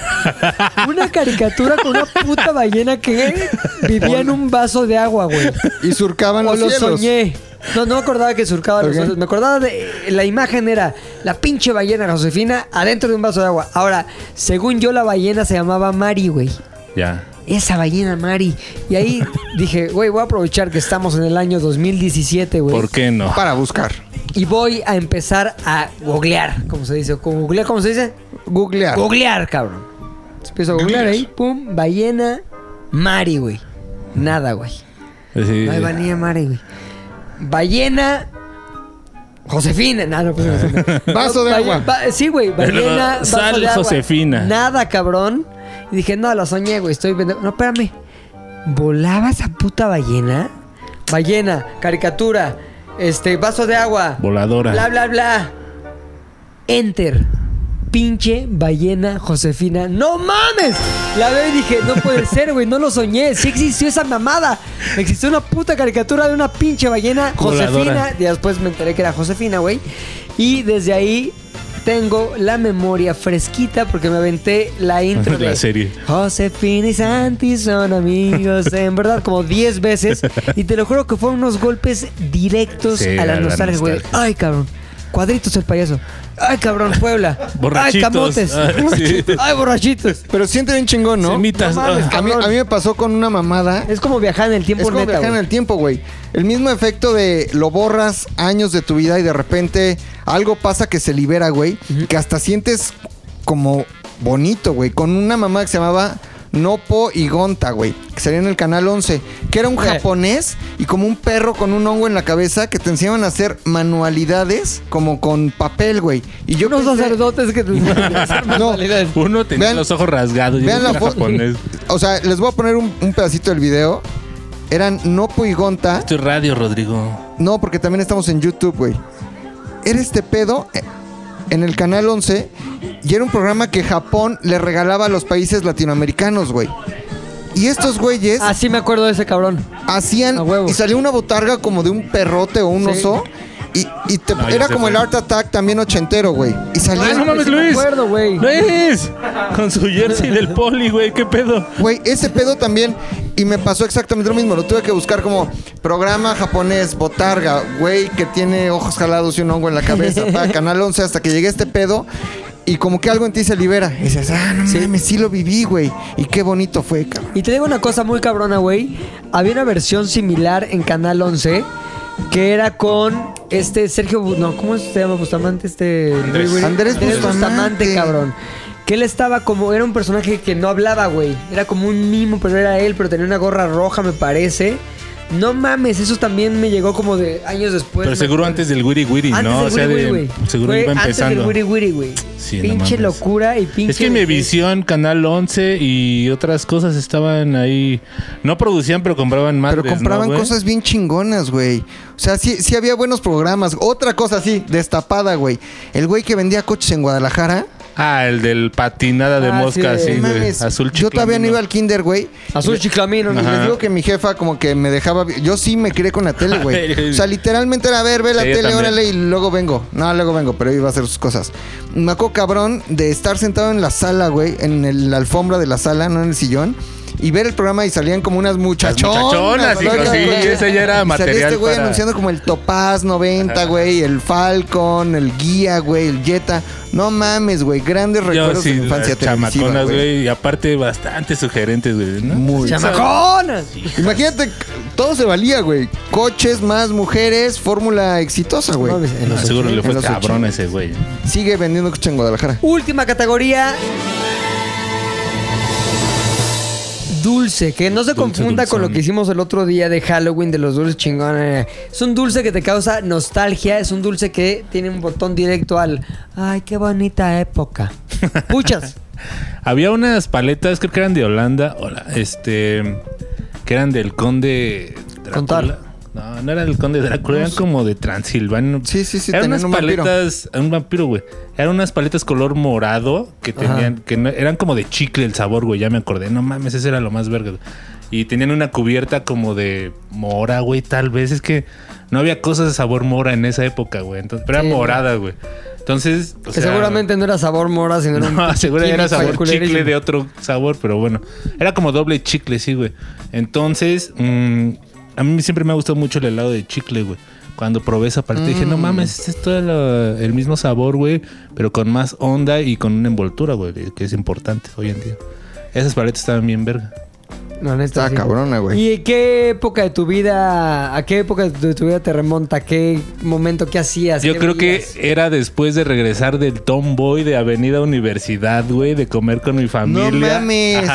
Speaker 1: Una caricatura con una puta ballena que vivía en un vaso de agua, güey.
Speaker 4: Y surcaban
Speaker 1: O
Speaker 4: los
Speaker 1: lo
Speaker 4: cielos.
Speaker 1: soñé. No, no me acordaba que surcaba los
Speaker 4: Ok.
Speaker 1: cielos. Me acordaba de. La imagen era la pinche ballena Josefina adentro de un vaso de agua. Ahora, según yo, la ballena se llamaba Mari, güey.
Speaker 3: Ya.
Speaker 1: Esa ballena Mari. Y ahí dije, güey, voy a aprovechar que estamos en el año 2017, güey.
Speaker 3: ¿Por qué no?
Speaker 4: Para buscar.
Speaker 1: Y voy a empezar a googlear, como se dice. ¿Cómo googlear? ¿Cómo se dice?
Speaker 3: Ah.
Speaker 4: Googlear.
Speaker 1: Googlear, cabrón. Entonces empiezo a googlear ahí. Pum, ballena Mari, güey. Nada, güey.
Speaker 3: Sí.
Speaker 1: Pues, No hay ballena Mari, güey. Ballena. Josefina, nada, no, pues, Josefina.
Speaker 4: Vaso de
Speaker 1: Ba-
Speaker 4: agua.
Speaker 1: ba- sí, güey, ballena. vaso
Speaker 3: Sal
Speaker 1: de agua.
Speaker 3: Josefina.
Speaker 1: Nada, cabrón. Y dije, no, la soñé, güey, estoy pendejo. No, espérame. ¿Volaba esa puta ballena? Ballena, caricatura, este, vaso de agua.
Speaker 3: Voladora.
Speaker 1: Bla, bla, bla. Enter. Pinche ballena Josefina. ¡No mames! La veo y dije, no puede ser, güey, no lo soñé. Sí existió esa mamada. Existió una puta caricatura de una pinche ballena Josefina.
Speaker 3: Voladora.
Speaker 1: Y después me enteré que era Josefina, güey. Y desde ahí tengo la memoria fresquita porque me aventé la intro de
Speaker 3: La serie.
Speaker 1: Josefina y Santi son amigos, en verdad, como 10 veces. Y te lo juro que fueron unos golpes directos
Speaker 3: Sí,
Speaker 1: a la,
Speaker 3: a la
Speaker 1: nostalgia, güey.
Speaker 3: nostalgia.
Speaker 1: Ay, cabrón. Cuadritos el payaso. Ay, cabrón, Puebla. Ay,
Speaker 3: Borrachitos.
Speaker 1: camotes.
Speaker 3: Ah, sí.
Speaker 1: Ay, borrachitos.
Speaker 4: Pero siente bien chingón, ¿no?
Speaker 3: Semitas.
Speaker 1: No mames,
Speaker 3: ah.
Speaker 4: A mí, a mí me pasó con una mamada.
Speaker 1: Es como viajar en el tiempo
Speaker 4: Es como
Speaker 1: neta,
Speaker 4: viajar en
Speaker 1: güey.
Speaker 4: el tiempo, güey. El mismo efecto de lo borras años de tu vida y de repente algo pasa que se libera, güey. Que hasta sientes como bonito, güey. Con una mamá que se llamaba Nopo y Gonta, güey. Que salía en el canal 11. Que era un
Speaker 1: Sí.
Speaker 4: japonés y como un perro con un hongo en la cabeza que te enseñaban a hacer manualidades como con papel, güey. Y yo
Speaker 1: Unos
Speaker 4: pensé-
Speaker 1: sacerdotes que te
Speaker 4: No,
Speaker 3: Uno tenía
Speaker 4: Vean-
Speaker 3: los ojos rasgados. yo
Speaker 4: Vean
Speaker 3: creo
Speaker 4: la
Speaker 3: que era
Speaker 4: foto.
Speaker 3: japonés.
Speaker 4: O sea, les voy a poner un, un pedacito del video. Eran Nopo y Gonta.
Speaker 3: Esto es radio, Rodrigo.
Speaker 4: No, porque también estamos en YouTube, güey. Era este pedo eh, en el canal 11 y era un programa que Japón le regalaba a los países latinoamericanos, güey. Y estos güeyes
Speaker 1: Así me acuerdo de ese cabrón.
Speaker 4: hacían
Speaker 1: Ah, a huevo.
Speaker 4: y salió una botarga como de un perrote o un
Speaker 1: Sí.
Speaker 4: oso y, y te-
Speaker 3: No, ya
Speaker 4: era
Speaker 3: se
Speaker 4: como el
Speaker 3: fue.
Speaker 4: Art Attack también ochentero, güey. Y
Speaker 3: Ah,
Speaker 4: salía,
Speaker 3: no mames,
Speaker 1: sí me
Speaker 3: Luis.
Speaker 1: acuerdo, güey.
Speaker 3: Luis. Con su jersey del poli, güey. ¿Qué pedo?
Speaker 4: güey, ese pedo también y me pasó exactamente lo mismo. Lo tuve que buscar como programa japonés botarga, güey que tiene ojos jalados y un hongo en la cabeza, pa, canal 11 hasta que llegué a este pedo. Y como que algo en ti se libera. Y dices, ah, no mames, sí lo viví, güey. Y qué bonito fue, cabrón.
Speaker 1: Y te digo una cosa muy cabrona, güey. Había una versión similar en Canal 11 que era con este Sergio, Bu- no, ¿cómo se llama Bustamante? Este
Speaker 3: Andrés.
Speaker 4: Andrés Bustamante.
Speaker 1: cabrón. Que él estaba como, era un personaje que no hablaba, güey. Era como un mimo, pero era él, pero tenía una gorra roja, me parece. No mames, eso también me llegó como de años después. Pues
Speaker 3: Pero
Speaker 1: me
Speaker 3: seguro
Speaker 1: acuerdo.
Speaker 3: antes del Wiri Wiri,
Speaker 1: Antes
Speaker 3: ¿no?
Speaker 1: del
Speaker 3: o sea,
Speaker 1: Wiri
Speaker 3: de-
Speaker 1: Wiri, güey.
Speaker 3: seguro
Speaker 1: Fue
Speaker 3: iba
Speaker 1: antes del
Speaker 3: empezando.
Speaker 1: Wiri Wiri, güey.
Speaker 3: Sí, no
Speaker 1: pinche
Speaker 3: mames.
Speaker 1: locura y pinche.
Speaker 3: Es que en mi visión, Canal 11 y otras cosas estaban ahí. No producían, pero compraban más.
Speaker 4: Pero compraban cosas bien chingonas, güey. O sea, sí, sí había buenos programas. Otra cosa así, destapada, güey. El güey que vendía coches en Guadalajara.
Speaker 3: Ah, el del patinada de
Speaker 1: Ah,
Speaker 3: mosca,
Speaker 1: sí,
Speaker 3: sí,
Speaker 4: no
Speaker 3: güey.
Speaker 4: mames,
Speaker 3: Azul
Speaker 4: Yo todavía no
Speaker 3: chiclamino.
Speaker 4: iba al kinder, güey.
Speaker 1: Azul chiclamino,
Speaker 4: Y les digo que mi jefa como que me dejaba... Yo sí me crié con la tele, güey. O sea, literalmente era, a ver, ve la
Speaker 3: Sí, yo
Speaker 4: tele,
Speaker 3: también.
Speaker 4: órale, y luego vengo. No, luego vengo, pero iba a hacer sus cosas. Me acuerdo, cabrón, de estar sentado en la sala, güey. En el- la alfombra de la sala, no en el sillón. Y ver el programa y salían como unas muchachonas.
Speaker 3: muchachonas, hijo,
Speaker 4: locas,
Speaker 3: sí,
Speaker 4: güey.
Speaker 3: ese ya era
Speaker 4: Y salía
Speaker 3: material
Speaker 4: este güey
Speaker 3: para-
Speaker 4: anunciando como el Topaz 90, güey. El Falcon, el Guía, güey. El Jetta. No mames, güey. Grandes
Speaker 3: Yo
Speaker 4: recuerdos
Speaker 3: sí,
Speaker 4: de la infancia
Speaker 3: las chamaconas,
Speaker 4: televisiva, güey.
Speaker 3: güey. Y aparte, bastante sugerentes, güey, ¿no?
Speaker 4: Muy
Speaker 1: ¡Chamaconas!
Speaker 4: Imagínate, todo se valía, güey. Coches, más mujeres, fórmula exitosa, güey.
Speaker 1: No, en
Speaker 3: Ah,
Speaker 1: los
Speaker 3: seguro le
Speaker 4: en
Speaker 3: fue
Speaker 4: los
Speaker 3: cabrón ese, güey.
Speaker 4: Sigue vendiendo coches en Guadalajara.
Speaker 1: Última categoría. Dulce, que no se
Speaker 3: Dulce,
Speaker 1: confunda con lo
Speaker 3: dulzón.
Speaker 1: que hicimos el otro día de Halloween de los dulces chingones. Es un dulce que te causa nostalgia, es un dulce que tiene un botón directo al ay, qué bonita época. Puchas.
Speaker 3: Había unas paletas, creo que eran de Holanda, hola, este, que eran del conde Drácula.
Speaker 1: Contar.
Speaker 3: No, no era del conde Drácula, eran como de Transilvania.
Speaker 4: Sí, sí, sí,
Speaker 3: Eran
Speaker 4: tenían
Speaker 3: unas
Speaker 4: un vampiro.
Speaker 3: paletas, un vampiro, güey. Eran unas paletas color morado que tenían, que no- eran como de chicle el sabor, güey, ya me acordé. No mames, ese era lo más verga. güey. Y tenían una cubierta como de mora, güey, tal vez. Es que no había cosas de sabor mora en esa época, güey. Entonces, pero
Speaker 1: Sí,
Speaker 3: era morada, güey. Entonces, o
Speaker 1: Que
Speaker 3: sea,
Speaker 1: seguramente no era sabor mora, sino era
Speaker 3: no,
Speaker 1: un
Speaker 3: seguro era
Speaker 1: químico
Speaker 3: sabor
Speaker 1: culerísimo.
Speaker 3: chicle de otro sabor, pero bueno. Era como doble chicle, sí, güey. Entonces, mm, a mí siempre me ha gustado mucho el helado de chicle, güey. Cuando probé esa parte dije,
Speaker 1: Mm.
Speaker 3: no mames, este es todo lo- el mismo sabor, güey, pero con más onda y con una envoltura, güey, que es importante hoy en día. Esas paletas estaban bien verga.
Speaker 1: No, neta,
Speaker 4: Está
Speaker 1: sí.
Speaker 4: Ah, cabrona, güey.
Speaker 1: ¿Y en qué época de tu vida, a qué época de tu vida te remonta? ¿Qué momento, qué hacías?
Speaker 3: Yo
Speaker 1: ¿Qué
Speaker 3: creo que
Speaker 1: veías?
Speaker 3: era después de regresar del Tomboy de Avenida Universidad, güey, de comer con mi familia.
Speaker 4: mames.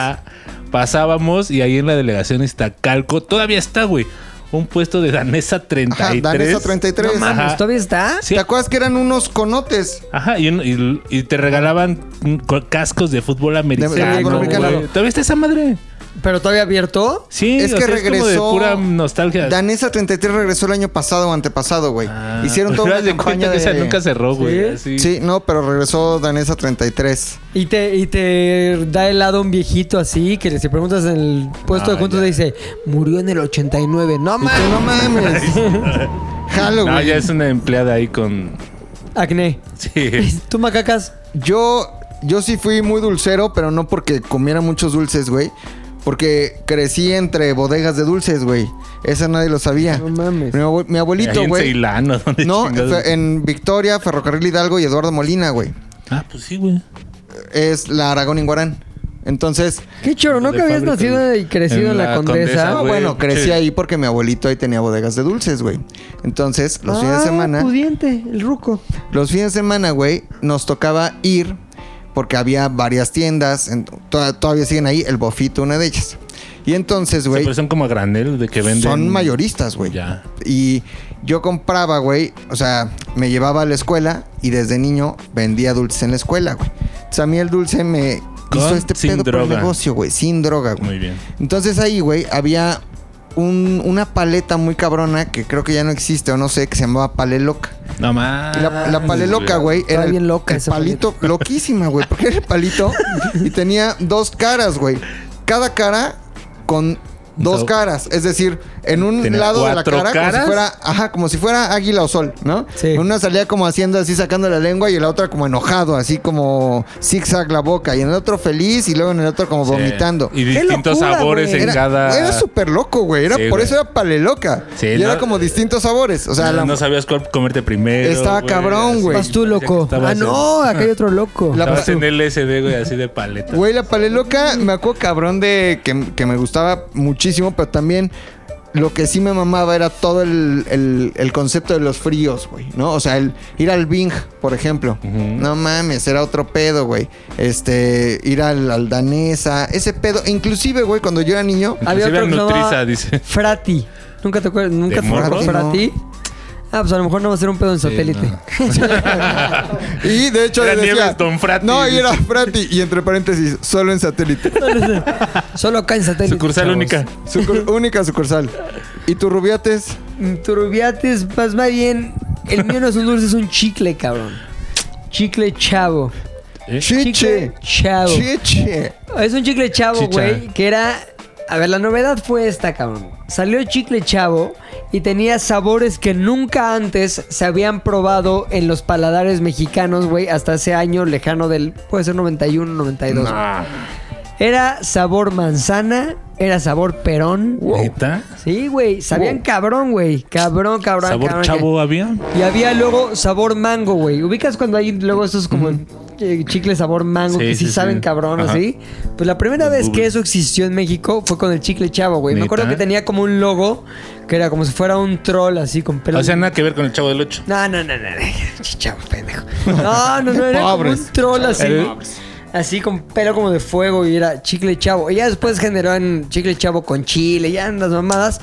Speaker 3: Pasábamos y ahí en la delegación está Calco. Todavía está, güey. Un puesto de Danesa 33.
Speaker 4: Ajá, Danesa 33.
Speaker 3: No mames,
Speaker 1: Mames,
Speaker 3: todavía-
Speaker 1: ¿Todavía está?
Speaker 3: Sí.
Speaker 4: ¿Te acuerdas que eran unos conotes?
Speaker 3: Ajá, y, un- y- y te regalaban mm, co- cascos de fútbol americano.
Speaker 4: fútbol
Speaker 3: güey.
Speaker 4: americano.
Speaker 3: ¿Todavía está esa madre?
Speaker 1: ¿Pero todavía abierto?
Speaker 3: Sí,
Speaker 4: Es
Speaker 3: o
Speaker 4: que
Speaker 3: sea, Es como
Speaker 4: regresó
Speaker 3: de pura nostalgia.
Speaker 4: Danesa 33 regresó el año pasado o antepasado, güey.
Speaker 3: Ah,
Speaker 4: Hicieron toda
Speaker 3: pero
Speaker 4: una
Speaker 3: haz de
Speaker 4: campaña
Speaker 3: cuenta que
Speaker 4: de...
Speaker 3: esa nunca cerró, güey. así.
Speaker 4: Sí, no, pero regresó Danesa 33.
Speaker 1: Y te, y te da helado un viejito así, que si preguntas en el puesto
Speaker 3: No,
Speaker 1: de juntos
Speaker 3: ya.
Speaker 1: te dice, murió en el 89. No
Speaker 4: Y tú,
Speaker 1: mames.
Speaker 4: no mames. Jalo,
Speaker 3: No,
Speaker 4: güey.
Speaker 3: ya es una empleada ahí con.
Speaker 1: Acné.
Speaker 3: Sí.
Speaker 1: ¿Tú macacas?
Speaker 4: Yo, yo sí fui muy dulcero, pero no porque comiera muchos dulces, güey. Porque crecí entre bodegas de dulces, güey. Esa nadie lo sabía.
Speaker 1: No mames.
Speaker 4: Mi, abue- mi
Speaker 3: Ahí
Speaker 4: abuelito,
Speaker 3: en
Speaker 4: güey.
Speaker 3: Ceilán, ¿o dónde
Speaker 4: No,
Speaker 3: chingados?
Speaker 4: fue en Victoria, Ferrocarril Hidalgo y Eduardo Molina, güey.
Speaker 3: Ah, pues sí, güey.
Speaker 4: Es la Aragón Inguarán. Entonces,
Speaker 1: Qué choro, ¿no?
Speaker 3: De
Speaker 1: Que habías
Speaker 3: fábrica,
Speaker 1: nacido
Speaker 3: güey.
Speaker 1: y crecido en,
Speaker 3: En
Speaker 1: la,
Speaker 3: la
Speaker 1: condesa.
Speaker 3: Condesa,
Speaker 4: no,
Speaker 3: Ah, güey,
Speaker 4: bueno, crecí
Speaker 3: sí.
Speaker 4: ahí porque mi abuelito ahí tenía bodegas de dulces, güey. Entonces, los
Speaker 1: Ah,
Speaker 4: fines de semana.
Speaker 1: pudiente, el ruco.
Speaker 4: Los fines de semana, güey, nos tocaba ir porque había varias tiendas. en- to- todavía siguen ahí, el Bofito, una de ellas. Y entonces,
Speaker 3: O sea,
Speaker 4: güey,
Speaker 3: pero son como a granel de que venden.
Speaker 4: son mayoristas, güey.
Speaker 3: Ya.
Speaker 4: Y yo compraba, güey, o sea, me llevaba a la escuela y desde niño vendía dulces en la escuela, güey. Entonces a mí el dulce me
Speaker 3: Con-
Speaker 4: hizo este
Speaker 3: sin
Speaker 4: pedo por el
Speaker 3: droga.
Speaker 4: negocio, güey, sin droga, güey.
Speaker 3: Muy bien.
Speaker 4: Entonces ahí, güey, había un- una paleta muy cabrona que creo que ya no existe o no sé, que se llamaba Paleloca.
Speaker 3: No más.
Speaker 4: Y La, la pale loca, güey.
Speaker 1: Estaba
Speaker 4: Era el,
Speaker 1: bien loca
Speaker 4: el
Speaker 1: esa
Speaker 4: palito, loquísima, güey. Porque era el palito y tenía dos caras, güey. Cada cara con dos
Speaker 3: No.
Speaker 4: caras. Es decir, en un
Speaker 3: Tenía
Speaker 4: lado de la
Speaker 3: cuatro
Speaker 4: cara, como
Speaker 3: caras.
Speaker 4: si fuera, ajá, como si fuera águila o sol, ¿no?
Speaker 1: Sí.
Speaker 4: En una salía como haciendo así, sacando la lengua, y en la otra como enojado, así como zigzag la boca. Y en el otro feliz, y luego en el otro como
Speaker 3: Sí.
Speaker 4: vomitando.
Speaker 3: Y distintos
Speaker 1: locura,
Speaker 3: sabores
Speaker 1: güey!
Speaker 3: en
Speaker 4: Era,
Speaker 3: cada.
Speaker 4: era súper loco, güey. Era,
Speaker 3: Sí,
Speaker 4: por
Speaker 3: güey.
Speaker 4: eso era pale loca.
Speaker 3: Sí,
Speaker 4: y era
Speaker 3: no- eh,
Speaker 4: como distintos sabores. O
Speaker 3: no,
Speaker 4: sea, la,
Speaker 3: no sabías cuál comerte primero.
Speaker 4: Estaba cabrón,
Speaker 3: así.
Speaker 4: güey.
Speaker 1: Vas tú,
Speaker 3: Parecía que
Speaker 1: loco.
Speaker 3: estabas
Speaker 1: Ah, no,
Speaker 3: en-
Speaker 1: acá hay otro loco.
Speaker 4: La-
Speaker 3: Estabas en LSD, güey, así de paleta.
Speaker 4: Güey, la paleloca me acuerdo cabrón de que, que me gustaba muchísimo, pero también lo que sí me mamaba era todo el, el- el concepto de los fríos, güey, ¿no? O sea, el ir al Bing, por ejemplo. No mames, era otro pedo, güey. Este, ir al, al danesa, ese pedo. E Inclusive, güey, cuando yo era niño,
Speaker 1: Había
Speaker 3: Inclusive
Speaker 1: otro que se
Speaker 3: Nutriza,
Speaker 1: llamaba
Speaker 3: dice.
Speaker 1: Frati. ¿Nunca te acuerdas? ¿Nunca
Speaker 3: ¿De
Speaker 1: te acuerdas
Speaker 4: morro?
Speaker 1: Frati? Ah, pues a lo mejor no va a ser un pedo en satélite.
Speaker 4: y de hecho
Speaker 3: Era
Speaker 4: le decía,
Speaker 3: Nieves Don Frati.
Speaker 4: No, y era Frati, y entre paréntesis, solo en satélite.
Speaker 1: Solo acá en satélite.
Speaker 3: Sucursal
Speaker 1: chavos.
Speaker 3: única.
Speaker 4: Sucur- única sucursal. ¿Y tu rubiates?
Speaker 1: Mm, Turbiates, más, más bien, el mío no es un dulce, es un chicle, cabrón. Chicle chavo.
Speaker 3: ¿Eh?
Speaker 4: Chiche.
Speaker 1: Chicle chavo.
Speaker 4: Chiche.
Speaker 1: Es un chicle chavo,
Speaker 3: Chicha.
Speaker 1: güey, que era... A ver, la novedad fue esta, cabrón. Salió chicle chavo y tenía sabores que nunca antes se habían probado en los paladares mexicanos, güey, hasta ese año lejano del... Puede ser 91, 92. Era sabor manzana, era sabor perón.
Speaker 3: ¿Neta?
Speaker 1: Sí, güey, sabían cabrón, güey. Cabrón, cabrón,
Speaker 3: ¿Sabor
Speaker 1: cabrón.
Speaker 3: chavo había?
Speaker 1: Y había luego sabor mango, güey. ¿Ubicas cuando hay luego esos como eh, chicle sabor mango
Speaker 3: Sí,
Speaker 1: que sí,
Speaker 3: sí,
Speaker 1: saben
Speaker 3: sí.
Speaker 1: cabrón
Speaker 3: Ajá.
Speaker 1: así? Pues la primera vez
Speaker 3: bubbles.
Speaker 1: que eso existió en México fue con el chicle chavo, güey. Me
Speaker 3: ¿Neta?
Speaker 1: acuerdo que tenía como un logo que era como si fuera un troll así con pelo.
Speaker 3: O sea, nada que ver con el chavo del 8.
Speaker 1: No, no, no, no, no. Chavo, pendejo. No, no, no, era como un
Speaker 4: Pobres.
Speaker 1: troll así.
Speaker 3: El-
Speaker 1: Así con pelo como de fuego y era chicle chavo. Y ya después generó en chicle chavo con chile, ya en las mamadas.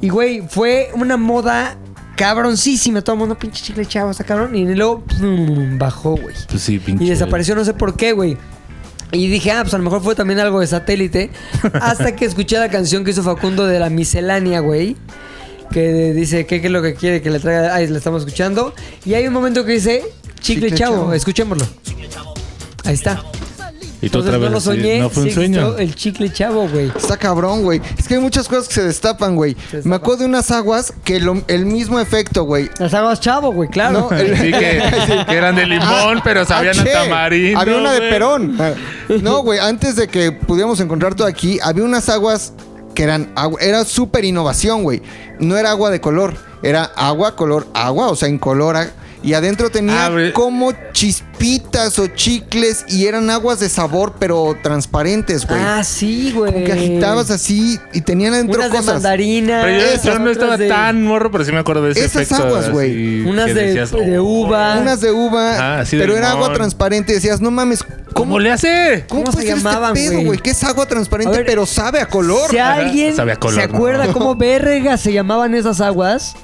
Speaker 1: Y güey, fue una moda cabroncísima. Todo el mundo, pinche chicle chavo, está cabrón. Y luego plum, bajó, güey.
Speaker 3: Pues sí, pinche.
Speaker 1: Y desapareció, no sé por qué, güey. Y dije, ah, pues a lo mejor fue también algo de satélite. Hasta que escuché la canción que hizo Facundo de la miscelánea, güey. Que dice, ¿qué, qué es lo que quiere que le traiga? Ahí la estamos escuchando. Y hay un momento que dice, chicle,
Speaker 4: Chicle
Speaker 1: chavo.
Speaker 4: Chavo.
Speaker 1: escuchémoslo. Ahí está.
Speaker 3: Y tú
Speaker 1: Entonces,
Speaker 3: otra vez.
Speaker 1: no lo
Speaker 3: así,
Speaker 1: soñé.
Speaker 3: no fue un
Speaker 1: sí
Speaker 3: sueño.
Speaker 1: existió El chicle chavo, güey.
Speaker 4: Está cabrón, güey. Es que hay muchas cosas que se destapan, güey.
Speaker 1: destapan.
Speaker 4: Me acuerdo de unas aguas que lo- el mismo efecto, güey.
Speaker 1: Las aguas chavo, güey, claro.
Speaker 4: No, el-
Speaker 9: Sí, que, que eran de limón, pero sabían
Speaker 4: Ah,
Speaker 9: a
Speaker 4: che,
Speaker 9: tamarindo.
Speaker 4: Había una de
Speaker 9: güey.
Speaker 4: Perón. Ah, No, güey, antes de que pudiéramos encontrar todo aquí, había unas aguas que eran agu- era súper innovación, güey. No era agua de color, era agua color agua, o sea, incolora. Y adentro tenía
Speaker 9: Abre.
Speaker 4: como chispitas o chicles y eran aguas de sabor, pero transparentes, güey.
Speaker 1: ah, sí, güey.
Speaker 4: que agitabas así y tenían adentro
Speaker 1: Unas de
Speaker 4: cosas.
Speaker 1: mandarina.
Speaker 9: Pero yo, yo
Speaker 1: esas,
Speaker 9: no
Speaker 1: otras
Speaker 9: estaba
Speaker 1: de-
Speaker 9: tan morro, pero sí me acuerdo de ese
Speaker 4: Ah, Esas
Speaker 9: efecto.
Speaker 4: aguas,
Speaker 9: así,
Speaker 4: güey.
Speaker 1: Unas
Speaker 9: que "Oh,
Speaker 1: de- de uva.
Speaker 4: unas de uva,
Speaker 9: Ah, así de
Speaker 4: pero era
Speaker 9: limón.
Speaker 4: agua transparente. Decías, no mames,
Speaker 9: ¿Cómo le hace?
Speaker 4: ¿Cómo,
Speaker 1: ¿Cómo
Speaker 4: puede
Speaker 1: se
Speaker 4: ser
Speaker 1: llamaban,
Speaker 4: este pedo,
Speaker 1: güey?
Speaker 4: güey? Que es agua transparente,
Speaker 1: A ver,
Speaker 4: pero sabe a color.
Speaker 1: Si alguien
Speaker 9: Sabe a color,
Speaker 1: se
Speaker 9: ¿no?
Speaker 1: acuerda cómo verga se llamaban esas aguas,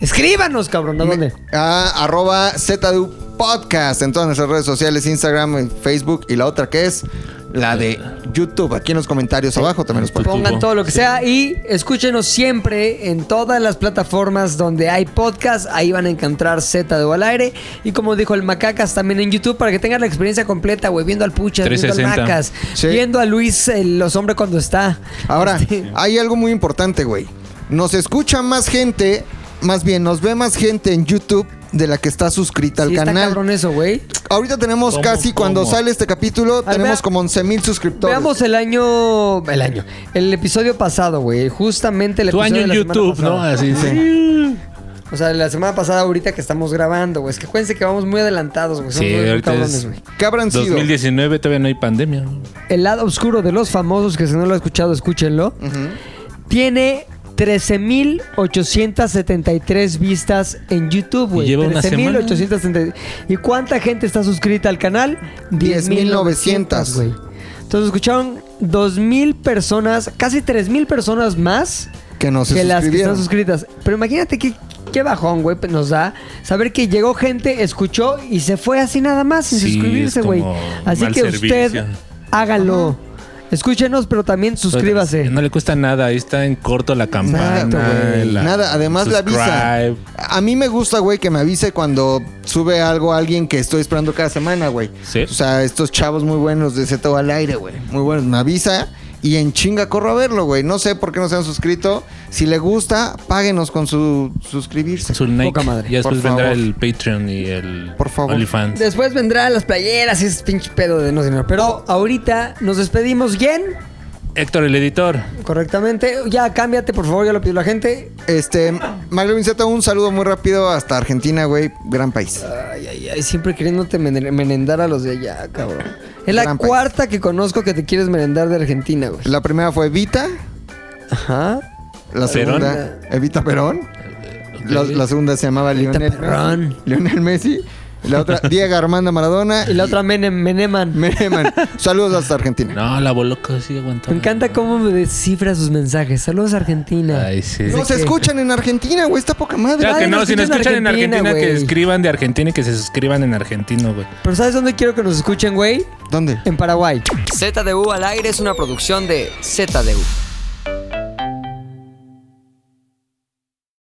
Speaker 1: escríbanos, cabrón. ¿A dónde?
Speaker 4: Ah, arroba ZDU Podcast en todas nuestras redes sociales, Instagram, Facebook y la otra que es la de YouTube. Aquí en los comentarios abajo también los ponemos.
Speaker 1: Pongan
Speaker 3: tubo.
Speaker 1: todo lo que sea y escúchenos siempre en todas las plataformas donde hay podcast. Ahí van a encontrar Z de O al aire. Y como dijo el Macacas, también en YouTube para que tengan la experiencia completa, güey. Viendo al Puchas, viendo al
Speaker 3: 360.
Speaker 1: Macas,
Speaker 4: Sí.
Speaker 1: viendo a Luis, el, los hombres cuando está.
Speaker 4: Ahora,
Speaker 1: Este,
Speaker 4: hay algo muy importante, güey. Nos escucha más gente, más bien nos ve más gente en YouTube de la que está suscrita al
Speaker 1: sí está
Speaker 4: canal.
Speaker 1: cabrón eso, güey.
Speaker 4: Ahorita tenemos
Speaker 3: ¿Cómo,
Speaker 4: casi cuando
Speaker 3: cómo?
Speaker 4: sale este capítulo,
Speaker 1: ver,
Speaker 4: tenemos
Speaker 1: vea-
Speaker 4: como 11 mil suscriptores.
Speaker 1: Veamos el año. El año. El episodio pasado, güey. Justamente el
Speaker 3: Tu
Speaker 1: episodio
Speaker 3: año
Speaker 1: de
Speaker 3: en
Speaker 1: la semana
Speaker 3: YouTube, ¿no?
Speaker 1: pasada.
Speaker 3: Así sí.
Speaker 1: O sea, la semana pasada, ahorita que estamos grabando, güey. Es que acuérdense que vamos muy adelantados, güey. Somos
Speaker 3: Sí,
Speaker 1: muy
Speaker 3: ahorita
Speaker 1: cabrones,
Speaker 3: es-
Speaker 1: güey.
Speaker 4: ¿Qué habrán sido?
Speaker 3: 2019 todavía no hay pandemia.
Speaker 1: El lado oscuro de los famosos, que si no lo ha escuchado, escúchenlo. Tiene 13.873 vistas en YouTube, güey.
Speaker 3: Y lleva una semana.
Speaker 1: 13.873. ¿Y cuánta gente está suscrita al canal?
Speaker 4: 10,900,
Speaker 1: güey. Entonces escucharon 2.000 personas, casi 3.000 personas más
Speaker 4: Que nos
Speaker 1: que las que
Speaker 4: suscribieron.
Speaker 1: están suscritas. Pero imagínate qué, qué bajón, güey, pues, nos da saber que llegó gente, escuchó y se fue así nada más sin
Speaker 3: Sí, es
Speaker 1: suscribirse, güey.
Speaker 3: como
Speaker 1: Así
Speaker 3: mal
Speaker 1: que usted
Speaker 3: servicio.
Speaker 1: hágalo. Escúchenos, pero también suscríbase.
Speaker 3: No le cuesta nada. Ahí está en corto la campana.
Speaker 4: Exacto, güey.
Speaker 3: la-
Speaker 4: Nada, además la
Speaker 3: subscribe.
Speaker 4: avisa. A mí me gusta, güey, que me avise cuando sube algo a alguien que estoy esperando cada semana, güey.
Speaker 3: Sí.
Speaker 4: O sea, estos chavos muy buenos de Zeto al aire, güey. Muy buenos. Me avisa y en chinga corro a verlo, güey. No sé por qué no se han suscrito. Si le gusta, páguenos con su suscribirse.
Speaker 3: Su Nike.
Speaker 1: Poca madre.
Speaker 3: Y después
Speaker 4: Por
Speaker 3: vendrá
Speaker 4: favor.
Speaker 3: el Patreon y el
Speaker 4: Por favor.
Speaker 3: OnlyFans.
Speaker 1: Después vendrán las playeras y ese pinche pedo de no señor. Pero ahorita nos despedimos bien,
Speaker 3: Héctor, el editor.
Speaker 1: correctamente. Ya cámbiate, por favor, ya lo pidió la gente.
Speaker 4: Este, Maglevin Zeta, un saludo muy rápido hasta Argentina, güey. Gran país.
Speaker 1: Ay, ay, ay, siempre queriéndote menen- merendar a los de allá, cabrón. Es la
Speaker 4: Gran país.
Speaker 1: cuarta que conozco que te quieres merendar de Argentina, güey.
Speaker 4: La primera fue Evita.
Speaker 1: Ajá.
Speaker 4: La
Speaker 3: Perón.
Speaker 4: segunda, Evita Perón. La, la segunda se llamaba Lionel,
Speaker 1: Perón.
Speaker 4: Lionel Messi. La otra, Diego Armando Maradona.
Speaker 1: Y la otra Menem, Meneman.
Speaker 4: Meneman. Saludos hasta Argentina.
Speaker 3: No, la boloca sí aguantó.
Speaker 1: Me encanta cómo me descifra sus mensajes. Saludos Argentina.
Speaker 3: Ay, sí.
Speaker 4: Nos
Speaker 1: que-
Speaker 4: escuchan en Argentina, güey. Está poca madre.
Speaker 3: Claro
Speaker 1: Ay,
Speaker 3: que
Speaker 1: nos
Speaker 3: no, si no
Speaker 1: escuchan
Speaker 3: escuchan
Speaker 1: en
Speaker 3: en Argentina, que
Speaker 1: Argentina, güey.
Speaker 3: escriban de Argentina y que se suscriban en argentino, güey.
Speaker 1: Pero ¿sabes dónde quiero que nos escuchen, güey?
Speaker 4: ¿Dónde?
Speaker 1: En Paraguay. ZDU al aire es una producción de ZDU.